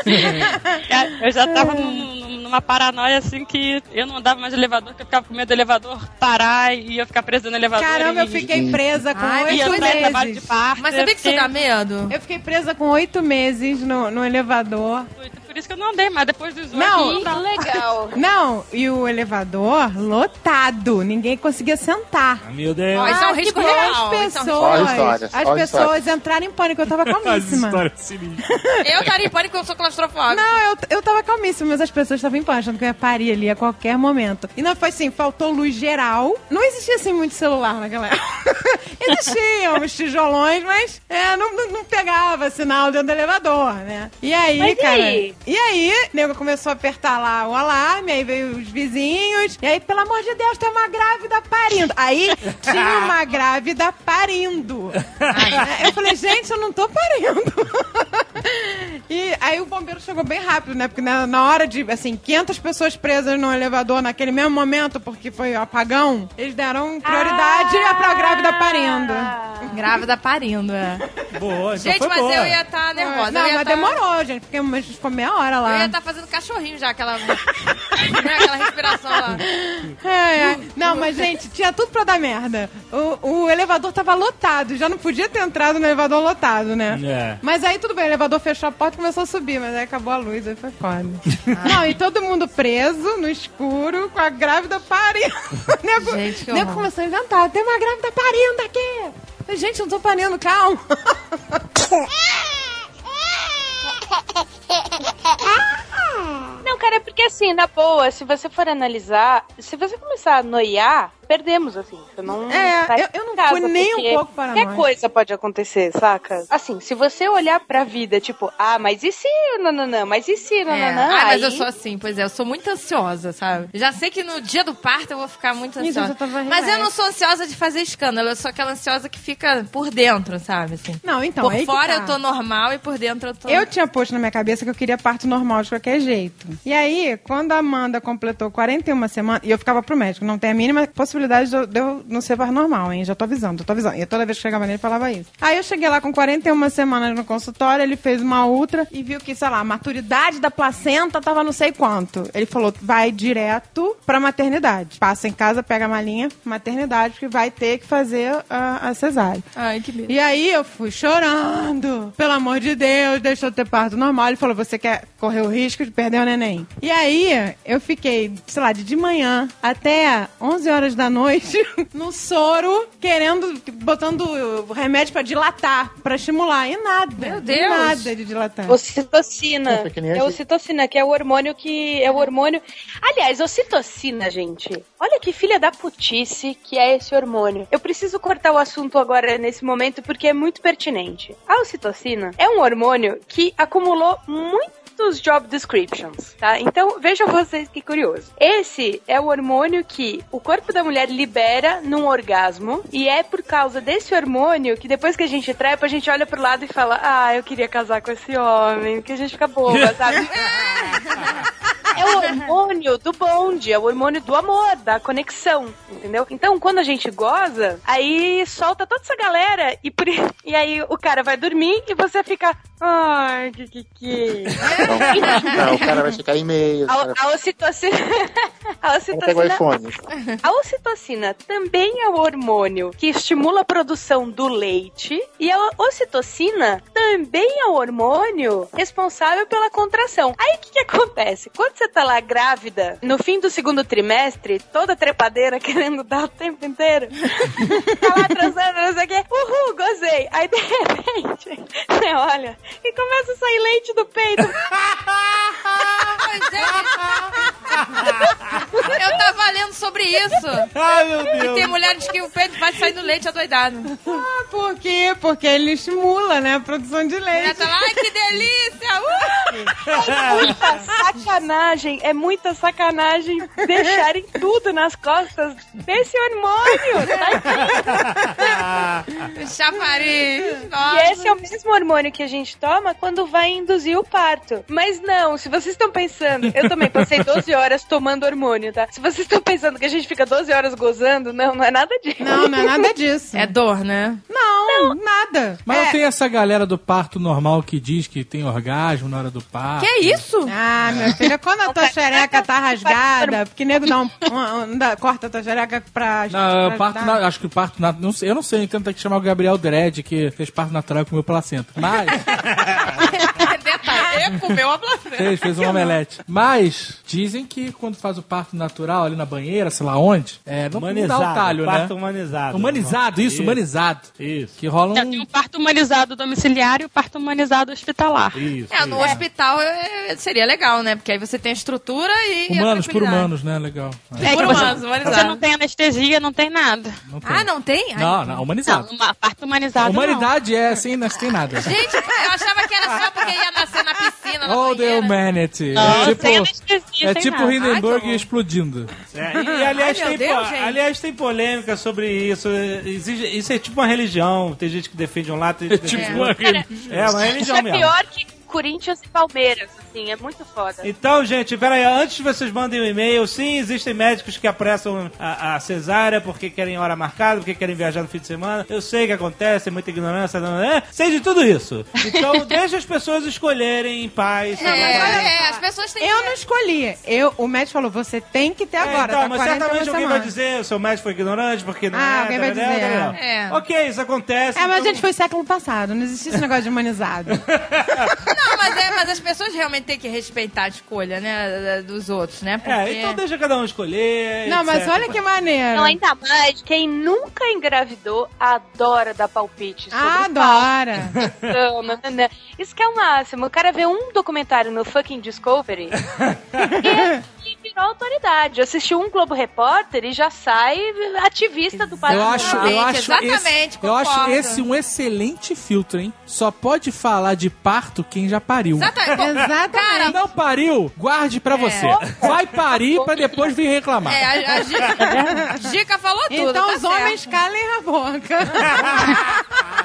Speaker 8: eu já tava no, numa paranoia assim que eu não andava mais no elevador, porque eu ficava com medo do elevador parar e eu ficar presa no
Speaker 4: Tá
Speaker 8: elevador.
Speaker 9: Caramba,
Speaker 8: e... Ah,
Speaker 9: eu fiquei presa com oito meses.
Speaker 4: Parte, Mas sabia que fiquei... isso dá medo?
Speaker 9: Eu fiquei presa com oito meses no, no elevador
Speaker 8: por isso que eu não andei, mas depois dos oito
Speaker 9: não, Tá
Speaker 4: Tá
Speaker 8: não
Speaker 9: legal. Não, e o elevador lotado, ninguém conseguia sentar.
Speaker 10: Ah, meu Deus.
Speaker 4: Ah, isso é um risco
Speaker 9: tipo, real. As pessoas, história, as pessoas entraram em pânico, eu tava calmíssima.
Speaker 4: eu estaria em pânico, eu sou claustrofóbica.
Speaker 9: Não, eu, eu tava calmíssima, mas as pessoas estavam em pânico, achando que eu ia parir ali a qualquer momento. E não foi assim, faltou luz geral. Não existia assim muito celular naquela época. Existiam os tijolões, mas é, não, não, não, pegava sinal dentro do elevador, né? E aí, mas cara... E aí? E aí, nego começou a apertar lá o alarme, aí veio os vizinhos. E aí, pelo amor de Deus, tem uma grávida parindo. Aí tinha uma grávida parindo. eu falei, gente, eu não tô parindo. e aí o bombeiro chegou bem rápido, né? Porque na, na, hora de, assim, 500 pessoas presas no elevador naquele mesmo momento, porque foi o apagão, eles deram prioridade ah! pra grávida parindo.
Speaker 4: Grávida parindo, é.
Speaker 10: Boa, então
Speaker 4: gente, mas
Speaker 10: boa.
Speaker 4: eu ia estar tá nervosa.
Speaker 9: Não,
Speaker 4: eu
Speaker 9: mas
Speaker 4: tá...
Speaker 9: demorou, gente, porque a gente ficou meia hora lá.
Speaker 4: Eu ia estar tá fazendo cachorrinho já, aquela, né, aquela respiração lá.
Speaker 9: É, é. Não, mas, gente, tinha tudo pra dar merda. O, o, elevador tava lotado, já não podia ter entrado no elevador lotado, né?
Speaker 10: É.
Speaker 9: Mas aí tudo bem, o elevador fechou a porta e começou a subir, mas aí acabou a luz, aí foi foda. Ah. Não, e todo mundo preso, no escuro, com a grávida parindo. Nego, gente, que nego começou a inventar, tem uma grávida parindo aqui! Gente, eu não tô parindo, calma.
Speaker 6: Não, cara, é porque assim, na boa, se você for analisar, se você começar a noiar, perdemos, assim. Você não
Speaker 9: é, eu, eu não casa, fui nem um pouco para
Speaker 6: Qualquer coisa pode acontecer, saca? Assim, se você olhar pra vida, tipo, ah, mas e se, nananã, mas e se, nananã?
Speaker 4: É. Ah, mas aí... eu sou assim, pois é, eu sou muito ansiosa, sabe? Já sei que no dia do parto eu vou ficar muito ansiosa.
Speaker 9: Isso, eu
Speaker 4: mas eu não sou ansiosa de fazer escândalo, eu sou aquela ansiosa que fica por dentro, sabe? Assim.
Speaker 9: Não, então.
Speaker 4: Por
Speaker 9: é
Speaker 4: fora
Speaker 9: tá.
Speaker 4: eu tô normal e por dentro eu tô.
Speaker 9: Eu tinha posto na minha cabeça que eu queria parto normal de qualquer jeito. E aí, quando a Amanda completou 41 semanas, e eu ficava pro médico, não tem a mínima possibilidade possibilidade de eu não ser mais normal, hein? Já tô avisando, já tô avisando. E toda vez que chegava nele, falava isso. Aí eu cheguei lá com 41 semanas no consultório, ele fez uma ultra e viu que, sei lá, a maturidade da placenta tava não sei quanto. Ele falou, vai direto pra maternidade. Passa em casa, pega a malinha, maternidade, porque vai ter que fazer a, a cesárea.
Speaker 4: Ai, que medo.
Speaker 9: E aí eu fui chorando. Pelo amor de Deus, deixou eu ter parto normal. Ele falou, você quer correr o risco de perder o neném. E aí eu fiquei, sei lá, de, de manhã até 11 horas da noite no soro, querendo, botando remédio pra dilatar, pra estimular. E nada.
Speaker 4: Meu Deus.
Speaker 9: Nada de dilatar.
Speaker 6: Ocitocina. É ocitocina, que é o hormônio que. É o hormônio. Aliás, ocitocina, gente. Olha que filha da putice que é esse hormônio. Eu preciso cortar o assunto agora nesse momento porque é muito pertinente. A ocitocina é um hormônio que acumulou muito muitos job descriptions, tá? Então vejam vocês que curioso. Esse é o hormônio que o corpo da mulher libera num orgasmo e é por causa desse hormônio que depois que a gente trepa a gente olha pro lado e fala, ah, eu queria casar com esse homem, que a gente fica boba, sabe? é o hormônio do bonde, é o hormônio do amor, da conexão, entendeu? Então, quando a gente goza, aí solta toda essa galera e, por- e aí o cara vai dormir e você fica. Ai, que que que.
Speaker 5: Não, o cara vai checar e-mail. o cara-
Speaker 6: A, a ocitocina. A
Speaker 5: pega o
Speaker 6: ocitocina.
Speaker 5: iPhone.
Speaker 6: A ocitocina também é o hormônio que estimula a produção do leite. E a ocitocina também é o hormônio responsável pela contração. Aí o que, que acontece? Quando você tá lá grávida, no fim do segundo trimestre, toda trepadeira querendo dar o tempo inteiro, tá lá transando, não sei o quê, uhul, gozei. Aí de repente, você olha e começa a sair leite do peito.
Speaker 4: Pois é. Eu tava lendo sobre isso.
Speaker 3: Ai, meu
Speaker 4: E
Speaker 3: Deus.
Speaker 4: tem mulheres que o peito vai sair do leite adoidado.
Speaker 9: Ah, por quê? Porque ele estimula, né? A produção de
Speaker 4: Ela
Speaker 9: leite.
Speaker 4: tá lá, ai, que delícia! Uh!
Speaker 6: É muita sacanagem, é muita sacanagem deixarem tudo nas costas desse hormônio. tá
Speaker 4: Chafariz,
Speaker 6: E
Speaker 4: nossa.
Speaker 6: esse é o mesmo hormônio que a gente toma quando vai induzir o parto. Mas não, se vocês estão pensando, eu também passei 12 horas tomando hormônio, tá? Se vocês estão pensando que a gente fica 12 horas gozando, não, não é nada disso.
Speaker 9: Não, não é nada disso.
Speaker 4: É dor, né?
Speaker 9: Não, nada.
Speaker 10: Mas
Speaker 9: é.
Speaker 10: não tem essa galera do parto normal que diz que tem orgasmo na hora do parto.
Speaker 4: Que isso?
Speaker 9: Ah, meu filho, quando a tua xereca tá rasgada, porque nego dá um, um- um- dá- corta a tua xereca pra...
Speaker 10: Não, eu
Speaker 9: pra
Speaker 10: parto
Speaker 9: dar-
Speaker 10: na- acho que o parto na- não sei- eu não sei, então tem que chamar o Gabriel Dredd, que fez parto natural com o meu placenta. Mas,
Speaker 6: Ah,
Speaker 4: Detalhe,
Speaker 6: é,
Speaker 4: ele comeu a placenta.
Speaker 10: fez, fez um omelete. Mas, dizem que quando faz o parto natural ali na banheira, sei lá onde, é, não, não dá
Speaker 3: Humanizado.
Speaker 10: o talho,
Speaker 3: parto
Speaker 10: né?
Speaker 3: humanizado.
Speaker 10: Humanizado, isso, humanizado.
Speaker 3: Isso.
Speaker 10: Que rola
Speaker 8: Já
Speaker 10: um...
Speaker 8: tem o parto humanizado domiciliário e o parto humanizado hospitalar.
Speaker 3: Isso.
Speaker 4: É, no hospital é, seria legal, né? Porque aí você tem a estrutura e. e a
Speaker 10: Humanos, por
Speaker 4: é tranquilidade.
Speaker 10: humanos, né? Legal. É,
Speaker 8: É que
Speaker 4: Por
Speaker 8: você-
Speaker 4: humanos, humanizado.
Speaker 8: Você não tem anestesia, não tem nada.
Speaker 10: não tem.
Speaker 4: Ah, não tem? Ai,
Speaker 10: Não, não,
Speaker 8: Não,
Speaker 10: humanizado.
Speaker 8: uma parto humanizado
Speaker 10: Humanidade é assim, não tem nada.
Speaker 4: Gente, eu achava que era só porque ia nascer na piscina. Na
Speaker 10: All the
Speaker 4: banheira.
Speaker 10: humanity.
Speaker 8: não.
Speaker 10: é
Speaker 8: Não, sem
Speaker 10: tipo,
Speaker 8: anestesia,
Speaker 10: é
Speaker 8: sem
Speaker 10: tipo
Speaker 8: nada.
Speaker 10: Hindenburg
Speaker 4: Ai, tá bom.
Speaker 10: explodindo.
Speaker 3: É, e, e aliás,
Speaker 4: Ai, meu
Speaker 3: tem,
Speaker 4: Deus,
Speaker 3: po-
Speaker 4: gente.
Speaker 3: aliás, tem polêmica sobre isso. Exige- isso é tipo uma religião. Tem gente que defende um lado, tem gente
Speaker 10: Tipo,
Speaker 3: que defende outro. É uma
Speaker 6: Isso
Speaker 3: religião
Speaker 6: é
Speaker 3: mesmo.
Speaker 6: pior que Corinthians e Palmeiras, assim, é muito foda.
Speaker 3: Então, gente, peraí, antes que vocês mandem um e-mail, sim, existem médicos que apressam a, a cesárea porque querem hora marcada, porque querem viajar no fim de semana. Eu sei que acontece, é muita ignorância, não, não, não, sei de tudo isso. Então, deixa as pessoas escolherem em paz. tá
Speaker 4: É,
Speaker 3: sabe?
Speaker 4: é, as pessoas têm
Speaker 9: Eu não escolhi. Eu, o médico falou, você tem que ter
Speaker 3: É,
Speaker 9: agora.
Speaker 3: então,
Speaker 9: tá
Speaker 3: mas
Speaker 9: 40
Speaker 3: certamente alguém vai
Speaker 9: semanas.
Speaker 3: dizer, o seu médico foi ignorante, porque não
Speaker 9: Ah,
Speaker 3: é,
Speaker 9: alguém vai
Speaker 3: tarará,
Speaker 9: dizer,
Speaker 3: tarará.
Speaker 4: é.
Speaker 3: Ok, isso acontece.
Speaker 9: É, mas a
Speaker 3: então-
Speaker 9: gente foi século passado, não existia esse negócio de humanizado.
Speaker 4: Não, mas, é, mas as pessoas realmente têm que respeitar a escolha, né? da- Dos outros, né? Porque...
Speaker 3: É, então deixa cada um escolher.
Speaker 9: Não, mas
Speaker 3: etc.
Speaker 9: olha que maneiro.
Speaker 6: Não, ainda mais, quem nunca engravidou adora dar palpite sobre
Speaker 9: Adora.
Speaker 6: Não, não, não, não. Isso que é o máximo. O cara vê um documentário no fucking Discovery e, e virou autoridade. Assistiu um Globo Repórter e já sai ativista do país.
Speaker 10: Eu acho, eu
Speaker 4: Exatamente,
Speaker 10: acho,
Speaker 4: exatamente,
Speaker 10: esse, eu acho
Speaker 4: concordo.
Speaker 10: esse um excelente filtro, hein? Só pode falar de parto quem já pariu. Então,
Speaker 4: Exatamente. Bom,
Speaker 10: Quem
Speaker 9: Exatamente.
Speaker 10: não pariu, guarde pra você. Vai parir pra depois vir reclamar.
Speaker 4: É, a, a Gica, Gica falou tudo.
Speaker 9: Então
Speaker 4: tá
Speaker 9: os homens
Speaker 4: certo.
Speaker 9: calem a boca.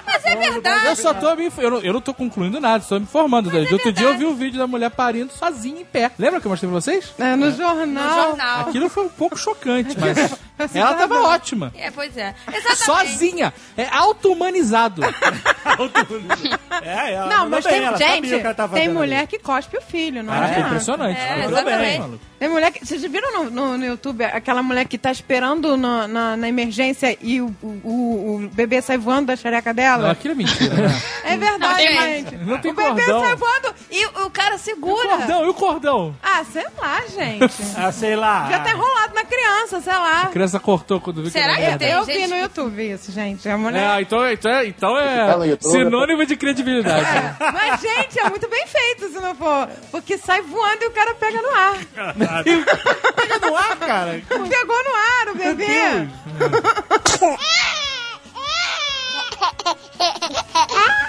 Speaker 4: Mas é verdade. é
Speaker 10: Eu só tô me. Eu não, eu não tô concluindo nada, só me informando. De outro dia eu vi um vídeo da mulher parindo sozinha em pé. Lembra que eu mostrei pra vocês?
Speaker 9: É, no
Speaker 4: No
Speaker 9: jornal. Assim,
Speaker 4: jornal.
Speaker 10: Aquilo foi um pouco chocante, mas ela tava ótima.
Speaker 4: É, pois é. Exatamente.
Speaker 10: Sozinha. É auto-humanizado. Ah,
Speaker 3: É, ela
Speaker 9: Não,
Speaker 3: mandou
Speaker 9: mas
Speaker 3: bem,
Speaker 9: tem,
Speaker 3: ela sabia o que ela
Speaker 9: gente,
Speaker 3: tava
Speaker 9: tem
Speaker 3: fazendo ali.
Speaker 9: mulher que cospe o filho, não
Speaker 10: Caraca,
Speaker 9: adianta.
Speaker 10: Ah, impressionante.
Speaker 4: É,
Speaker 10: Ela
Speaker 4: exatamente.
Speaker 10: mandou bem, maluco.
Speaker 9: Tem mulher que. Vocês viram no, no- no YouTube aquela mulher que tá esperando na, na- na emergência e o, o- o bebê sai voando da xereca
Speaker 10: Não,
Speaker 9: dela?
Speaker 10: aquilo é mentira, né?
Speaker 9: É verdade,
Speaker 4: Não,
Speaker 9: gente.
Speaker 10: Não tem
Speaker 9: O bebê
Speaker 10: cordão.
Speaker 9: sai voando.
Speaker 4: E o cara segura.
Speaker 10: Cordão, e o cordão?
Speaker 9: Ah, sei lá, gente.
Speaker 3: Ah, sei lá.
Speaker 9: Já tá enrolado na criança, sei lá.
Speaker 10: A criança cortou quando viu
Speaker 4: Será
Speaker 10: que
Speaker 4: que né?
Speaker 10: era
Speaker 4: tem?
Speaker 10: verdade.
Speaker 9: Eu
Speaker 4: gente.
Speaker 9: vi no YouTube isso, gente. A mulher...
Speaker 10: É, então, então, é- então
Speaker 5: Tá no
Speaker 10: é
Speaker 5: YouTube.
Speaker 10: sinônimo de credibilidade.
Speaker 4: Então
Speaker 9: Mas, gente, é muito bem feito se não for. Porque sai voando e o cara pega no ar.
Speaker 3: Pega no ar, cara.
Speaker 9: Pegou no ar o bebê.
Speaker 6: Ah!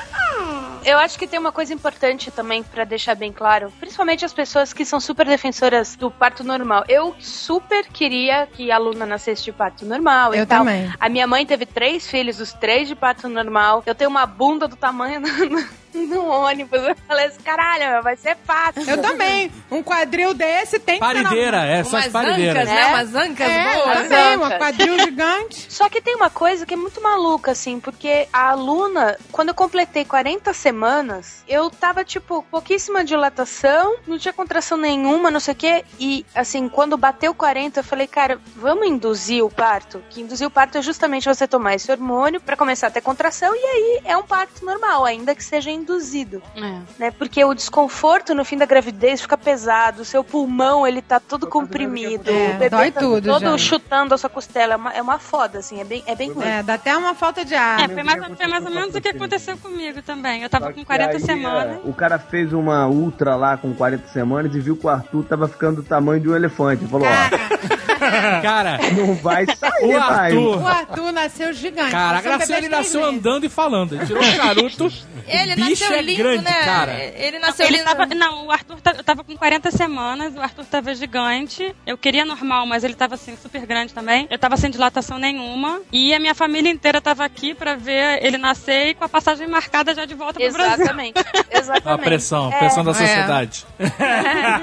Speaker 6: Eu acho que tem uma coisa importante também pra deixar bem claro, principalmente as pessoas que são super defensoras do parto normal. Eu super queria que a aluna nascesse de parto normal. e
Speaker 9: Eu
Speaker 6: tal.
Speaker 9: também.
Speaker 6: A minha mãe teve três filhos, os três de parto normal. Eu tenho uma bunda do tamanho no ônibus. Eu falei assim, caralho, meu, vai ser fácil.
Speaker 9: Eu também. Um quadril desse tem que ser na-
Speaker 10: Parideira, é, só as parideiras.
Speaker 4: né? Umas ancas
Speaker 9: é,
Speaker 4: boas.
Speaker 9: Também, uma quadril gigante.
Speaker 6: Só que tem uma coisa que é muito maluca, assim, porque a aluna, quando eu completei 40 semanas, eu tava, tipo, pouquíssima dilatação, não tinha contração nenhuma, não sei o quê. E, assim, quando bateu 40, eu falei, cara, vamos induzir o parto? Que induzir o parto é justamente você tomar esse hormônio pra começar a ter contração, e aí é um parto normal, ainda que seja induzido
Speaker 9: É.
Speaker 6: né? Porque o desconforto no fim da gravidez fica pesado, o seu pulmão ele tá todo comprimido,
Speaker 9: É,
Speaker 6: o bebê
Speaker 9: dói
Speaker 6: tá
Speaker 9: tudo já.
Speaker 6: todo chutando a sua costela, é uma, é uma foda assim, é bem é bem ruim.
Speaker 9: É, dá até uma falta de ar.
Speaker 8: É, foi mais, foi mais ou menos o que aconteceu comigo também. Eu tava com 40
Speaker 7: Aí,
Speaker 8: semanas.
Speaker 7: é, O cara fez uma ultra lá com 40 semanas e viu que o Arthur tava ficando do tamanho de um elefante. Falou, ó,
Speaker 10: Cara,
Speaker 7: não vai sair,
Speaker 10: o
Speaker 7: vai.
Speaker 9: O
Speaker 10: Arthur.
Speaker 9: Arthur nasceu gigante.
Speaker 10: Caraca,
Speaker 9: nasceu um
Speaker 10: nasceu,
Speaker 9: bebê
Speaker 10: ele
Speaker 9: de três
Speaker 10: nasceu
Speaker 9: meses.
Speaker 10: andando e falando. Ele tirou o charuto.
Speaker 4: Ele
Speaker 10: Bicho
Speaker 4: nasceu
Speaker 10: é
Speaker 4: lindo,
Speaker 10: grande,
Speaker 4: né?
Speaker 10: cara.
Speaker 4: Ele
Speaker 8: Não,
Speaker 4: nasceu
Speaker 8: ele
Speaker 4: lindo.
Speaker 8: tava- não, o Arthur tá- eu tava com 40 semanas, o Arthur tava gigante. Eu queria normal, mas ele tava assim, super grande também. Eu tava sem dilatação nenhuma. E a minha família inteira tava aqui pra ver ele nascer e com a passagem marcada já de volta pro Brasil.
Speaker 6: Exatamente. Exatamente.
Speaker 10: A pressão, a
Speaker 6: É,
Speaker 10: pressão da
Speaker 4: É.
Speaker 10: sociedade.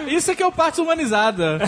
Speaker 10: Isso é que é o parto humanizada.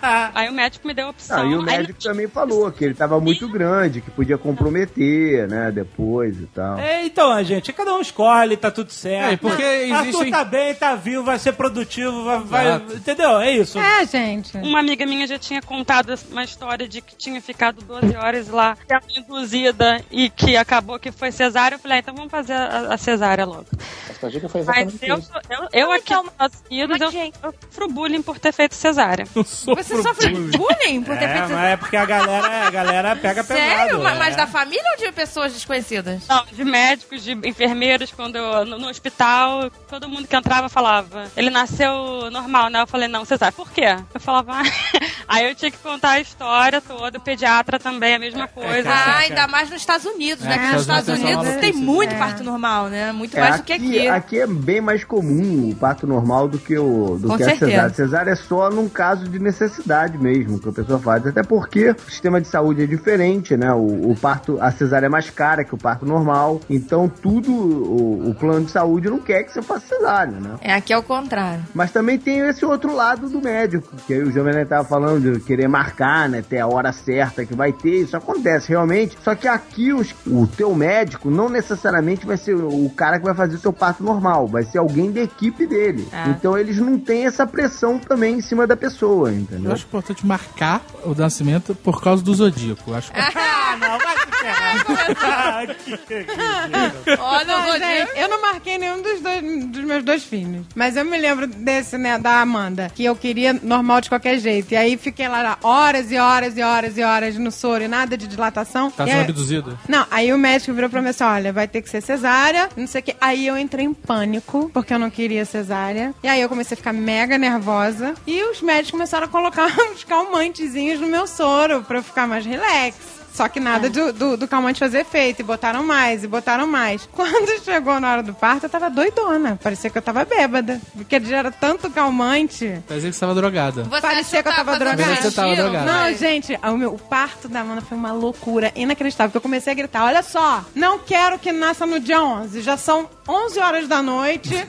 Speaker 8: Aí o médico me deu a opção.
Speaker 7: Ah, e o
Speaker 8: Aí-
Speaker 7: médico também falou que ele tava muito grande, que podia comprometer, né, depois e tal.
Speaker 3: É, então, gente, cada um escolhe, tá tudo certo.
Speaker 10: É, porque
Speaker 3: Arthur
Speaker 10: existem-
Speaker 3: tá bem, tá vivo, vai ser produtivo, vai, vai-
Speaker 10: Exato.
Speaker 3: entendeu? É isso.
Speaker 9: É, gente.
Speaker 8: Uma amiga minha já tinha contado uma história de que tinha ficado 12 horas lá, que era induzida e que acabou que foi cesárea. Eu falei, ah, então vamos fazer a, a cesárea logo.
Speaker 5: Essa dica foi exatamente
Speaker 8: Mas eu,
Speaker 5: isso.
Speaker 8: eu,
Speaker 4: Então,
Speaker 8: eu aqui nos Estados Unidos,
Speaker 6: Mas,
Speaker 8: eu,
Speaker 6: gente,
Speaker 8: eu sofro bullying por ter feito cesárea.
Speaker 10: Eu sofro
Speaker 4: Você sofre
Speaker 10: bullying.
Speaker 4: bullying por ter
Speaker 3: É,
Speaker 4: feito
Speaker 3: mas é porque a galera, a galera pega
Speaker 4: Sério?
Speaker 3: pesado.
Speaker 9: né?
Speaker 4: Ma- Mas
Speaker 3: é.
Speaker 4: da família ou de pessoas desconhecidas?
Speaker 8: Não, de médicos, de enfermeiros, quando eu- no, no hospital, todo mundo que entrava falava, ele nasceu normal, né? Eu falei, não, cesárea. Por quê? Eu falava, "Ah." aí eu tinha que contar a história toda, o pediatra também, a
Speaker 9: É,
Speaker 8: mesma coisa.
Speaker 4: Ah, ainda mais nos Estados Unidos, né?
Speaker 10: É,
Speaker 4: Porque nos Estados Unidos
Speaker 10: é só
Speaker 4: tem
Speaker 10: maluquice,
Speaker 4: muito
Speaker 9: né?
Speaker 4: parto normal, né? Muito
Speaker 7: É,
Speaker 4: mais do que aqui.
Speaker 7: é bem mais comum o parto normal do que, o, do
Speaker 4: Com
Speaker 7: que a
Speaker 4: certeza.
Speaker 7: cesárea. Cesárea é só num caso de necessidade mesmo que a pessoa faz. Até porque o sistema de saúde é diferente, né? O, o parto, a cesárea é mais cara que o parto normal. Então tudo, o, o plano de saúde não quer que você faça cesárea, né?
Speaker 4: É, aqui é o contrário.
Speaker 7: Mas também tem esse outro lado do médico, que aí o Jovem Nerd tava falando de querer marcar, né? Ter a hora certa que vai ter, isso acontece realmente. Só que aqui os- o teu médico não necessariamente vai ser o cara que vai fazer o seu parto normal, vai ser alguém da equipe dele.
Speaker 13: É.
Speaker 4: Ah.
Speaker 7: Então eles não têm essa pressão também em cima da pessoa,
Speaker 10: Eu
Speaker 7: entendeu?
Speaker 10: acho importante marcar o nascimento por causa do zodíaco. Eu acho que
Speaker 3: Ah, não, vai se ferrar.
Speaker 4: Olha o
Speaker 9: Ah,
Speaker 4: Rodrigo.
Speaker 9: gente, eu não marquei nenhum dos, dois- dos meus dois filhos. Mas eu me lembro desse, né, da Amanda, que eu queria normal de qualquer jeito. E aí fiquei lá horas e horas e horas e horas no soro e nada de dilatação.
Speaker 10: tá
Speaker 9: E
Speaker 10: sendo
Speaker 9: aí-
Speaker 10: abduzido.
Speaker 9: Não, aí o médico virou pra mim assim: olha, vai ter que ser cesárea, não sei o quê. Aí eu entrei em pânico, porque eu não queria cesárea. E aí eu comecei a ficar mega nervosa. E os médicos começaram a colocar uns calmantezinhos no meu soro pra eu ficar mais relax. Só que nada do, do, do calmante fazer efeito. E botaram mais, e botaram mais. Quando chegou na hora do parto, eu tava doidona. Parecia que eu tava bêbada. Porque era tanto calmante.
Speaker 10: Parecia Tá que você tava drogada.
Speaker 4: Você
Speaker 9: Parecia
Speaker 4: achou
Speaker 9: que eu tava
Speaker 4: fazendo
Speaker 9: drogada.
Speaker 10: Você tava
Speaker 4: xixi,
Speaker 10: drogada.
Speaker 9: Não,
Speaker 4: mas-
Speaker 9: gente, o, meu- o parto da Amanda foi uma loucura inacreditável. Porque eu comecei a gritar: olha só, não quero que nasça no dia 11. Já são 11 horas da noite. Tem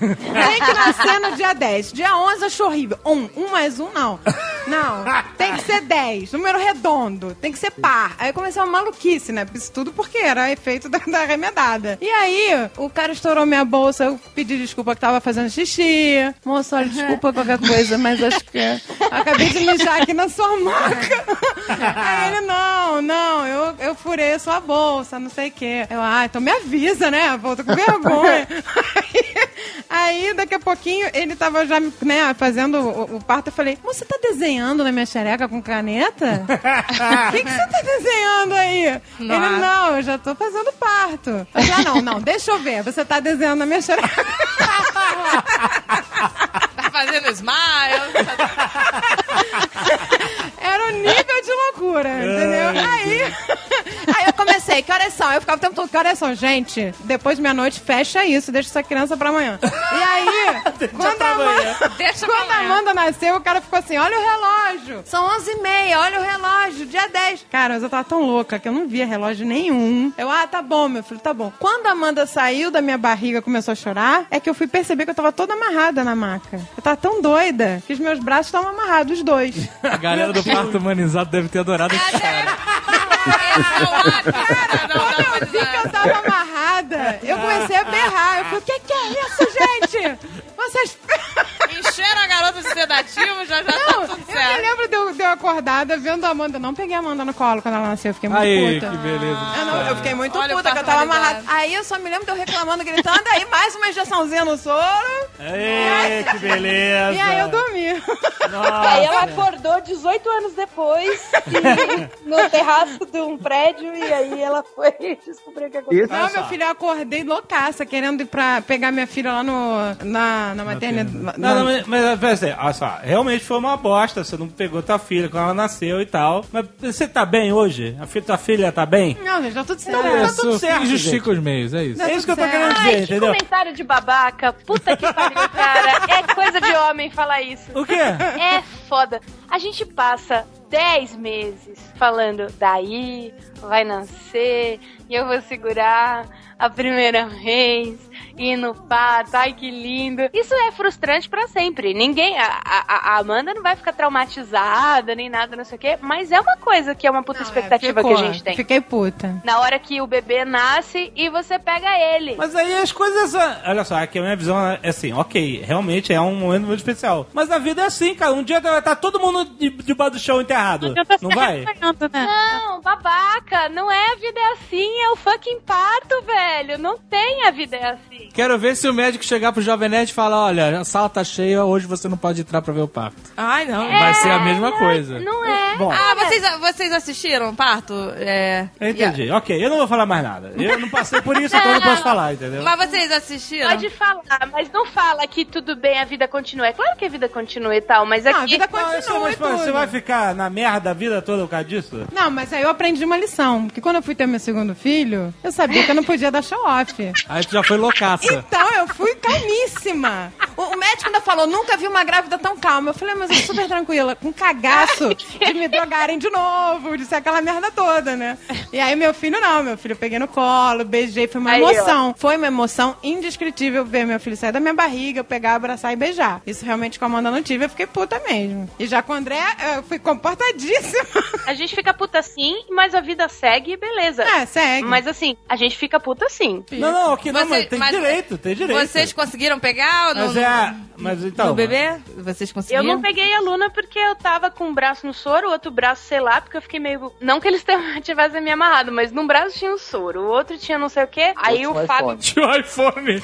Speaker 9: que nascer no dia 10. Dia 11 acho horrível. Um, um mais um, não. Não, tem que ser 10. Número redondo. Tem que ser par. Aí começou uma maluquice, né? Isso tudo porque era efeito da, da remedada. E aí, o cara estourou minha bolsa. Eu pedi desculpa que tava fazendo xixi. Moço, olha, desculpa qualquer coisa, mas acho que. é. Acabei de mijar aqui na sua maca. Aí Ah, ele, não, não, eu, eu furei a sua bolsa, não sei o quê. Eu, ah, então me avisa, né? Pô, tô com vergonha. aí, aí, daqui a pouquinho, ele tava já, né, fazendo o, o parto. Eu falei, "Moça, você tá desenhando na minha xereca com caneta? O que que você tá desenhando aí? Ele, não, eu já tô fazendo parto. Eu falei, ah, não, não, deixa eu ver. Você tá desenhando na minha xereca.
Speaker 4: Tá fazendo smile. tá-
Speaker 9: Era o nível de loucura, entendeu? Aí, aí eu comecei, aí, que horas são? Eu ficava o tempo todo, que horas são? Gente, depois de meia-noite, fecha isso, deixa essa criança pra amanhã. E aí, quando, a Amanda,
Speaker 13: Deixa pra
Speaker 9: quando a
Speaker 13: amanhã.
Speaker 9: Amanda nasceu, o cara ficou assim, olha o relógio, são 11h30, olha o relógio, dia 10. Cara, mas eu tava tão louca que eu não via relógio nenhum. Eu, ah, tá bom, meu filho, tá bom. Quando a Amanda saiu da minha barriga e começou a chorar, é que eu fui perceber que eu tava toda amarrada na maca. Eu tava tão doida que os meus braços estavam amarrados, os dois.
Speaker 10: A galera do parto humanizado deve ter adorado esse cara.
Speaker 9: Quando eu vi que eu tava amarrada, eu comecei a berrar. Eu falei, o que, que é isso, gente? Vocês...
Speaker 13: Encheram a garota de sedativo, já já
Speaker 9: Não,
Speaker 13: tá tudo
Speaker 9: eu me
Speaker 13: certo.
Speaker 9: lembro de eu, de eu acordada vendo a Amanda. Não peguei a Amanda no colo quando ela nasceu, eu fiquei muito
Speaker 10: Aí,
Speaker 9: puta.
Speaker 10: que beleza.
Speaker 9: Eu, não- eu fiquei muito
Speaker 13: Olha o
Speaker 9: puta, que eu
Speaker 13: parto
Speaker 9: tava
Speaker 13: validado.
Speaker 9: amarrada. Aí eu só me lembro de eu reclamando, gritando, aí mais uma injeçãozinha no soro.
Speaker 3: Ei, que beleza.
Speaker 9: E aí eu dormi.
Speaker 6: Aí
Speaker 3: Nossa.
Speaker 6: ela acordou 18 anos depois, e no terraço de um prédio, e aí ela foi descobrir o que aconteceu.
Speaker 7: Esse-
Speaker 9: Não, meu filho, eu acordei loucaça, querendo ir pra pegar minha filha lá no, na, na maternidade.
Speaker 3: Não, não,
Speaker 9: na-
Speaker 3: mas, mas pera assim, olha só, realmente foi uma bosta, você não pegou tua filha quando ela nasceu e tal. Mas você tá bem hoje? A filha, tua filha tá bem?
Speaker 9: Não, gente, tá tudo certo.
Speaker 6: Hum,
Speaker 3: Tá tudo certo,
Speaker 10: Justifica os meios, é isso.
Speaker 3: É isso que eu tô
Speaker 9: certo.
Speaker 3: querendo dizer,
Speaker 6: Tá Ai, que
Speaker 3: entendeu?
Speaker 6: comentário de babaca. Puta que pariu, cara. É coisa de homem falar isso.
Speaker 3: O quê?
Speaker 6: É foda. A gente passa 10 meses falando, daí vai nascer, e eu vou segurar a primeira vez, e no parto, ai que lindo. Isso é frustrante pra sempre. Ninguém, a, a- a Amanda não vai ficar traumatizada, nem nada, não sei o quê, mas é uma coisa que é uma puta
Speaker 9: Não, é,
Speaker 6: expectativa
Speaker 9: ficou.
Speaker 6: que a gente tem.
Speaker 9: Fiquei puta.
Speaker 6: Na hora que o bebê nasce e você pega ele.
Speaker 3: Mas aí as coisas. ah, Olha só, aqui a minha visão é assim, ok, realmente é um momento muito especial. Mas a vida é assim, cara. Um dia vai tá todo mundo de- debaixo do chão enterrado. Não vai?
Speaker 13: né?
Speaker 6: Não, babaca, não é a vida é assim, é o fucking parto, velho. Não tem a vida é assim.
Speaker 10: Quero ver se o médico chegar pro Jovem Nerd e falar: olha, a sala tá cheia, hoje você não pode entrar pra ver o parto.
Speaker 13: Ai, não.
Speaker 9: É.
Speaker 10: Vai ser a
Speaker 4: É,
Speaker 10: mesma coisa.
Speaker 6: Não é.
Speaker 10: Bom.
Speaker 13: Ah, vocês, vocês assistiram parto? É.
Speaker 3: Eu entendi. Ok, eu não vou falar mais nada. Eu não passei por isso, então eu não posso falar, entendeu?
Speaker 13: Mas vocês assistiram?
Speaker 6: Pode falar, mas não fala que tudo bem, a vida continua. É claro que a vida continua e tal, mas aqui... é
Speaker 9: Não, a vida
Speaker 3: Ah, isso,
Speaker 9: continua e
Speaker 3: mas, pô, você
Speaker 9: tudo.
Speaker 3: vai ficar na merda a vida toda por causa disso?
Speaker 9: Não, mas aí eu aprendi uma lição. Porque quando eu fui ter meu segundo filho, eu sabia que eu não podia dar show-off.
Speaker 10: Aí tu já foi loucaça.
Speaker 9: Então eu fui calmíssima. O, o médico ainda falou, nunca vi uma grávida tão calma. Eu falei, mas eu sou super tranquila, com cagaço de me drogarem de novo, de ser aquela merda toda, né? E aí meu filho não, meu filho eu peguei no colo, beijei, foi uma
Speaker 6: Aí, ó.
Speaker 9: emoção. Foi uma emoção indescritível ver meu filho sair da minha barriga, eu pegar, abraçar e beijar. Isso realmente com a Amanda eu não tive, eu fiquei puta mesmo. E já com o André, eu fui comportadíssima.
Speaker 6: A gente fica puta assim, mas a vida segue e beleza.
Speaker 9: É, segue.
Speaker 6: Mas assim, a gente fica puta assim.
Speaker 3: Não, não, ok, não,
Speaker 13: Você-
Speaker 3: mas tem
Speaker 13: mas-
Speaker 3: direito, tem direito.
Speaker 13: Vocês conseguiram pegar ou não?
Speaker 3: Mas é. Mas então.
Speaker 13: no bebê? Vocês
Speaker 6: Eu
Speaker 13: conseguiram?
Speaker 6: não peguei a Luna porque eu tava com um braço no soro, o outro braço, sei lá, porque eu fiquei meio. Não que eles tivessem me amarrado, mas num braço tinha o soro, o outro tinha não sei o quê. Aí
Speaker 5: Outro
Speaker 6: o Fábio
Speaker 5: iPhone.
Speaker 10: Tinha o um iPhone.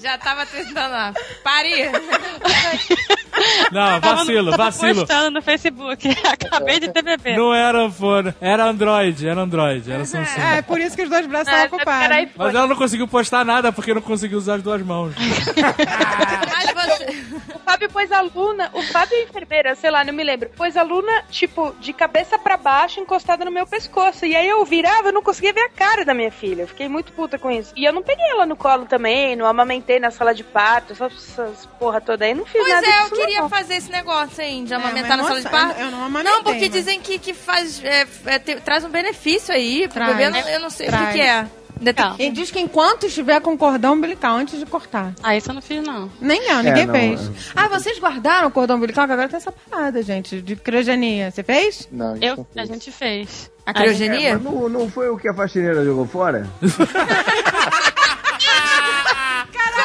Speaker 13: Já tava tentando ah, parir.
Speaker 10: Não, vacilo, vacilo.
Speaker 8: postando no tá Facebook. Acabei de ter bebê.
Speaker 10: Não era iPhone, era Android, era Android, era Samsung.
Speaker 9: É, por isso que os dois braços
Speaker 8: É,
Speaker 6: Ah,
Speaker 9: estavam
Speaker 6: era
Speaker 9: ocupados.
Speaker 10: Mas
Speaker 6: iPhone.
Speaker 10: ela não conseguiu postar nada porque não conseguiu usar as duas mãos.
Speaker 13: Mas você...
Speaker 6: O Fábio pôs a Luna, o Fábio é enfermeira, sei lá, não me lembro, pôs a Luna, tipo, de cabeça pra baixo, encostada no meu pescoço. E aí eu virava, eu não conseguia ver a cara da minha filha. Eu fiquei muito puta com isso. E eu não peguei ela no colo também, não amamentei na sala de parto, só essas porra toda aí, não fiz
Speaker 13: Pois
Speaker 6: nada
Speaker 13: é, eu
Speaker 6: disso,
Speaker 13: queria
Speaker 6: não.
Speaker 13: fazer esse negócio, hein, de
Speaker 9: uma
Speaker 13: amamentar na sala de
Speaker 9: emoção,
Speaker 13: parto.
Speaker 9: eu É, não amamentei,
Speaker 13: Não, porque
Speaker 9: mas-
Speaker 13: dizem que, que faz, é, é, te- traz um benefício aí pro
Speaker 9: Traz,
Speaker 13: bebê, eu não- eu não sei o que
Speaker 9: traz.
Speaker 13: que, é.
Speaker 8: Tá.
Speaker 13: Detalhe.
Speaker 9: E diz que enquanto estiver com cordão umbilical, antes de cortar.
Speaker 8: Ah, isso eu não fiz, não.
Speaker 9: Nem eu, ninguém
Speaker 7: É, não,
Speaker 9: fez.
Speaker 7: eu-
Speaker 9: Ah, vocês guardaram o cordão umbilical? Que agora tem essa parada, gente, de criogenia. Você fez?
Speaker 5: Não, isso não
Speaker 8: Eu, a
Speaker 5: fez.
Speaker 8: gente fez.
Speaker 13: A
Speaker 7: É,
Speaker 13: criogenia?
Speaker 7: mas não, não foi o que a faxineira jogou fora?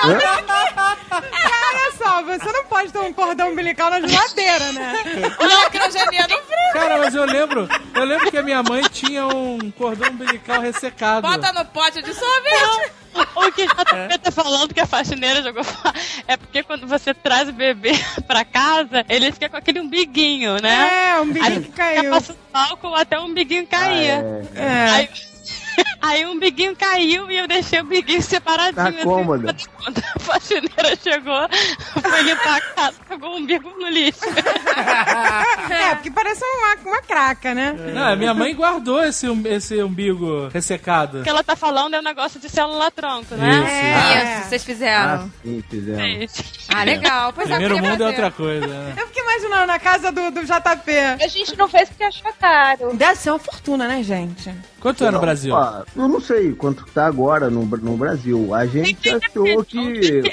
Speaker 9: Olha só, você não pode ter um cordão umbilical na geladeira, né?
Speaker 13: Não, a criogenia não
Speaker 10: Cara, mas eu lembro, eu lembro que a minha mãe tinha um cordão umbilical ressecado.
Speaker 13: bota no pote de sorvete.
Speaker 8: O que já
Speaker 9: É.
Speaker 8: devia tá falando que a faxineira jogou fora é porque quando você traz o bebê pra casa, ele fica com aquele umbiguinho, né?
Speaker 9: É, um
Speaker 8: Aí
Speaker 9: bicho que
Speaker 8: fica
Speaker 9: caiu.
Speaker 8: passando álcool até o umbiguinho cair.
Speaker 7: É.
Speaker 9: É.
Speaker 8: Aí Aí um biguinho caiu e eu deixei o biguinho separadinho.
Speaker 7: Na cômoda.
Speaker 8: assim. Quando a faxineira chegou, foi limpar a casa, pegou o umbigo no lixo.
Speaker 9: É, porque parece uma, uma craca, né?
Speaker 10: Não, é minha mãe guardou esse, um- esse umbigo ressecado.
Speaker 8: O que ela tá falando é um negócio de célula-tronco, né?
Speaker 10: Isso, É,
Speaker 4: Isso, vocês fizeram.
Speaker 7: Sim, fizemos.
Speaker 4: Ah, legal. Pois é, eu
Speaker 10: Primeiro
Speaker 4: queria
Speaker 10: mundo é
Speaker 4: fazer.
Speaker 10: outra coisa, né?
Speaker 9: Eu fiquei imaginando na casa do, do JP.
Speaker 6: A gente não fez porque achou caro.
Speaker 9: Deve ser uma fortuna, né, gente?
Speaker 10: Quanto é no Brasil?
Speaker 7: Ó, eu não sei quanto tá agora no, Bra- no Brasil. A gente achou que.
Speaker 8: Ele varia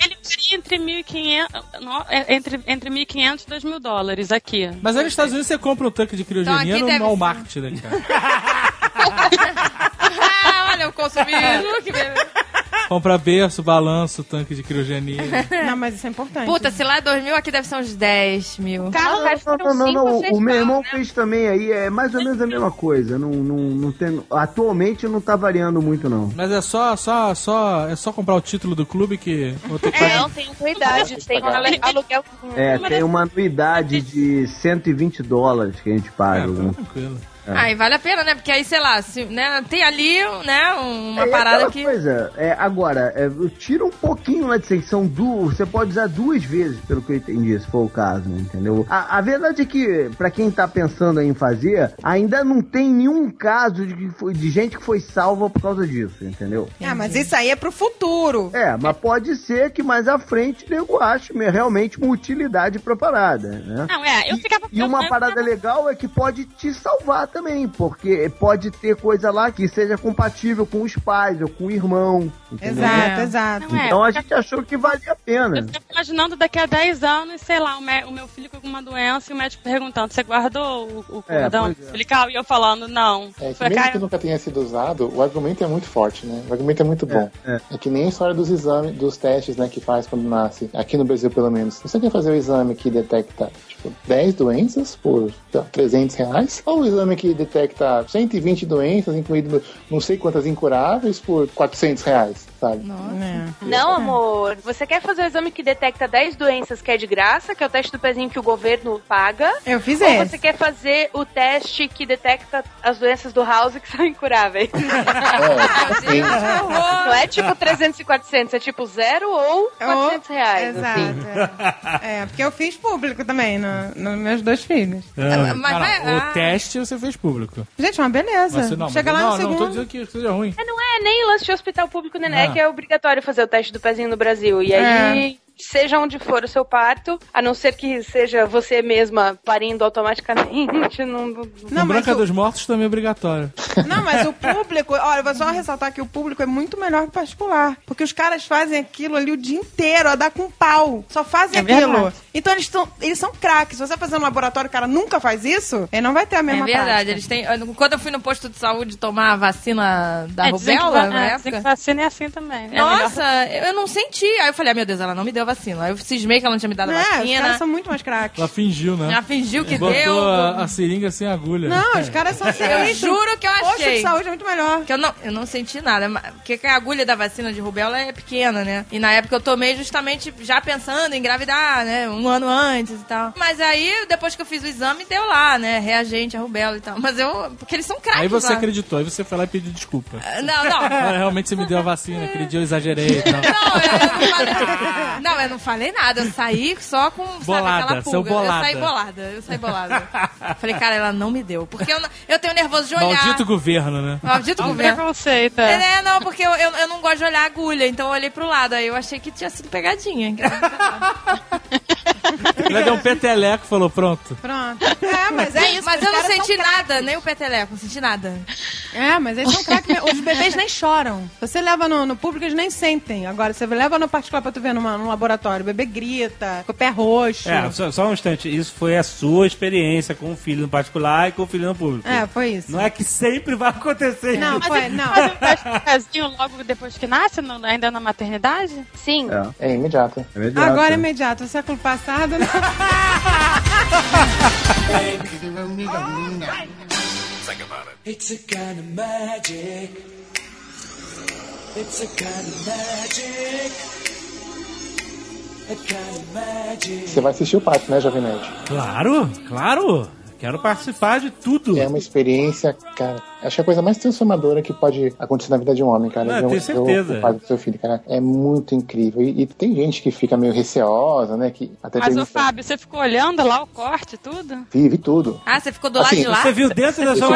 Speaker 8: entre 1.500 no- é, entre, entre 1.500 e 2.000 dólares aqui.
Speaker 10: Mas aí nos Estados Unidos você compra um tanque de
Speaker 4: Então
Speaker 10: criogenia
Speaker 4: aqui
Speaker 10: no
Speaker 4: deve
Speaker 10: Walmart, né, cara?
Speaker 4: Ah, olha, eu consumi. que beleza.
Speaker 10: compra berço, balanço, tanque de criogenia.
Speaker 9: Não, mas isso é importante.
Speaker 4: Puta, se lá é 2 mil, aqui deve ser uns 10 mil.
Speaker 6: Carro
Speaker 7: Não,
Speaker 6: gasto
Speaker 7: não, não,
Speaker 6: cinco
Speaker 7: não.
Speaker 6: ou
Speaker 7: O
Speaker 6: seis
Speaker 7: meu
Speaker 6: pau,
Speaker 7: irmão
Speaker 6: né?
Speaker 7: fez também aí, é mais ou menos a mesma coisa. Não, não, não tem, atualmente não tá variando muito, não.
Speaker 10: Mas é só, só, só, é só comprar o título do clube que vou
Speaker 4: É,
Speaker 10: ter que pagar.
Speaker 6: Não, tem tua idade, tem um ale- aluguel.
Speaker 7: É, tem uma anuidade de 120 dólares que a gente paga.
Speaker 10: É,
Speaker 7: né?
Speaker 10: tá tranquilo.
Speaker 4: Ah, e vale a pena, né? Porque aí, sei lá, se- né, tem ali né, uma
Speaker 7: É
Speaker 4: parada
Speaker 7: aquela
Speaker 4: que.
Speaker 7: Coisa, é, agora, é, tira um pouquinho lá de ser que são duas. Você pode usar duas vezes, pelo que eu entendi, se for o caso, né, entendeu? A, a verdade é que, pra quem tá pensando em fazer, ainda não tem nenhum caso de, que foi- de gente que foi salva por causa disso, entendeu?
Speaker 9: Ah, mas isso aí é pro futuro.
Speaker 7: É, mas pode ser que mais à frente nego ache me- realmente uma utilidade pra parada, né?
Speaker 8: Não, é, eu
Speaker 7: E-
Speaker 8: ficava
Speaker 7: E uma
Speaker 8: pensando-
Speaker 7: parada legal é que pode te salvar também, porque pode ter coisa lá que seja compatível com os pais ou com o irmão. Entendeu?
Speaker 9: Exato, exato.
Speaker 8: Não é,
Speaker 7: Então a gente achou que valia a
Speaker 8: Eu
Speaker 7: pena.
Speaker 8: fico imaginando daqui a 10 anos, sei lá, o, mé- o meu filho com alguma doença e o médico perguntando: você guardou o, o
Speaker 7: É,
Speaker 8: cordão
Speaker 7: pois é.
Speaker 8: umbilical? E eu falando: não.
Speaker 5: É, que
Speaker 8: Falei,
Speaker 5: mesmo
Speaker 8: "Cara,
Speaker 5: que nunca tenha sido usado, o argumento é muito forte, né? O argumento é muito bom.
Speaker 7: é.
Speaker 5: É que nem a história dos exames, dos testes, né, que faz quando nasce, aqui no Brasil pelo menos. Você quer fazer o exame que detecta, tipo, 10 doenças por sei lá, 300 reais? Ou o exame que detecta 120 doenças, incluindo não sei quantas incuráveis, por 400 reais, sabe?
Speaker 6: Não, amor. Você quer fazer o exame que detecta 10 doenças que é de graça, que é o teste do pezinho que o governo paga?
Speaker 9: Eu fiz
Speaker 6: Ou
Speaker 9: esse.
Speaker 6: você quer fazer o teste que detecta as doenças do House que são incuráveis?
Speaker 5: É, assim,
Speaker 6: Não é tipo 300 e 400, é tipo zero ou
Speaker 9: É
Speaker 6: 400 reais. assim.
Speaker 9: Exato. É. É, porque eu fiz público também nos no meus dois filhos.
Speaker 10: Ah,
Speaker 4: mas vai-
Speaker 10: cara,
Speaker 4: ah.
Speaker 10: O teste você fez público.
Speaker 9: Gente, uma beleza.
Speaker 10: Mas você não,
Speaker 9: Chega
Speaker 10: mas-
Speaker 9: lá
Speaker 10: não,
Speaker 9: no
Speaker 10: não, tô
Speaker 9: segundo.
Speaker 10: dizendo que seja ruim.
Speaker 6: É, não é nem lance de hospital público, né? né?
Speaker 10: Ah.
Speaker 6: É que é obrigatório fazer o teste do pezinho no Brasil. E
Speaker 9: É.
Speaker 6: aí. Seja onde for o seu parto, a não ser que seja você mesma parindo automaticamente, não.
Speaker 10: o
Speaker 9: mas
Speaker 10: Branca
Speaker 9: o-
Speaker 10: dos Mortos também é obrigatório.
Speaker 9: Não, mas o público, olha, eu vou só ressaltar que o público é muito melhor que o particular. Porque os caras fazem aquilo ali o dia inteiro, a dar com pau. Só fazem
Speaker 8: É
Speaker 9: aquilo.
Speaker 8: verdade.
Speaker 9: Então eles, tão, eles são craques. Se você fazer no laboratório, o cara nunca faz isso, ele não vai ter a
Speaker 4: É
Speaker 9: mesma
Speaker 4: verdade,
Speaker 9: prática.
Speaker 4: eles têm. eu- Quando eu fui no posto de saúde tomar a vacina da
Speaker 8: É, dizem que
Speaker 4: rubéola
Speaker 8: va-
Speaker 4: na
Speaker 8: é, dizem que
Speaker 4: época.
Speaker 8: vacina é assim também. É melhor-
Speaker 4: Nossa, eu não senti. Aí eu falei, ah, meu Deus, ela não me deu a vacina. Aí eu cismei que ela não tinha me dado a
Speaker 9: É, os
Speaker 4: vacina.
Speaker 9: caras são muito mais craques.
Speaker 10: Ela fingiu, né?
Speaker 4: Ela fingiu que
Speaker 10: Botou
Speaker 4: deu.
Speaker 10: a, a seringa sem agulha. É.
Speaker 9: Não, os caras são
Speaker 4: Eu
Speaker 9: sinistros.
Speaker 4: juro que eu
Speaker 9: Posto de
Speaker 4: achei.
Speaker 9: saúde é muito melhor.
Speaker 4: Que eu não, eu não senti nada, mas- porque a agulha da vacina de rubéola é pequena, né? E na época eu tomei justamente já pensando em engravidar, né? Um ano antes e tal. Mas aí, depois que eu fiz o exame, deu lá, né? Reagente a rubéola e tal. Mas eu. Porque eles são craques,
Speaker 10: Aí você
Speaker 4: lá.
Speaker 10: acreditou, aí você foi lá e pediu desculpa.
Speaker 9: Ah,
Speaker 4: Não, não.
Speaker 10: Olha, realmente você me deu a vacina, aquele dia eu exagerei e tal.
Speaker 4: Não, eu não falei, não, eu não falei nada. Eu saí só com sabe,
Speaker 10: Bolada,
Speaker 4: aquela
Speaker 10: saiu
Speaker 4: pulga. Eu
Speaker 10: bolada.
Speaker 4: saí bolada, eu saí bolada. Falei, cara, ela não me deu. Porque eu, não- eu tenho nervoso de olhar.
Speaker 10: Maldito governo, né?
Speaker 4: Maldito
Speaker 8: É um
Speaker 4: governo.
Speaker 8: preconceito.
Speaker 4: É,
Speaker 8: é.
Speaker 4: né? não, porque eu, eu, eu não gosto de olhar a agulha, então eu olhei pro lado. Aí eu achei que tinha sido pegadinha.
Speaker 10: Ela deu um peteleco e falou, pronto.
Speaker 9: Pronto. É, mas é isso.
Speaker 4: Mas
Speaker 9: os
Speaker 4: eu não
Speaker 9: caras são
Speaker 4: senti nada, nem o peteleco, não senti nada.
Speaker 9: É, mas eles são craques. mesmo. Os bebês nem choram. Você leva no, no público, eles nem sentem. Agora, você leva no particular pra tu ver numa, num laboratório, o bebê grita, com o pé roxo.
Speaker 14: É, só, só um instante. Isso foi a sua experiência
Speaker 3: um
Speaker 14: com o filho no particular e com o filho no público.
Speaker 9: É, foi isso.
Speaker 14: Não é que sempre vai acontecer
Speaker 9: Não,
Speaker 14: isso.
Speaker 9: foi, não.
Speaker 8: Faz um teste de pezinho logo depois que nasce, no- ainda na maternidade?
Speaker 6: Sim.
Speaker 5: é imediato. né?
Speaker 7: É verdade.
Speaker 9: Agora é imediato, século passado. né?
Speaker 5: Você vai assistir o parto, né, Jovem Nerd?
Speaker 14: Claro, claro. Quero participar de tudo.
Speaker 5: É uma experiência, cara, Acho que a coisa mais transformadora que pode acontecer na vida de um homem, cara.
Speaker 14: Não,
Speaker 5: é ver um-
Speaker 14: tenho
Speaker 5: ver o-
Speaker 14: certeza.
Speaker 5: O pai do seu filho, cara. É muito incrível. E, e tem gente que fica meio receosa, né? Que até
Speaker 8: Mas, ô
Speaker 5: pergunta-
Speaker 8: Fábio, você ficou olhando lá o corte e tudo?
Speaker 5: Vi, vi tudo.
Speaker 4: Ah, você ficou do
Speaker 5: Assim,
Speaker 4: lado de lá?
Speaker 5: você viu
Speaker 4: dentro
Speaker 5: da
Speaker 4: sua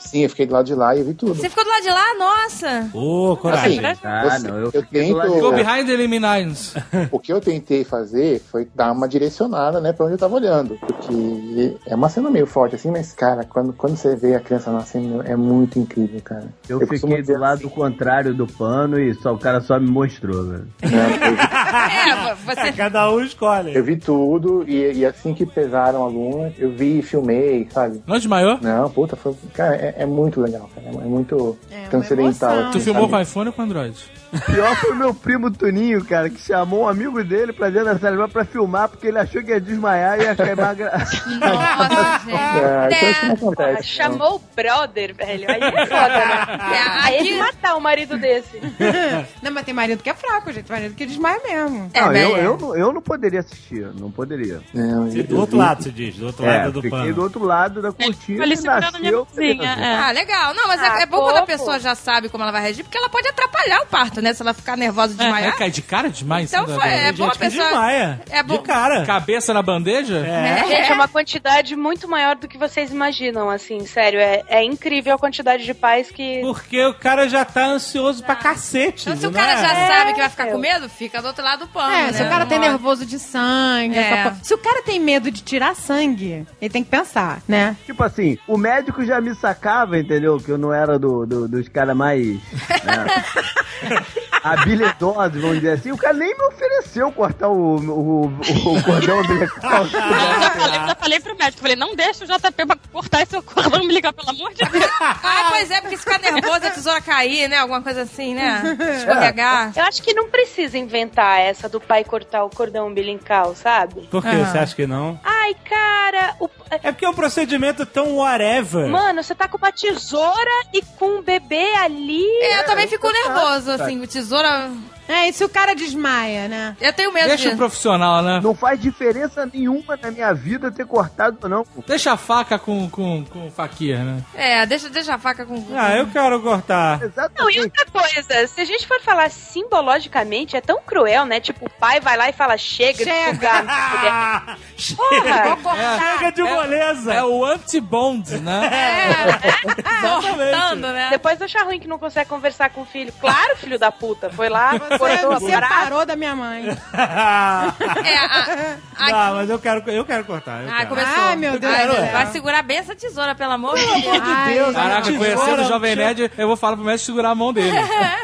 Speaker 5: Sim, eu fiquei do lado de lá e vi tudo. Assim,
Speaker 4: Você ficou do lado de lá? Nossa!
Speaker 14: Ô,
Speaker 5: coragem.
Speaker 7: Ah, não, eu fiquei do lado de
Speaker 10: Go
Speaker 7: lá.
Speaker 10: behind the eliminations.
Speaker 5: O que eu tentei fazer foi dar uma direcionada, né, pra onde eu tava olhando. Porque é uma cena meio forte, assim, mas, cara, quando, quando você vê a criança nascendo, é muito incrível, cara.
Speaker 7: Eu,
Speaker 5: costumo assim.
Speaker 7: fiquei do lado contrário do pano e só o cara só me mostrou, né? velho.
Speaker 4: É, você.
Speaker 14: Cada um escolhe.
Speaker 5: Eu vi tudo e, e assim que pesaram a Luna, eu vi e filmei, sabe?
Speaker 10: Não desmaiou?
Speaker 5: Não, puta, foi. Cara, é, é muito legal, cara. É muito transcendental. assim,
Speaker 10: Tu filmou
Speaker 5: sabe?
Speaker 10: com iPhone ou com Android?
Speaker 7: Pior foi o meu primo Tuninho, cara, que chamou um amigo dele pra dentro da sala pra filmar, porque ele achou que ia desmaiar e ia queimar a
Speaker 8: Né?
Speaker 5: É,
Speaker 7: gra...
Speaker 5: então isso não acontece.
Speaker 6: Porra, chamou o brother, velho. Aí é foda, né? Aí é de matar um marido desse.
Speaker 9: Não, mas tem marido que é fraco, gente. Tem marido que desmaia mesmo.
Speaker 8: É,
Speaker 7: Não, eu, eu, não, eu não poderia assistir, não poderia.
Speaker 10: É,
Speaker 7: É,
Speaker 14: Você- Do outro lado, você diz, do outro lado do
Speaker 7: fiquei
Speaker 14: pano.
Speaker 7: do outro lado da cortina
Speaker 8: ali
Speaker 7: e
Speaker 8: segurando
Speaker 7: nasceu...
Speaker 8: minha mãozinha,
Speaker 7: beleza.
Speaker 4: Ah, legal. Não, mas é-
Speaker 6: Ah,
Speaker 4: é, bom quando
Speaker 6: fofo.
Speaker 4: a pessoa já sabe como ela vai reagir, porque ela pode atrapalhar o parto, né? Se ela ficar nervosa de
Speaker 10: É,
Speaker 4: desmaiar.
Speaker 10: cai de cara demais.
Speaker 4: Então foi- é bom a pessoa-
Speaker 10: Desmaia.
Speaker 4: É bom.
Speaker 10: De cara. Cabeça na bandeja?
Speaker 6: É. Gente, é uma quantidade muito maior do que vocês imaginam, assim, sério. É, é incrível a quantidade de pais que.
Speaker 14: Porque o cara já tá ansioso pra cacete.
Speaker 4: Então, se o
Speaker 14: não
Speaker 4: cara
Speaker 14: é?
Speaker 4: já sabe que vai ficar com medo, fica do outro lado do pano.
Speaker 9: É,
Speaker 4: né?
Speaker 9: se o cara tem
Speaker 4: Não-
Speaker 9: nervoso de sangue.
Speaker 4: É.
Speaker 9: essa porra. Se o cara tem medo de tirar sangue, ele tem que pensar, né?
Speaker 7: Tipo assim, o médico já me sacava, entendeu? Que eu não era do, do- dos caras mais... né, habilidosos, vamos dizer assim. O cara nem me ofereceu cortar o, o, o- o cordão umbilical.
Speaker 8: Eu já falei,
Speaker 4: Ah.
Speaker 8: já falei pro médico, falei, não deixa o JP pra cortar esse cordão umbilical, pelo amor de Deus.
Speaker 4: Ah, pois é, porque se ficar nervoso, a tesoura cair, né? Alguma coisa assim, né? Escorregar.
Speaker 6: Eu acho que não precisa inventar essa do pai cortar o cordão umbilical, sabe?
Speaker 14: Por que
Speaker 4: Ah.
Speaker 14: você acha que não?
Speaker 6: Ai, cara, o-
Speaker 14: É porque é um procedimento tão whatever.
Speaker 6: mano, você tá com uma tesoura e com um bebê ali.
Speaker 4: É, eu também fico nervoso,
Speaker 14: Tá.
Speaker 4: assim, o tesoura.
Speaker 9: É, e se o cara desmaia, né?
Speaker 4: Eu tenho medo
Speaker 10: Deixa o
Speaker 4: disso.
Speaker 10: profissional, né?
Speaker 7: Não faz diferença nenhuma na minha vida ter cortado ou não. pô.
Speaker 10: Deixa a faca com, com, com faquia, né?
Speaker 4: É, deixa, deixa a faca com.
Speaker 14: Ah, eu quero cortar.
Speaker 6: Não, e
Speaker 7: Exatamente.
Speaker 6: outra coisa, se a gente for falar simbologicamente, é tão cruel, né? Tipo, o pai vai lá e fala, chega,
Speaker 9: Chega.
Speaker 6: de sugar, mulher.
Speaker 14: Chega, É,
Speaker 6: Porra! é
Speaker 14: chega de moleza.
Speaker 10: É o anti-bond, né?
Speaker 4: É, Cortando, né?
Speaker 6: Depois achar ruim que não consegue conversar com o filho. Claro, filho da puta, foi lá,
Speaker 9: Você
Speaker 6: cortou
Speaker 9: me
Speaker 6: a parada.
Speaker 9: separou da minha mãe.
Speaker 4: É, a, a,
Speaker 14: Ah, mas eu quero, eu quero cortar. Eu
Speaker 4: Ah,
Speaker 14: quero. é,
Speaker 4: começou.
Speaker 9: Ai, meu Deus
Speaker 4: Ai,
Speaker 9: do céu.
Speaker 4: Vai segurar bem essa tesoura, pelo amor de Deus.
Speaker 9: Ai,
Speaker 10: Caraca,
Speaker 14: Tesoura,
Speaker 10: conhecendo o Jovem
Speaker 14: tio.
Speaker 10: Nerd, eu vou falar pro mestre segurar a mão dele.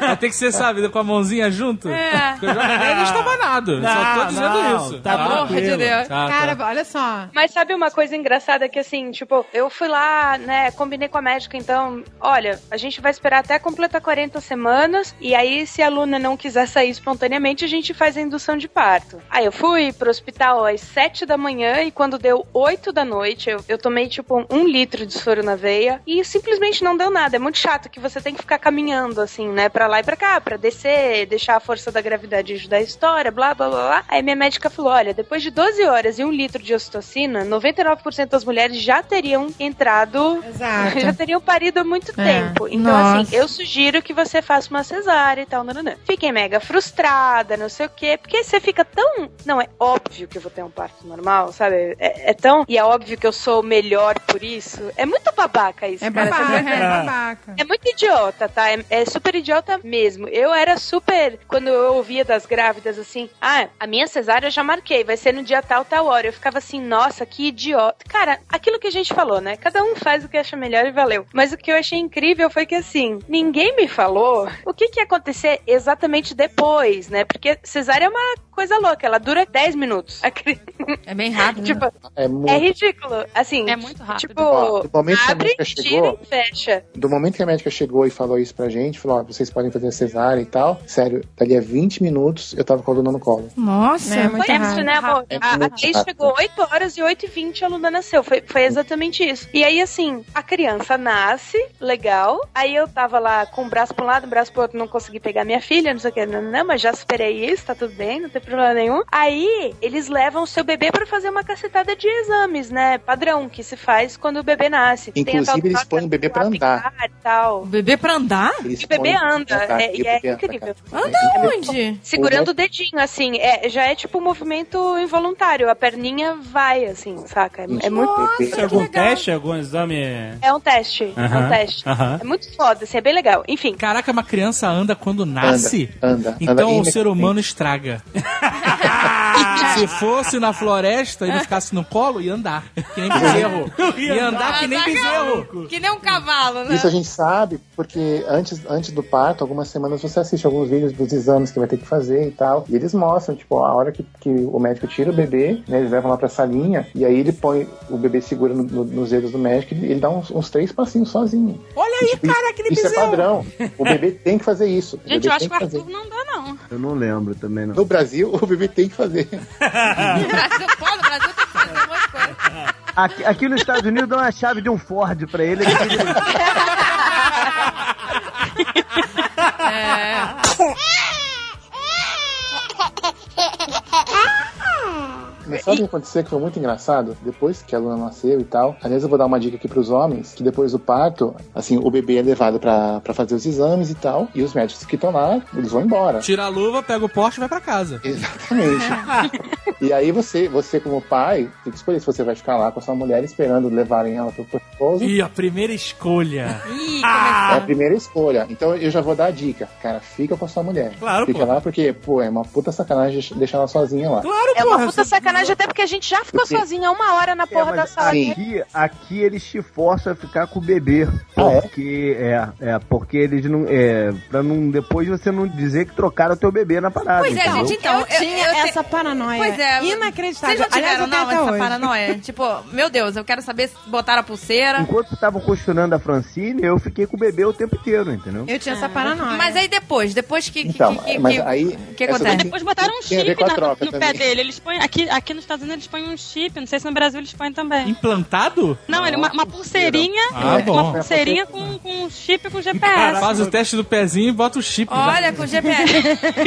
Speaker 10: Vai ter que ser, sabe, com a mãozinha junto.
Speaker 4: É.
Speaker 10: Porque o Jovem Nerd está banado. Só tô
Speaker 14: Não,
Speaker 10: dizendo
Speaker 14: não,
Speaker 10: isso.
Speaker 14: tá bom.
Speaker 4: Porra de Deus.
Speaker 10: Tá,
Speaker 9: Cara,
Speaker 10: tá.
Speaker 9: olha só.
Speaker 6: Mas sabe uma coisa engraçada que assim, tipo, eu fui lá, né, combinei com a médica, então, olha, a gente vai esperar até completar 40 semanas, e aí se a aluna não quiser sair espontaneamente, a gente faz a indução de parto. Aí eu fui pro hospital às 7 da manhã, e quando deu 8 da noite, eu, eu tomei, tipo, um litro de soro na veia, e simplesmente não deu nada. É muito chato que você tem que ficar caminhando, assim, né, pra lá e pra cá, pra descer, deixar a força da gravidade ajudar a história, blá, blá, blá, blá. Aí minha médica falou, olha, depois de 12 horas e um litro de ocitocina, 99% das mulheres já teriam entrado...
Speaker 9: Exato.
Speaker 6: Já teriam parido há muito
Speaker 9: É.
Speaker 6: tempo. Então,
Speaker 4: Nossa.
Speaker 6: assim, eu sugiro que você faça uma cesárea e tal. Não, não, não. Fiquei mega frustrada, não sei o quê. Porque você fica tão. Não, é óbvio que eu vou ter um parto normal, sabe? É, é tão. E é óbvio que eu sou melhor por isso. É muito babaca isso,
Speaker 9: É
Speaker 6: cara. Você
Speaker 9: babaca, é
Speaker 14: Ah.
Speaker 9: babaca.
Speaker 6: é muito idiota, tá? É, é super idiota mesmo. Eu era super. Quando eu ouvia das grávidas assim, ah, a minha cesárea eu já marquei, vai ser no dia tal, tal hora. Eu ficava assim, nossa, que idiota. Cara, aquilo que a gente falou, né? Cada um faz o que acha melhor e valeu. Mas o que eu achei incrível foi que assim, ninguém me falou o que, que ia acontecer exatamente depois, né? Porque cesárea é uma coisa louca, ela dura 10 minutos. A cri-
Speaker 4: É bem rápido.
Speaker 6: tipo,
Speaker 5: É muito.
Speaker 6: é ridículo. Assim,
Speaker 8: É muito rápido.
Speaker 5: Ó,
Speaker 6: tipo,
Speaker 5: do momento que a
Speaker 6: abre,
Speaker 5: médica
Speaker 6: tira
Speaker 5: chegou-
Speaker 6: e fecha.
Speaker 5: Do momento que a médica chegou e falou isso pra gente, falou, ó, vocês podem fazer cesárea e tal. Sério, dali a 20 minutos eu tava com a Luna no colo.
Speaker 4: Nossa.
Speaker 9: É, muito
Speaker 6: Foi isso,
Speaker 9: errado.
Speaker 6: né, amor?
Speaker 5: É
Speaker 6: A, a
Speaker 5: muito
Speaker 6: Thaís
Speaker 5: rápido.
Speaker 6: chegou 8 horas e 8 e 20 a aluna nasceu. Foi, foi exatamente isso. E aí, assim, a criança um nasce, legal. Aí eu tava lá com o braço pra um lado, o braço pro outro, não consegui pegar minha filha, não sei o que. filha, não, não, mas já superei isso, tá tudo bem, não tem problema nenhum. Aí eles levam o seu bebê pra fazer uma cacetada de exames, né? Padrão, que se faz quando o bebê nasce. Tem a tal
Speaker 5: Inclusive, eles
Speaker 6: troca
Speaker 5: põem o bebê pra andar.
Speaker 6: capilar e tal.
Speaker 4: O bebê pra andar?
Speaker 5: Eles
Speaker 6: E o bebê
Speaker 5: põem pra
Speaker 6: anda,
Speaker 5: andar,
Speaker 6: é-
Speaker 5: e
Speaker 6: e
Speaker 5: o
Speaker 6: é
Speaker 5: bebê anda,
Speaker 6: incrível.
Speaker 5: cara.
Speaker 4: Anda
Speaker 5: É muito-
Speaker 4: onde?
Speaker 6: Segurando o dedinho, assim, é, já é tipo um movimento involuntário. A perninha vai, assim, saca? É, é muito.
Speaker 14: Isso é algum teste, algum exame?
Speaker 6: É um teste. É um
Speaker 10: Aham,
Speaker 6: teste.
Speaker 10: aham.
Speaker 6: É muito foda, assim, é bem legal. Enfim.
Speaker 10: Caraca, uma criança anda quando nasce?
Speaker 5: Anda, anda,
Speaker 10: Então
Speaker 5: anda
Speaker 10: o ser humano estraga. Se fosse na floresta, ele ficasse no colo e andar. Que nem bezerro. Ia andar que nem bezerro.
Speaker 4: Que nem um cavalo, né?
Speaker 5: Isso a gente sabe porque antes, antes do parto, algumas semanas você assiste alguns vídeos dos exames que vai ter que fazer e tal. E eles mostram, tipo, a hora que, que o médico tira o bebê, né? Eles levam lá pra salinha e aí ele põe, o bebê segura no- no- nos dedos do médico e ele dá uns, uns três passinhos sozinho.
Speaker 10: Olha aí, cara, aquele
Speaker 5: Isso é
Speaker 10: bezerro.
Speaker 5: padrão. O bebê tem que fazer isso. O
Speaker 15: Gente,
Speaker 5: bebê
Speaker 15: eu acho
Speaker 5: tem
Speaker 15: que o
Speaker 5: fazer.
Speaker 15: Arthur não dá, não.
Speaker 7: Eu não lembro também, não.
Speaker 5: No Brasil, o bebê tem que fazer.
Speaker 4: um
Speaker 7: Aqui, aqui nos Estados Unidos dá uma chave de um Ford pra ele. assim, que ele-
Speaker 5: Mas sabe o que aconteceu que foi muito engraçado? Depois que a Luna nasceu e tal, aliás, eu vou dar uma dica aqui pros homens, que depois do parto, assim, o bebê é levado pra pra fazer os exames e tal, e os médicos que estão lá, eles vão embora.
Speaker 10: Tira a luva, pega o poste e vai pra casa.
Speaker 5: Exatamente. e aí você, você como pai, tem que escolher se você vai ficar lá com a sua mulher esperando levarem ela pro esposo.
Speaker 10: Ih, a primeira escolha. Ah!
Speaker 4: Ih,
Speaker 5: É a
Speaker 4: começou.
Speaker 5: primeira escolha. Então eu já vou dar a dica. Cara, fica com a sua mulher.
Speaker 10: Claro,
Speaker 5: Fica lá porque, pô, é uma puta sacanagem deixar ela sozinha lá.
Speaker 6: é uma puta sacanagem, até porque a gente já ficou
Speaker 5: Sim.
Speaker 6: sozinha uma hora na
Speaker 7: É,
Speaker 6: porra da
Speaker 7: mas
Speaker 6: sala.
Speaker 5: assim,
Speaker 7: aqui, aqui eles te forçam a ficar com o bebê. Porque é? é, porque eles não. É, pra não. Depois você não dizer que trocaram o teu bebê na parada.
Speaker 4: Pois é,
Speaker 7: entendeu?
Speaker 4: gente, então.
Speaker 9: Eu tinha essa paranoia.
Speaker 4: Pois é.
Speaker 9: Inacreditável.
Speaker 4: Vocês já
Speaker 9: Aliás,
Speaker 4: tiveram,
Speaker 9: eu tenho
Speaker 4: não,
Speaker 9: até
Speaker 4: essa
Speaker 9: hoje.
Speaker 4: paranoia? Tipo, meu Deus, eu quero saber se botaram a
Speaker 5: Um
Speaker 4: pulseira.
Speaker 7: Enquanto estavam questionando a Francine, eu fiquei com o bebê o tempo inteiro, entendeu?
Speaker 9: Eu tinha essa paranoia.
Speaker 4: Mas aí depois, depois que. que-
Speaker 7: Então,
Speaker 4: que,
Speaker 7: mas
Speaker 4: que-
Speaker 7: aí-
Speaker 4: que
Speaker 7: essa
Speaker 4: acontece?
Speaker 7: Mas
Speaker 8: Depois botaram um
Speaker 7: Tem a ver
Speaker 8: chip
Speaker 7: com a
Speaker 8: na-
Speaker 7: troca
Speaker 8: no pé
Speaker 7: também.
Speaker 8: dele. Eles põem, aqui, aqui nos Estados Unidos eles põem um chip, não sei se no Brasil eles põem também.
Speaker 10: É Implantado?
Speaker 8: Não, ele, é uma, uma pulseirinha,
Speaker 10: Ah, bom.
Speaker 8: uma pulseirinha com, com um chip com
Speaker 10: Cara,
Speaker 8: GPS.
Speaker 10: faz o teste do pezinho e bota o chip.
Speaker 4: Olha,
Speaker 10: já.
Speaker 4: com GPS.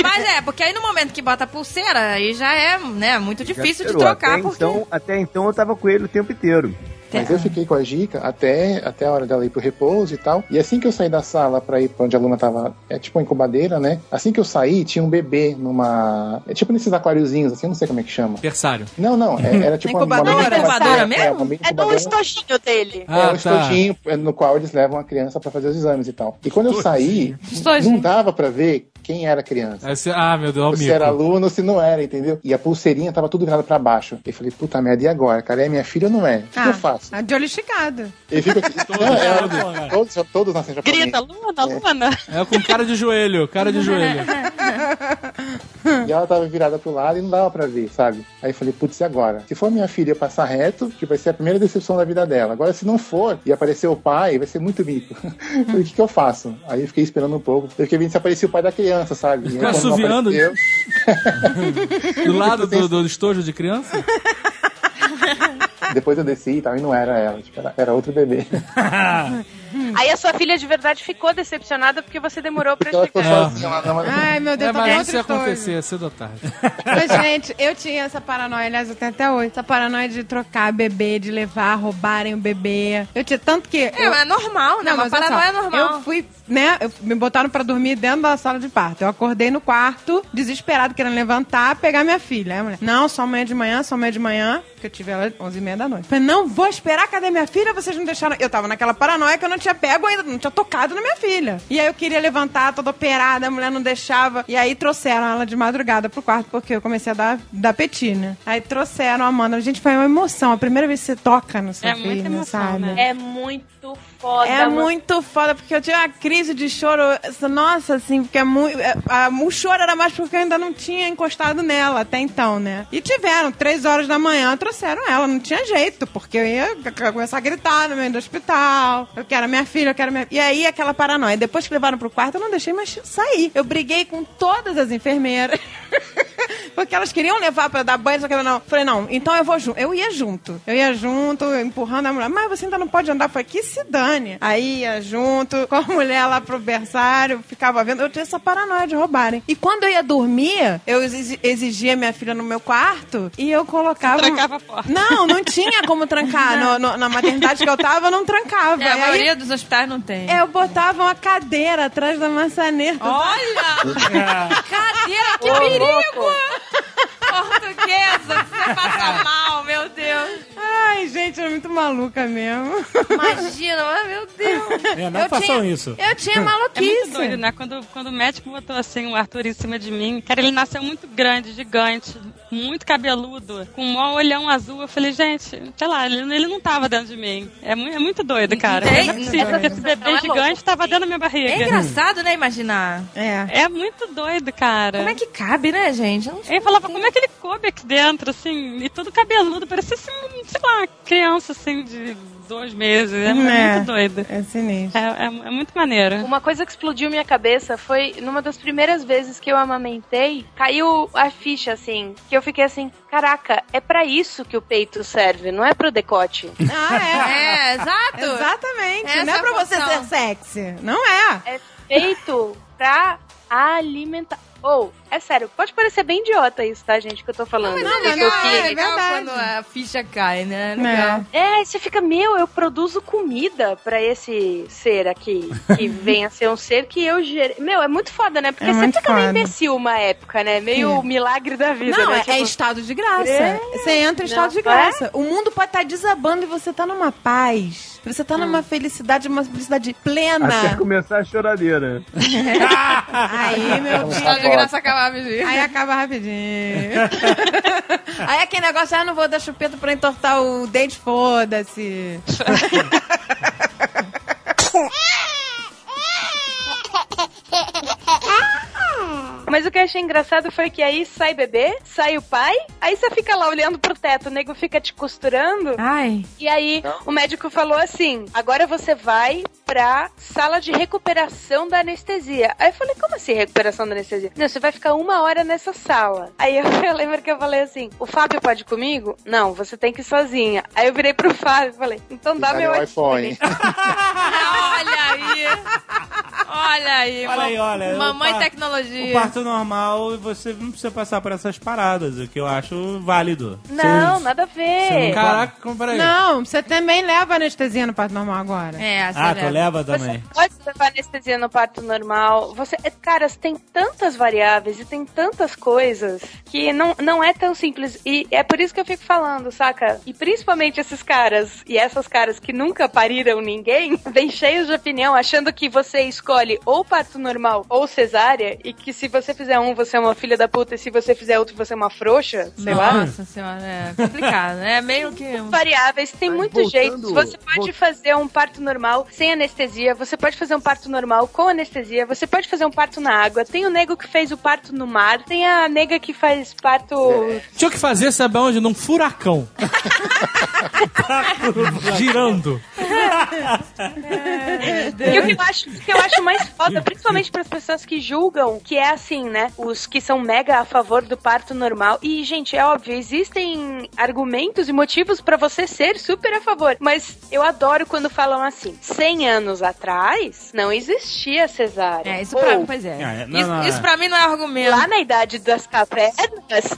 Speaker 4: Mas é, porque aí no momento que bota a pulseira, aí já é, né, muito
Speaker 7: Já
Speaker 4: difícil de
Speaker 7: esperou.
Speaker 4: trocar,
Speaker 7: até
Speaker 4: porque.
Speaker 7: Então, até então eu tava com ele o tempo inteiro.
Speaker 5: É. Mas eu fiquei com a dica até, até a hora dela ir pro repouso e tal. E assim que eu saí da sala pra ir pra onde a Luna tava, é tipo uma incubadeira, né? Assim que eu saí, tinha um bebê numa. É tipo nesses aquáriozinhos, assim, eu não sei como é que chama.
Speaker 10: Aniversário.
Speaker 5: Não, não, é- era tipo uma. uma mini
Speaker 6: incubadora
Speaker 5: aquário, É, uma mini
Speaker 6: É do
Speaker 5: incubadora.
Speaker 6: estojinho dele.
Speaker 5: É
Speaker 10: Ah, tá.
Speaker 5: um estojinho é, no qual eles levam a criança pra fazer os exames e tal. E quando eu saí, não dava pra ver quem era a criança.
Speaker 10: Aí você- Ah, meu Deus, olha o
Speaker 5: Se
Speaker 10: mico.
Speaker 5: era aluno, se não era, entendeu? E a pulseirinha tava tudo virada pra baixo. Eu falei, puta merda, e agora? Cara, é minha filha ou não é? O que, que eu faço?
Speaker 9: Ah, de olho esticado.
Speaker 5: Ele fica aqui.
Speaker 10: Todos,
Speaker 5: Não, é,
Speaker 10: todos,
Speaker 5: todos, todos, todos nascem japonês.
Speaker 8: Grita, Luna, Luna.
Speaker 10: É com cara de joelho, cara de joelho.
Speaker 5: E ela tava virada pro lado e não dava pra ver, sabe? Aí eu falei, putz, e agora? Se for minha filha passar reto, que vai ser a primeira decepção da vida dela. Agora, se não for e aparecer o pai, vai ser muito mico. Eu falei, o que, que eu faço? Aí eu fiquei esperando um pouco. Eu fiquei vendo se aparecia o pai da criança, sabe? E aí,
Speaker 10: Ficou
Speaker 5: quando não
Speaker 10: assoviando.
Speaker 5: apareceu,
Speaker 10: Do lado do, do estojo de criança?
Speaker 5: Depois eu desci e tal, e não era ela, tipo, era, era outro bebê.
Speaker 6: Aí a sua filha de verdade ficou decepcionada porque você demorou pra
Speaker 5: Porque ela ficou
Speaker 6: chegar.
Speaker 5: sozinha lá na
Speaker 9: Ai, meu Deus,
Speaker 10: é,
Speaker 9: tá bom
Speaker 10: mas
Speaker 9: outra
Speaker 10: isso ia
Speaker 9: história.
Speaker 10: acontecer cedo ou tarde.
Speaker 9: Mas, gente, eu tinha essa paranoia, aliás, eu tenho até hoje. Essa paranoia de trocar bebê, de levar, roubarem o bebê. Eu tinha tanto que.
Speaker 4: É,
Speaker 9: eu-
Speaker 4: mas é normal, né? Uma
Speaker 9: mas olha só,
Speaker 4: paranoia é normal.
Speaker 9: Eu fui, né? eu- me botaram pra dormir dentro da sala de parto. Eu acordei no quarto, desesperado, querendo levantar, pegar minha filha. Aí a mulher, não, só amanhã de manhã, só amanhã de manhã, porque eu tive ela 11h30 da noite. Falei, não, vou esperar, cadê minha filha? Vocês não deixaram. Eu tava naquela paranoia que eu não tinha pego ainda, não tinha tocado na minha filha. E aí eu queria levantar, toda operada, a mulher não deixava. E aí trouxeram ela de madrugada pro quarto, porque eu comecei a dar, dar peti, né? Aí trouxeram a Amanda. Gente, foi uma emoção. A primeira vez que você toca no seu
Speaker 8: É
Speaker 9: filho,
Speaker 8: muita emoção,
Speaker 9: sabe?
Speaker 8: né?
Speaker 6: É muito foda,
Speaker 9: É
Speaker 6: mano.
Speaker 9: muito foda, porque eu tive uma crise de choro. essa- Nossa, assim, porque é muito. é, a- O choro era mais porque eu ainda não tinha encostado nela até então, né? E tiveram, três horas da manhã, trouxeram ela, não tinha jeito, porque eu ia c- c- começar a gritar no meio do hospital. Eu quero minha filha, eu quero minha. E aí aquela paranoia. Depois que levaram pro quarto, eu não deixei mais sair. Eu briguei com todas as enfermeiras. Porque elas queriam levar pra dar banho, só que ela não. Falei, não, então eu vou junto. Eu ia junto. Eu ia junto, empurrando a mulher. Mas você ainda não pode andar. Falei, que se dane. Aí ia junto com a mulher lá pro berçário, ficava vendo. Eu tinha essa paranoia de roubarem. E quando eu ia dormir, eu exi- exigia minha filha no meu quarto e eu colocava. um
Speaker 8: Você trancava a porta.
Speaker 9: Não, não tinha como trancar. No- no- na maternidade que eu tava, não trancava.
Speaker 4: É, a
Speaker 9: E
Speaker 4: maioria
Speaker 9: aí,
Speaker 4: dos hospitais não tem.
Speaker 9: eu botava uma cadeira atrás da maçaneta.
Speaker 4: Olha! Cadeira, que perigo! Portuguesa, você vai passar mal, meu Deus.
Speaker 9: Ai, gente, é muito maluca mesmo.
Speaker 4: Imagina, ah, meu Deus.
Speaker 14: É, não façam isso.
Speaker 8: É muito doido, né? Quando, quando o médico botou assim o Arthur em cima de mim, cara, ele nasceu muito grande, gigante, muito cabeludo, com um maior olhão azul. Eu falei, gente, sei lá, ele, ele não tava dentro de mim. É, mu é muito doido, cara.
Speaker 4: Não tem- um
Speaker 8: não é possível que esse bebê gigante tava dentro da minha barriga.
Speaker 4: "Ah, É engraçado, né, imaginar.
Speaker 9: É.
Speaker 8: É muito doido, cara.
Speaker 4: Como é que cabe, né, gente? Eu não sei.
Speaker 8: Ele falava, como é que ele coube aqui dentro, assim, e todo cabeludo, parecia, assim, sei lá, criança, assim, de dois meses. É,
Speaker 9: É.
Speaker 8: muito doido.
Speaker 9: É sinistro.
Speaker 8: É, é- é muito maneiro.
Speaker 6: Uma coisa que explodiu minha cabeça foi numa das primeiras vezes que eu amamentei, caiu a ficha assim, que eu fiquei assim, caraca, é pra isso que o peito serve, não é pro decote.
Speaker 9: Ah, é.
Speaker 4: É, exato.
Speaker 9: Exatamente.
Speaker 4: Essa
Speaker 9: não é pra
Speaker 4: é a
Speaker 9: você
Speaker 4: função.
Speaker 9: ser sexy. Não é.
Speaker 6: É feito pra alimentar. Ou, é sério, pode parecer bem idiota isso, tá, gente, que eu tô falando.
Speaker 4: Mas é
Speaker 6: Eu tô
Speaker 4: legal,
Speaker 6: aqui-
Speaker 4: é legal
Speaker 9: verdade.
Speaker 4: quando a ficha cai, né? É legal.
Speaker 6: É, você fica, meu, eu produzo comida pra esse ser aqui, que vem a ser um ser que eu gerei. Meu, é muito foda, né? Porque
Speaker 9: É
Speaker 6: você
Speaker 9: muito
Speaker 6: fica meio
Speaker 9: foda.
Speaker 6: imbecil uma época, né? Meio
Speaker 9: Sim.
Speaker 6: milagre da vida,
Speaker 9: não,
Speaker 6: né?
Speaker 9: é, é estado de graça.
Speaker 6: É.
Speaker 9: Você entra em estado
Speaker 6: Não, é?
Speaker 9: de graça. O mundo pode estar desabando e você tá numa paz. Você tá numa felicidade, uma felicidade
Speaker 7: Até
Speaker 9: plena.
Speaker 7: começar a choradeira.
Speaker 9: Aí, meu
Speaker 4: Só de
Speaker 9: Deus.
Speaker 4: graça acabar, viu?
Speaker 9: Aí acaba rapidinho. Aí aquele negócio, ah, não vou dar chupeta pra entortar o dente, foda-se.
Speaker 6: Mas o que eu achei engraçado foi que aí sai bebê, sai o pai, aí você fica lá olhando pro teto, o nego fica te costurando.
Speaker 4: Ai.
Speaker 6: E aí o médico falou assim: agora você vai pra sala de recuperação da anestesia. Aí eu falei, como assim recuperação da anestesia? Não, você vai ficar uma hora nessa sala. Aí eu, eu lembro que eu falei assim: o Fábio pode ir comigo? Não, você tem que ir sozinha. Aí eu virei pro Fábio e falei, então dá
Speaker 5: Dá
Speaker 6: meu
Speaker 5: meu
Speaker 6: iPhone.
Speaker 5: iPhone.
Speaker 4: Olha aí. Olha aí.
Speaker 14: Olha aí, olha.
Speaker 4: Mamãe
Speaker 14: O par-
Speaker 4: tecnologia.
Speaker 14: O parto normal, você não precisa passar por essas paradas, o que eu acho válido.
Speaker 6: Não,
Speaker 14: Você-
Speaker 6: nada a ver.
Speaker 14: Caraca, como- peraí.
Speaker 9: Não, você também leva anestesia no parto normal agora.
Speaker 4: É,
Speaker 3: assim
Speaker 4: você
Speaker 14: Ah, tu
Speaker 6: né?
Speaker 4: leva.
Speaker 14: leva também.
Speaker 6: Pode levar anestesia no parto normal. Você, é, cara, tem tantas variáveis e tem tantas coisas que não, não é tão simples. E é por isso que eu fico falando, saca? E principalmente esses caras e essas caras que nunca pariram ninguém, vêm cheios de opinião, achando que você escolhe ou parto normal ou cesárea e que se você fizer um, você é uma filha da puta e se você fizer outro, você é uma frouxa, sei lá.
Speaker 4: Nossa senhora, é complicado, né? É meio que. um-
Speaker 6: variáveis, tem muitos jeitos. Você pode fazer um parto normal sem anestesia, você pode fazer um parto normal com anestesia, você pode fazer um parto na água. Tem o nego que fez o parto no mar, tem a nega que faz parto.
Speaker 10: Tinha o que fazer, sabe onde? Num furacão. Girando.
Speaker 6: E o que eu acho, o que eu acho mais foda, principalmente para as pessoas que julgam, que é assim, né? Os que são mega a favor do parto normal. E, gente, é óbvio, existem argumentos e motivos para você ser super a favor. Mas eu adoro quando falam assim: 100 anos atrás não existia cesárea.
Speaker 4: É, isso pra
Speaker 6: Ou,
Speaker 4: mim, pois é.
Speaker 14: Ah, é, não,
Speaker 4: isso,
Speaker 14: não, é.
Speaker 4: isso pra mim não é argumento.
Speaker 6: Lá na idade das cavernas,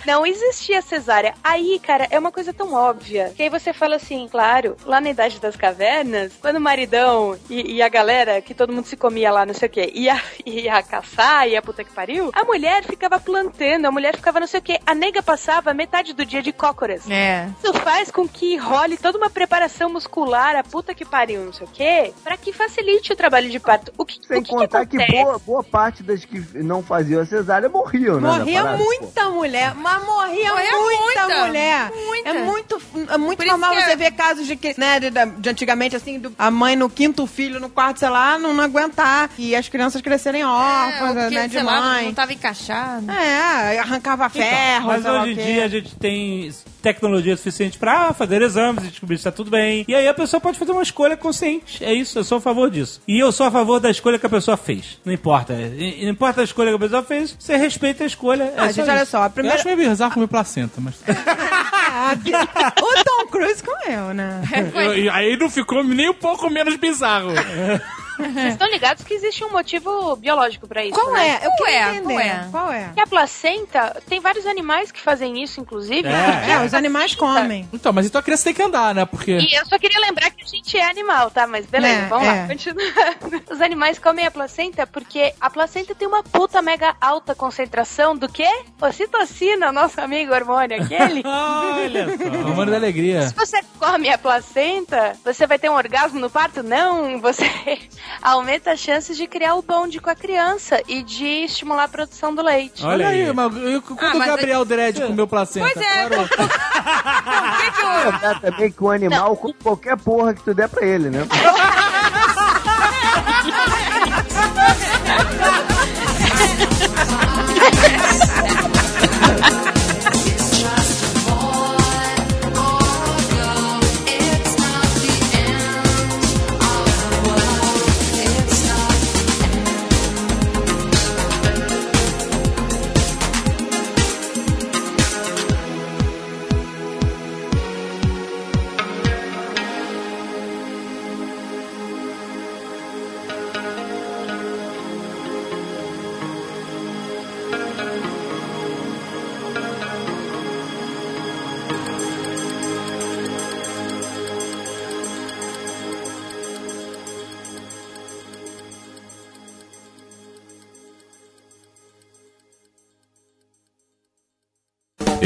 Speaker 6: não existia cesárea. Aí, cara, é uma coisa tão óbvia. Que aí você fala assim, claro, lá na idade das cavernas, quando o maridão e, e a galera, que todo mundo se comia lá, não sei o quê, ia, ia caçar, ia puta que pariu, a mulher ficava plantando, a mulher ficava não sei o quê. A nega passava metade do dia de cócoras.
Speaker 4: É.
Speaker 6: Isso faz com que role toda uma preparação muscular, a puta que pariu, não sei o quê, pra que facilite o trabalho de parto. O que,
Speaker 7: Sem
Speaker 6: o que, que
Speaker 7: contar que,
Speaker 6: acontece?
Speaker 7: boa, boa parte das que não faziam a cesárea morriam, né? na
Speaker 9: Morria
Speaker 7: parada, pô.
Speaker 9: muita mulher, mas morria, muita,
Speaker 4: Morria é muita,
Speaker 9: mulher.
Speaker 4: muita.
Speaker 9: É muito, é muito
Speaker 4: Por isso
Speaker 9: normal
Speaker 4: que
Speaker 9: você
Speaker 4: é-
Speaker 9: ver casos de que, né, de, de antigamente, assim, do filho, a mãe no quinto filho, no quarto, sei lá, não, não aguentar. E as crianças crescerem órfãs,
Speaker 4: porque,
Speaker 9: né, de
Speaker 4: É, sei
Speaker 9: mãe.
Speaker 4: lá, não tá- Então. tava encaixado.
Speaker 9: É, arrancava ferro,
Speaker 3: Mas
Speaker 9: sei lá
Speaker 3: hoje em
Speaker 9: o quê.
Speaker 3: dia a gente tem tecnologia suficiente pra fazer exames e descobrir se tá tudo bem. E aí a pessoa pode fazer uma escolha consciente. É isso, eu sou a favor disso. E eu sou a favor da escolha que a pessoa fez. Não importa. E- e Não importa a escolha que a pessoa fez, você respeita a escolha.
Speaker 9: Ah,
Speaker 3: é
Speaker 9: gente,
Speaker 3: isso.
Speaker 9: olha só, a primeira-
Speaker 3: Eu acho meio bizarro comer placenta, mas...
Speaker 9: Ah, que- o Tom Cruise comeu, né?
Speaker 4: É,
Speaker 10: E- e aí não ficou nem um pouco menos bizarro.
Speaker 6: Vocês estão ligados que existe um motivo biológico pra isso,
Speaker 9: Qual
Speaker 6: né?
Speaker 9: é? Eu quero
Speaker 4: é?
Speaker 9: entender.
Speaker 4: Qual é?
Speaker 9: Qual é?
Speaker 6: Que a placenta, tem vários animais que fazem isso, inclusive. Né?
Speaker 9: É, os animais comem.
Speaker 10: Então, mas então a criança tem que andar, né? Porque...
Speaker 6: E eu só queria lembrar que a gente é animal, tá? Mas beleza,
Speaker 9: É,
Speaker 6: vamos
Speaker 9: é.
Speaker 6: lá, continuando. Os animais comem a placenta porque a placenta tem uma puta mega alta concentração do quê? Ocitocina, nosso amigo hormônio aquele.
Speaker 3: Olha só.
Speaker 10: Hormônio da alegria.
Speaker 6: Se você come a placenta, você vai ter um orgasmo no parto? Não, você aumenta as chances de criar o bonde com a criança e de estimular a produção do leite.
Speaker 10: Olha, aí,
Speaker 3: aí.
Speaker 10: mas eu- quando
Speaker 4: Ah,
Speaker 10: o
Speaker 4: mas
Speaker 10: Gabriel Dredd comeu placenta.
Speaker 4: Pois é,
Speaker 10: parou.
Speaker 7: Lembrar também que o animal come qualquer porra que tu der pra ele, né?
Speaker 3: é